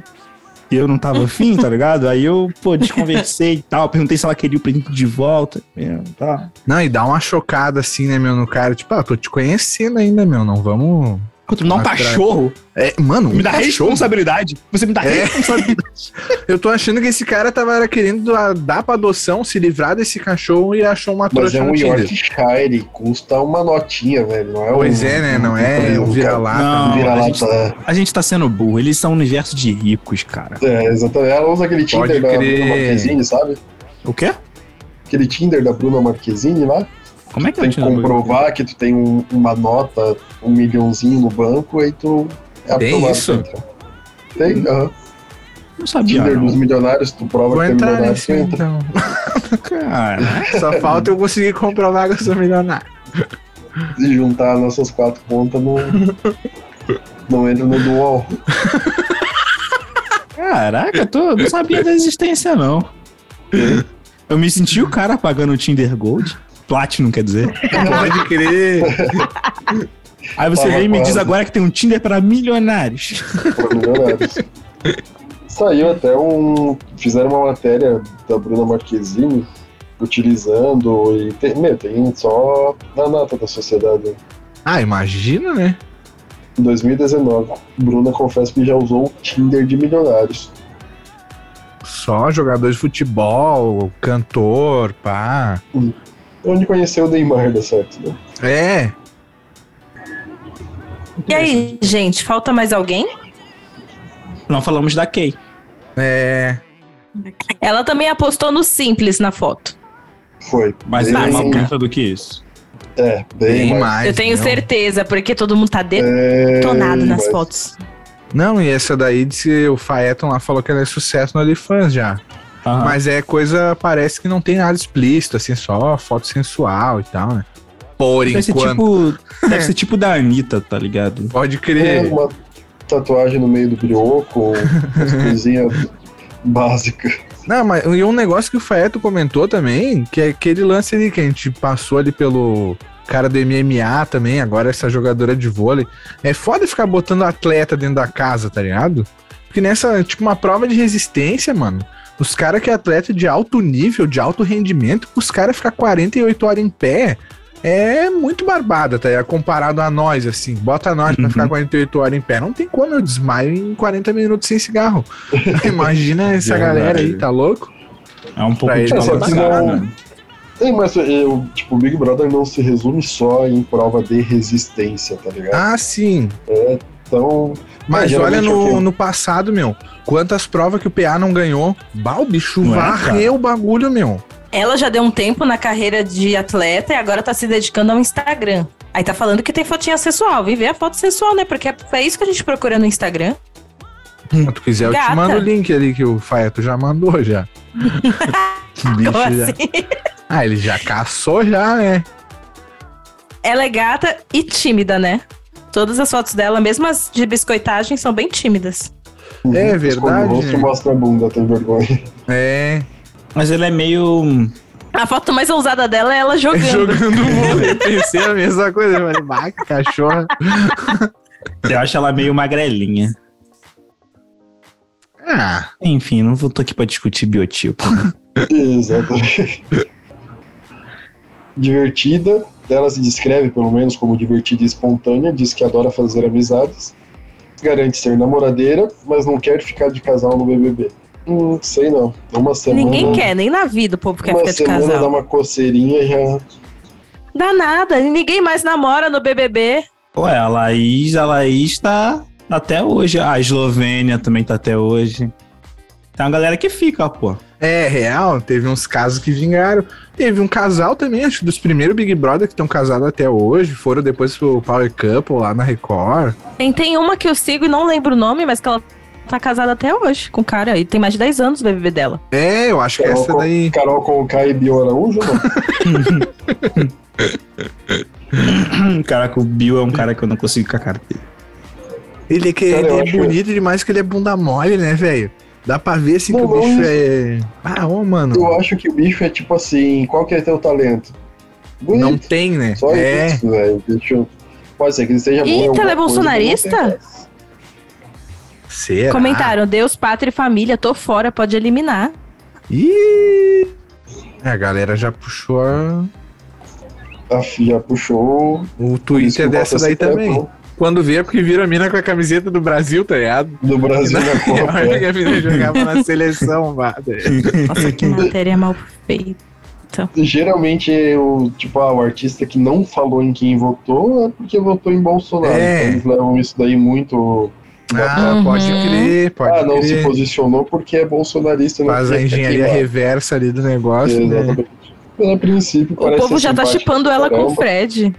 e eu não tava afim, tá ligado? Aí eu, pô, desconversei e tal, perguntei se ela queria o presente de volta. É, tá.
né, Não, e dá uma chocada assim, né, meu, no cara. Tipo, ah, tô te conhecendo ainda, meu, não vamos...
Controlar um
Mas, cara,
cachorro.
É, mano,
Me dá
um cachorro.
responsabilidade. Você me dá
É.
responsabilidade.
Eu tô achando que esse cara tava era querendo a- dar pra adoção, se livrar desse cachorro e achou uma
Mas
trouxa
é um
no Tinder.
Yorkshire, custa uma notinha, velho. Não é
Pois
um-
é, né? Não é
um-
um vira-lata.
Não, a gente,
Vira-lata.
a gente tá sendo burro. Eles são um universo de ricos, cara.
É, exatamente. Ela usa aquele
Pode
Tinder da
crer.
Bruna Marquezine, sabe?
O quê?
Aquele Tinder da Bruna Marquezine lá.
Como é que é
Tem
o
que
Tinder da Bruna?
comprovar que tu tem um- uma nota, um milhãozinho no banco, aí tu é
Tem
aprovado.
isso?
Então. Tem, aham.
Não sabia,
Tinder dos
não.
milionários, tu prova
Vou
que é
entrar
milionário,
nisso
tu entra.
[laughs] então.
Cara,
Só falta eu conseguir comprovar que eu sou milionário.
Se juntar nossas quatro contas,
[laughs]
não, não entra no dual.
caraca, eu tô, não sabia da existência, não. Eu me senti o cara pagando o Tinder Gold. Platinum, quer dizer.
Pode crer.
Aí você
Tava
vem e me diz
quase.
agora que tem um Tinder pra milionários.
Pra milionários. Saiu até um. Fizeram uma matéria da Bruna Marquezine utilizando e tem, meu, tem só na nata da sociedade.
Ah, imagina, né?
Em 2019, Bruna confessa que já usou o Tinder de milionários.
Só jogador de futebol, cantor, pá.
Onde conheceu o Neymar, dá certo, né?
É,
E aí, gente, falta mais alguém?
Não falamos da Kay.
é.
Ela também apostou no simples na foto.
Foi.
Mas
bem,
é uma
Básica.
puta do que isso.
É, bem,
Tem
mais.
mais.
Eu tenho
não.
certeza, porque todo mundo tá
É,
detonado nas
mas-
fotos.
Não, e essa daí disse o Faeton lá falou que ela é sucesso no OnlyFans já.
Aham.
Mas é coisa, parece que não tem nada explícito, assim, só foto sensual e tal, né? Por
deve, ser
enquanto.
tipo, deve ser tipo da Anitta, tá ligado?
Pode
É,
crer.
uma tatuagem no meio do brioco, umas coisinhas básicas.
Não, mas e um negócio que o Faeto comentou também, que é aquele lance ali que a gente passou ali pelo cara do MMA também, agora essa jogadora de vôlei. É foda ficar botando atleta dentro da casa, tá ligado? Porque nessa, tipo, uma prova de resistência, mano. Os caras que é atleta de alto nível, de alto rendimento, os caras ficar 48 horas em pé é muito barbada, tá ligado? Comparado a nós, assim. Bota nós pra ficar 48 horas em pé. Não tem como eu desmaio em 40 minutos sem cigarro. Imagina essa
Verdade.
galera aí, tá louco?
É um pouco
Pra ele,
só
desvalorizado.
que Tem, mas eu, tipo, o Big Brother não se resume só em prova de resistência, tá ligado?
Ah, sim. Ah,
Então,
Mas
É,
olha
geralmente é o
no,
quê?
no passado, meu. Quantas provas que o PA não ganhou. Bah, o bicho
Não é, cara?
varreu o bagulho, meu.
Ela já deu um tempo na carreira de atleta e agora tá se dedicando ao Instagram. Aí tá falando que tem fotinha sensual. Vem ver a foto sensual, né? Porque é- é isso que a gente procura no Instagram. [laughs]
Hum.
Se tu quiser, eu
Gata.
te mando o link ali que o Faeto já mandou
[laughs]
já. Que bicho
Como
já.
assim?
Ah, ele já caçou já, né?
Ela é gata e tímida, né? Todas as fotos dela, mesmo as de biscoitagem, são bem tímidas.
É
esconde o
verdade.
rosto e
né?
mostra a bunda, tem
[laughs]
vergonha.
É.
Mas ele é meio.
A foto mais ousada dela é ela jogando.
Jogando
[laughs]
vôlei. Eu Pensei a mesma coisa. Eu falei, bah, que cachorra.
Eu acho ela meio magrelinha.
Ah,
Enfim, não vou tô aqui pra discutir biotipo.
Exatamente. Divertida, ela se descreve pelo menos como divertida e espontânea, diz que adora fazer amizades, garante ser namoradeira, mas não quer ficar de casal no BBB. Hum, sei não. Uma semana.
Ninguém quer, nem na vida o povo quer
uma
ficar de
semana dá
casal.
uma coceirinha já.
Dá nada, ninguém mais namora no BBB.
Ué, a Laís, a Laís tá até hoje. A Eslovênia também tá até hoje. Tem uma galera que fica, pô.
é real. Teve uns casos que vingaram. Teve um casal também, acho que dos primeiros Big Brother que estão casados até hoje. Foram depois pro Power Couple lá na Record.
Tem, tem uma que eu sigo e não lembro o nome, mas que ela tá casada até hoje com o cara. E tem mais de 10 anos o BBB dela.
É, eu acho que
Carol,
essa
com,
daí.
Carol com o Kai e Bio Araújo, não?
Caraca, o Bill é um cara que eu não consigo com a cara dele.
Ele é, que,
Cara, eu
ele é
acho-
bonito demais que ele é bunda mole, né, velho? Dá pra ver assim que
Não,
o
não,
bicho é. Ah, ô, mano.
Eu acho que o bicho é tipo assim, qual que é teu talento? Bonito.
Não tem, né?
Só
é.
isso, velho. Deixa eu- Pode ser que ele seja bom. em
Eita,
alguma
ele é
coisa,
bolsonarista?
mas não tem graça.
Será?
Comentaram, Deus, pátria e família, tô fora, pode eliminar.
Ih! A galera já puxou a-
A FIA puxou.
o
por isso que
Twitter
o
dessa
voto é
daí
secreto,
também.
né?
Quando vê, é porque vira a mina com a camiseta do Brasil, tá ligado?
Do Brasil na Copa,
A hora [laughs] que
é.
a mina jogava na
[laughs]
seleção, né? mano.
Nossa,
[laughs]
que matéria mal feita.
é. Geralmente, o, tipo, ah, o artista que não falou em quem votou é porque votou em Bolsonaro.
É.
Então, eles levam isso daí muito.
Ah,
Uhum.
pode crer, pode
Tá ah, não
crer.
se posicionou porque é bolsonarista. não
Faz a
[laughs] quer
engenharia
queimar.
reversa ali do negócio, né?
Exatamente. Mas, a princípio,
O
parece
povo
ser
já tá
simpático
chipando
pra
ela com o
caramba.
Fred.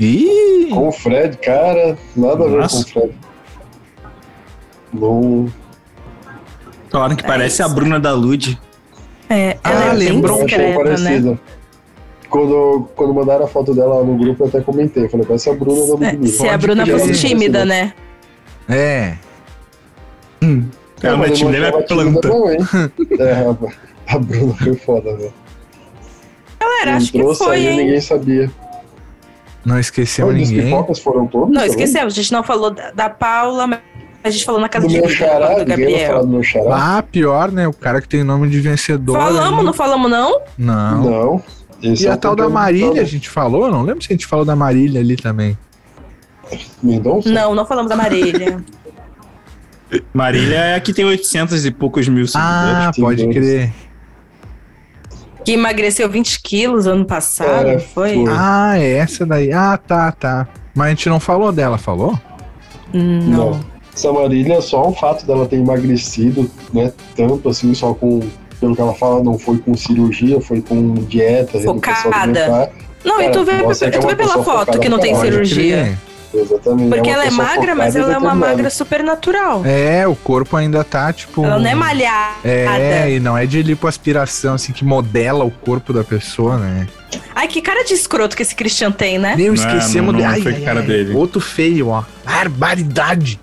Ih!
Com o Fred, cara, nada
Nossa.
a ver com o Fred. Não.
Claro que parece a Bruna da Lud.
É,
Ah,
ela é bem
lembrou
eu achei
discreta, né?
parecida. Quando, quando mandaram a foto dela lá no grupo, eu até comentei. Eu Falei, parece a Bruna da
É,
Ludmilla.
Se a
Pode
Bruna
crer.
fosse tímida, né?
É. Ah,
Ela
Mas eu
mete
não
nele,
achava
é
tímida
planta.
não, hein? É, rapaz, a Bruna foi foda, velho.
Galera, acho que
Entrou,
foi,
saiu,
hein?
ninguém sabia.
Não esqueceu
Olha, os
ninguém.
pipocas foram tá todos?
Não,
também?
esquecemos. A gente não falou da, da Paula, mas a gente falou na casa
Do
de
meu
vidro,
xará,
do
ninguém vai falar
Gabriel.
do meu xará.
Ah, pior, né? O cara que tem nome de vencedor.
Falamos,
ali.
né?
não falamos, não?
Ah, Não.
Não. Esse
E
é
a
o
tal da
conteúdo
Marília, a
do
gente falou? Não lembro se a gente falou da Marília ali também.
Mendonça?
Não, não falamos da Marília.
Marília é a que tem 800 e poucos mil seguidores.
Ah, pode crer.
que emagreceu 20 quilos ano passado,
É,
não foi?
foi.
Ah, é essa daí. Ah, tá, tá. Mas a gente não falou dela, falou?
Não.
Não. Essa Marília, só o fato dela ter emagrecido, né, tanto assim, só com, pelo que ela fala, não foi com cirurgia, foi com dieta, né, reeducação
Focada.
alimentar.
Não, e
Cara,
tu vê,
você que é
tu
uma
vê pela
pessoa
foto
focada
que não
pra
tem
longe.
cirurgia.
Exatamente.
Porque ela é
pessoa
magra, mas
focada
ela é
e
uma
determinada.
magra super natural.
É, o corpo ainda tá, tipo.
Ela não é malhada.
É, e não é de lipoaspiração, assim, que modela o corpo da pessoa, né?
Ai, que cara de escroto que esse Christian tem, né?
Nem
Não, é,
esquecemos
não,
de-
não
ai,
foi
ai,
cara
ai,
dele.
Outro feio, ó. Barbaridade.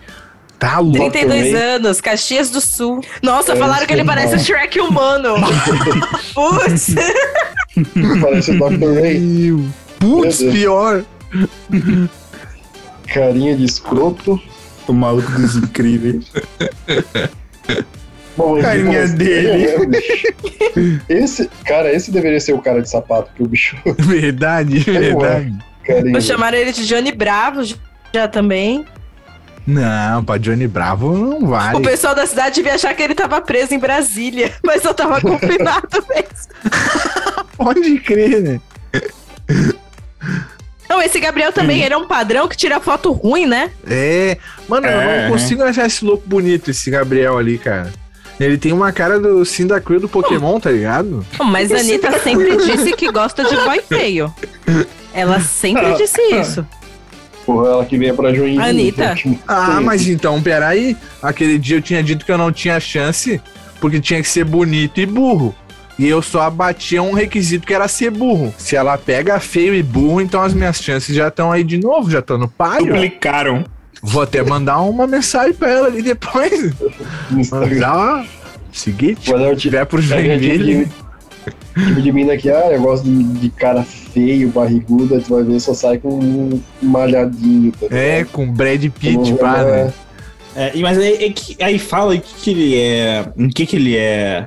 Tá louco.
32
também.
anos, Caxias do Sul. Nossa,
É,
falaram que ele
sim,
parece o
não.
Shrek
[laughs]
humano. Putz,
Parece o Dr. Ray,
Meu. Putz,
Meu Deus.
pior. [laughs]
carinha de escroto.
O maluco dos incríveis.
Bom, eu
Carinha
digo, mas-
dele.
É, bicho. Esse, cara, esse deveria ser o cara de sapato, porque o bicho [laughs]
Verdade, verdade.
carinha.
chamaram ele de Johnny Bravo já também.
Não, pra Johnny Bravo não vale.
O pessoal da cidade devia achar que ele tava preso em Brasília, [laughs] mas só tava confinado [laughs] mesmo.
Pode crer, né?
Não, esse Gabriel também, ele é um padrão que tira foto ruim, né?
É. Mano, eu
É.
não consigo achar esse louco bonito, esse Gabriel ali, cara. Ele tem uma cara do Cyndaquil do Pokémon, tá ligado?
Não, Mas a Anitta sempre disse que gosta de boy feio. Ela
Ah.
sempre disse isso.
Porra, ela que veio pra Juiz.
Anitta.
Ah, mas então, peraí. Aquele dia eu tinha dito que eu não tinha chance, porque tinha que ser bonito e burro. E eu só abatia um requisito que era ser burro. Se ela pega feio e burro, então as minhas chances já estão aí de novo, já estão no páreo.
Duplicaram.
Vou até mandar uma mensagem pra ela ali depois.
Mas
Mandar uma... Seguinte,
ela
se tiver por
É,
Joinville...
tipo de- tipo de mina que, ah, eu gosto de, de cara feio, barrigudo, aí tu vai ver, só sai com um malhadinho. Tá
É,
ligado?
com Brad Pitt,
Então,
pá,
Tá
é,
né?
É, e- mas aí, é que- aí fala que, que ele é. Em que, que ele é,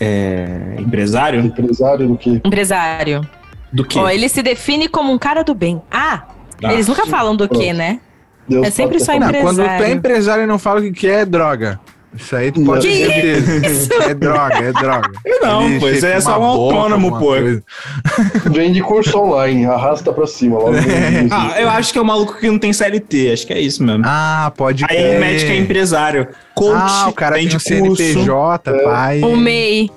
é, empresário?
Empresário do que?
Empresário.
Do que?
Ó, ele se define como um cara do bem. Ah,
Ah,
eles nunca falam do
Pronto.
que, né?
Deus
É sempre
pode
só
ter
Não,
empresário.
quando tu é empresário e não fala o que que é, é droga. Isso aí tu pode
Que
ter certeza. É droga, é droga.
Não,
Ele
pô, isso aí é
chega
só
com
um
uma boca,
autônomo,
alguma
pô.
coisa.
falado. Vende curso online, arrasta pra
[laughs]
cima. Logo no início.
assim.
Ah, eu acho que é o maluco que não tem CLT, acho que é isso mesmo.
Ah, pode
aí ele mete que é empresário. Coach,
Ah, o cara tem
vende
um
curso.
CNPJ, pai.
O MEI.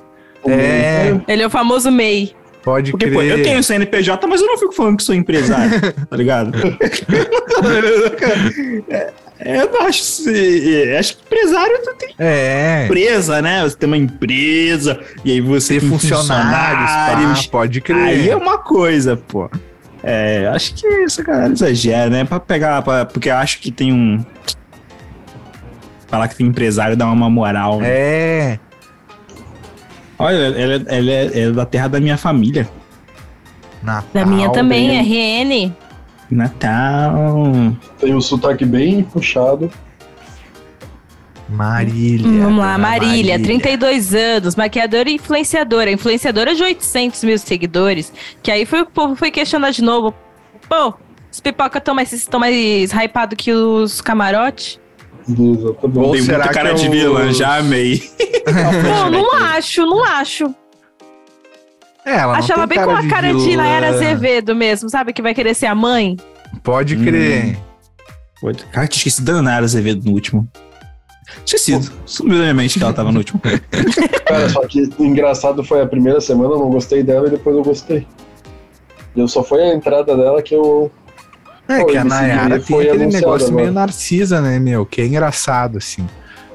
um
É,
Ele é o famoso MEI.
pode
Porque,
crer.
pô, eu tenho CNPJ, mas eu não fico falando que sou empresário, tá ligado? [laughs] É, eu acho, se- é, acho que empresário tu tem
É,
empresa, né? Você tem uma empresa, e aí você
ter
tem
funcionários, pá,
funcionários.
pode crer.
Aí é uma coisa, pô. É, acho que essa galera exagera, né? Pra pegar, pra- porque eu acho que tem um. Falar que tem empresário dá uma moral. né?
É,
Olha, ela, é- ela é, ela é da terra da minha família.
Natal,
Da minha também, é.
né?
RN.
Natal.
é.
Tem o sotaque bem puxado.
Marília.
Hum, Vamos lá,
dona
Marília, 32 anos, maquiadora e influenciadora. Influenciadora de 800 mil seguidores. Que aí foi o que o povo foi questionar de novo. Pô, Os pipoca estão mais, tão mais hypado que os camarote?
Ou é Tem muita cara de vilã, já amei.
Não, não acho, não acho.
É, ela não
acho ela
tem
bem com a
de
cara de
vilã.
Nayara Azevedo mesmo, sabe? Que vai querer ser a mãe.
Pode
Hum.
crer.
Pode. Cara, tinha esquecido da Nayara Azevedo no último. Esquecido. Sumiu da minha mente que ela tava no último.
Cara, só que o engraçado foi a primeira semana eu não gostei dela e depois eu gostei. E eu só foi a entrada dela que eu.
É
Pô,
que a
esse
Nayara
menino é
tem
foi
aquele
anunciado
negócio
agora.
meio narcisa, né, meu? Que é engraçado, assim.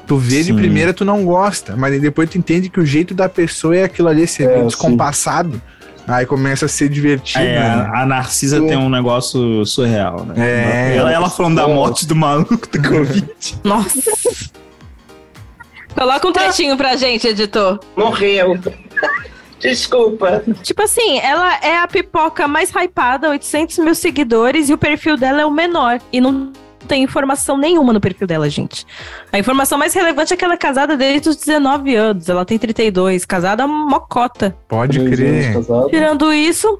Tu vê de
Sim.
primeira, tu não gosta, mas aí depois tu entende que o jeito da pessoa é aquilo ali, ser meio
sim.
descompassado. Aí começa a ser divertido.
[laughs] É,
né?
a, a Narcisa
Sim.
tem um negócio surreal, né?
É.
Ela, ela falando da morte
[laughs]
do maluco do Covid.
Nossa. [laughs] Coloca um trechinho pra gente, editor.
Morreu. Desculpa.
Tipo assim, ela é a pipoca mais hypada, 800 mil seguidores, e o perfil dela é o menor. E não tem informação nenhuma no perfil dela, gente. A informação mais relevante é que ela é casada desde os 19 anos. Ela tem 32, casada mocota.
Pode
Três anos
crer.
casado.
Tirando isso,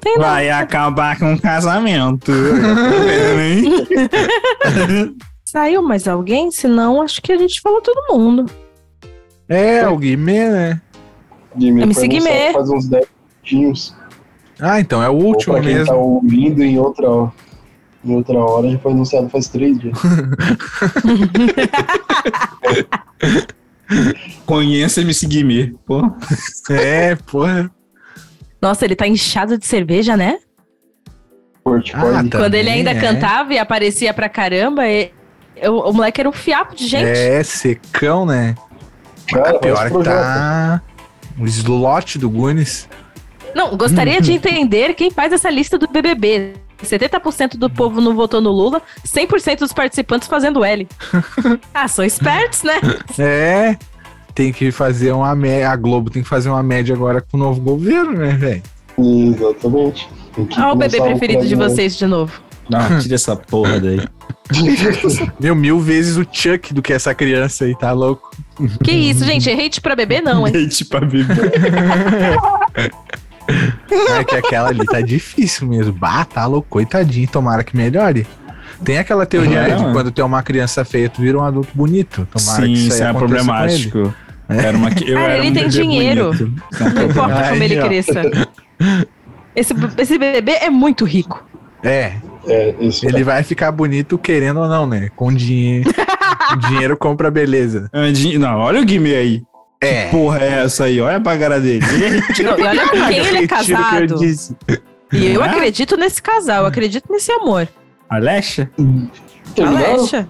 tem nada.
Vai acabar com o casamento. [laughs] Tá vendo, hein?
Saiu mais alguém? Senão, acho que a gente falou todo mundo.
É, o Guimê, né?
Jimmy,
É, me
foi
seguir
anunciado
mesmo.
Faz uns 10 minutinhos.
Ah, então é o
Ou
último
pra quem
mesmo.
tá ouvindo em outra, em outra hora, já foi anunciado faz três dias.
Ah,
Conheça-me seguir-me. Pô.
É, porra.
Nossa, ele tá inchado de cerveja, né?
Curte,
Ah,
pode.
tá.
Quando ele
Também
ainda
é.
cantava e aparecia pra caramba, e- eu- o moleque era um fiapo de gente.
É, secão, né?
Cara,
Pior
faz
que
projeto.
tá. O slot do Gunis.
Não, gostaria de entender quem faz essa lista do BBB. 70% do povo não votou no Lula, 100% dos participantes fazendo
[laughs]
L. ah, são espertos, né?
É. Tem que fazer uma média. A Globo tem que fazer uma média agora com o novo governo, né, velho?
Exatamente. Tem que
Olha Ah, o bebê
começar
preferido de
é.
programa.
vocês de novo.
Não, tira essa porra
[laughs]
daí.
Meu, mil vezes o Chuck do que essa criança aí, tá louco?
Que isso, gente? É hate pra bebê, não, hein?
Leite pra beber.
É que aquela ali tá difícil mesmo. Bah, tá louco, coitadinho, tomara que melhore. Tem aquela teoria
É,
né, de
mano.
quando tem uma criança feia, tu vira um adulto bonito. Tomara
Sim,
que
isso é
aconteça com ele.
problemático. Era uma, eu
Cara,
era
ele
um
tem
bebê
dinheiro.
bonito.
Não importa como ele
Aí, ó.
cresça. Esse, esse bebê é muito rico.
É,
[laughs] É, isso
ele vai ficar bonito querendo ou não, né? Com dinheiro. dinheiro compra beleza.
É um dinhe- Não, olha o Guimê aí.
É.
Porra, é essa aí? Olha pra cara dele.
E olha com quem ele é
Retiro o que eu
casado.
disse.
E eu
Ah.
acredito nesse casal, eu acredito nesse amor.
[laughs] Alexa?
Terminaram?
Alexa,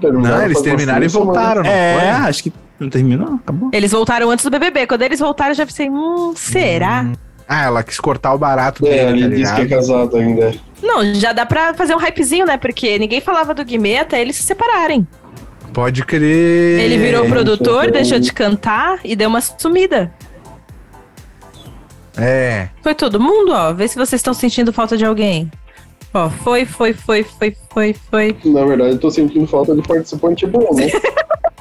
Terminaram
Não, eles
faz umas
terminaram e
três semanas.
voltaram. não
É,
foi? Ah,
acho que não terminou, acabou.
eles voltaram antes do BBB. Quando eles voltaram, eu já pensei, hum, será?
Ah, ela quis cortar o barato
É,
dele,
ele
tá
diz que é
ligado?
casado ainda.
Não, já dá pra fazer um hypezinho, né? Porque ninguém falava do Guimê até eles se separarem.
Pode crer.
Ele virou
É,
produtor,
então-
deixou de cantar e deu uma sumida.
É.
Foi todo mundo, ó. Vê se vocês estão sentindo falta de alguém. Ó, foi, foi, foi, foi, foi, foi.
Na verdade, eu tô sentindo falta de participante bom, né?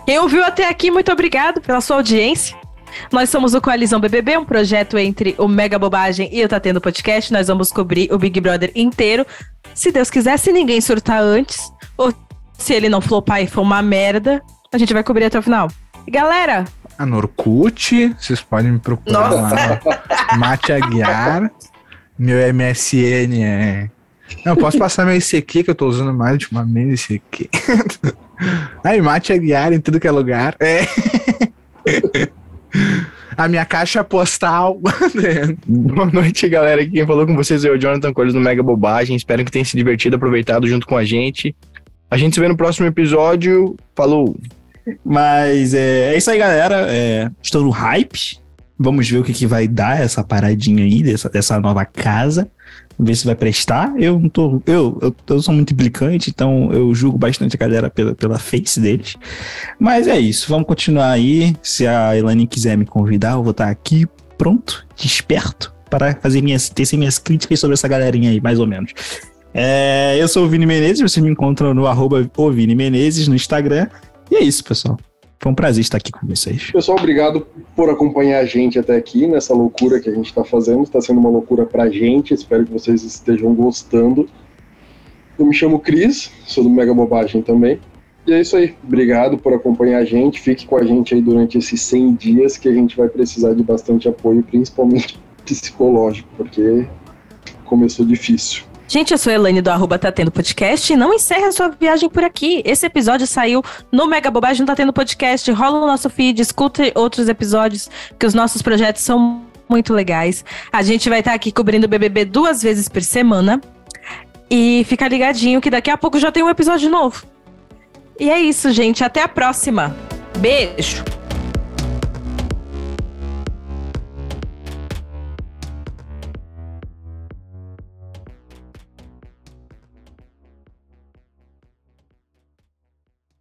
Quem ouviu até aqui, muito obrigado pela sua audiência. Nós somos o Coalizão BBB, um projeto entre o Mega Bobagem e o Tá Tendo Podcast. Nós vamos cobrir o Big Brother inteiro. Se Deus quiser, se ninguém surtar antes, ou se ele não flopar e for uma merda, a gente vai cobrir até o final. E galera,
Ah, no Orkut, vocês podem me procurar lá. Mate Aguiar. Meu MSN é. Não, eu posso passar meu ICQ, que eu tô usando mais ultimamente, ICQ. [laughs] Aí, Mate Aguiar em tudo que é lugar. É. [laughs] A minha caixa postal.
Boa noite, galera. Quem falou com vocês é o Jonathan Coelho do Mega Bobagem. Espero que tenham se divertido, aproveitado junto com a gente. A gente se vê no próximo episódio. Falou!
Mas é, é isso aí, galera. É, estou no hype. Vamos ver o que, que vai dar essa paradinha aí, dessa, dessa nova casa. Vamos ver se vai prestar. Eu não tô. Eu, eu, eu sou muito implicante, então eu julgo bastante a galera pela, pela face deles. Mas é isso. Vamos continuar aí. Se a Elane quiser me convidar, eu vou estar aqui pronto, desperto, para fazer minhas, tecer minhas críticas sobre essa galerinha aí, mais ou menos. É, eu sou o Vini Menezes, vocês me encontram no arroba o Vini Menezes no Instagram. E é isso, pessoal. Foi um prazer estar aqui com vocês.
Pessoal, obrigado por acompanhar a gente até aqui nessa tá loucura que a gente está fazendo. Está sendo uma loucura pra gente. Espero que vocês estejam gostando. Eu me chamo Cris, sou do Mega Bobagem também. E é isso aí. Obrigado por acompanhar a gente. Fique com a gente aí durante esses 100 dias que a gente vai precisar de bastante apoio, principalmente psicológico, porque começou difícil.
Gente, eu sou a Elaine do arroba Tá Tendo Podcast e não encerra a sua viagem por aqui. Esse episódio saiu no Mega Bobagem Tá Tendo Podcast. Rola o nosso feed, escute outros episódios, que os nossos projetos são muito legais. A gente vai estar aqui cobrindo o BBB duas vezes por semana. E fica ligadinho que daqui a pouco já tem um episódio novo. E é isso, gente. Até a próxima. Beijo!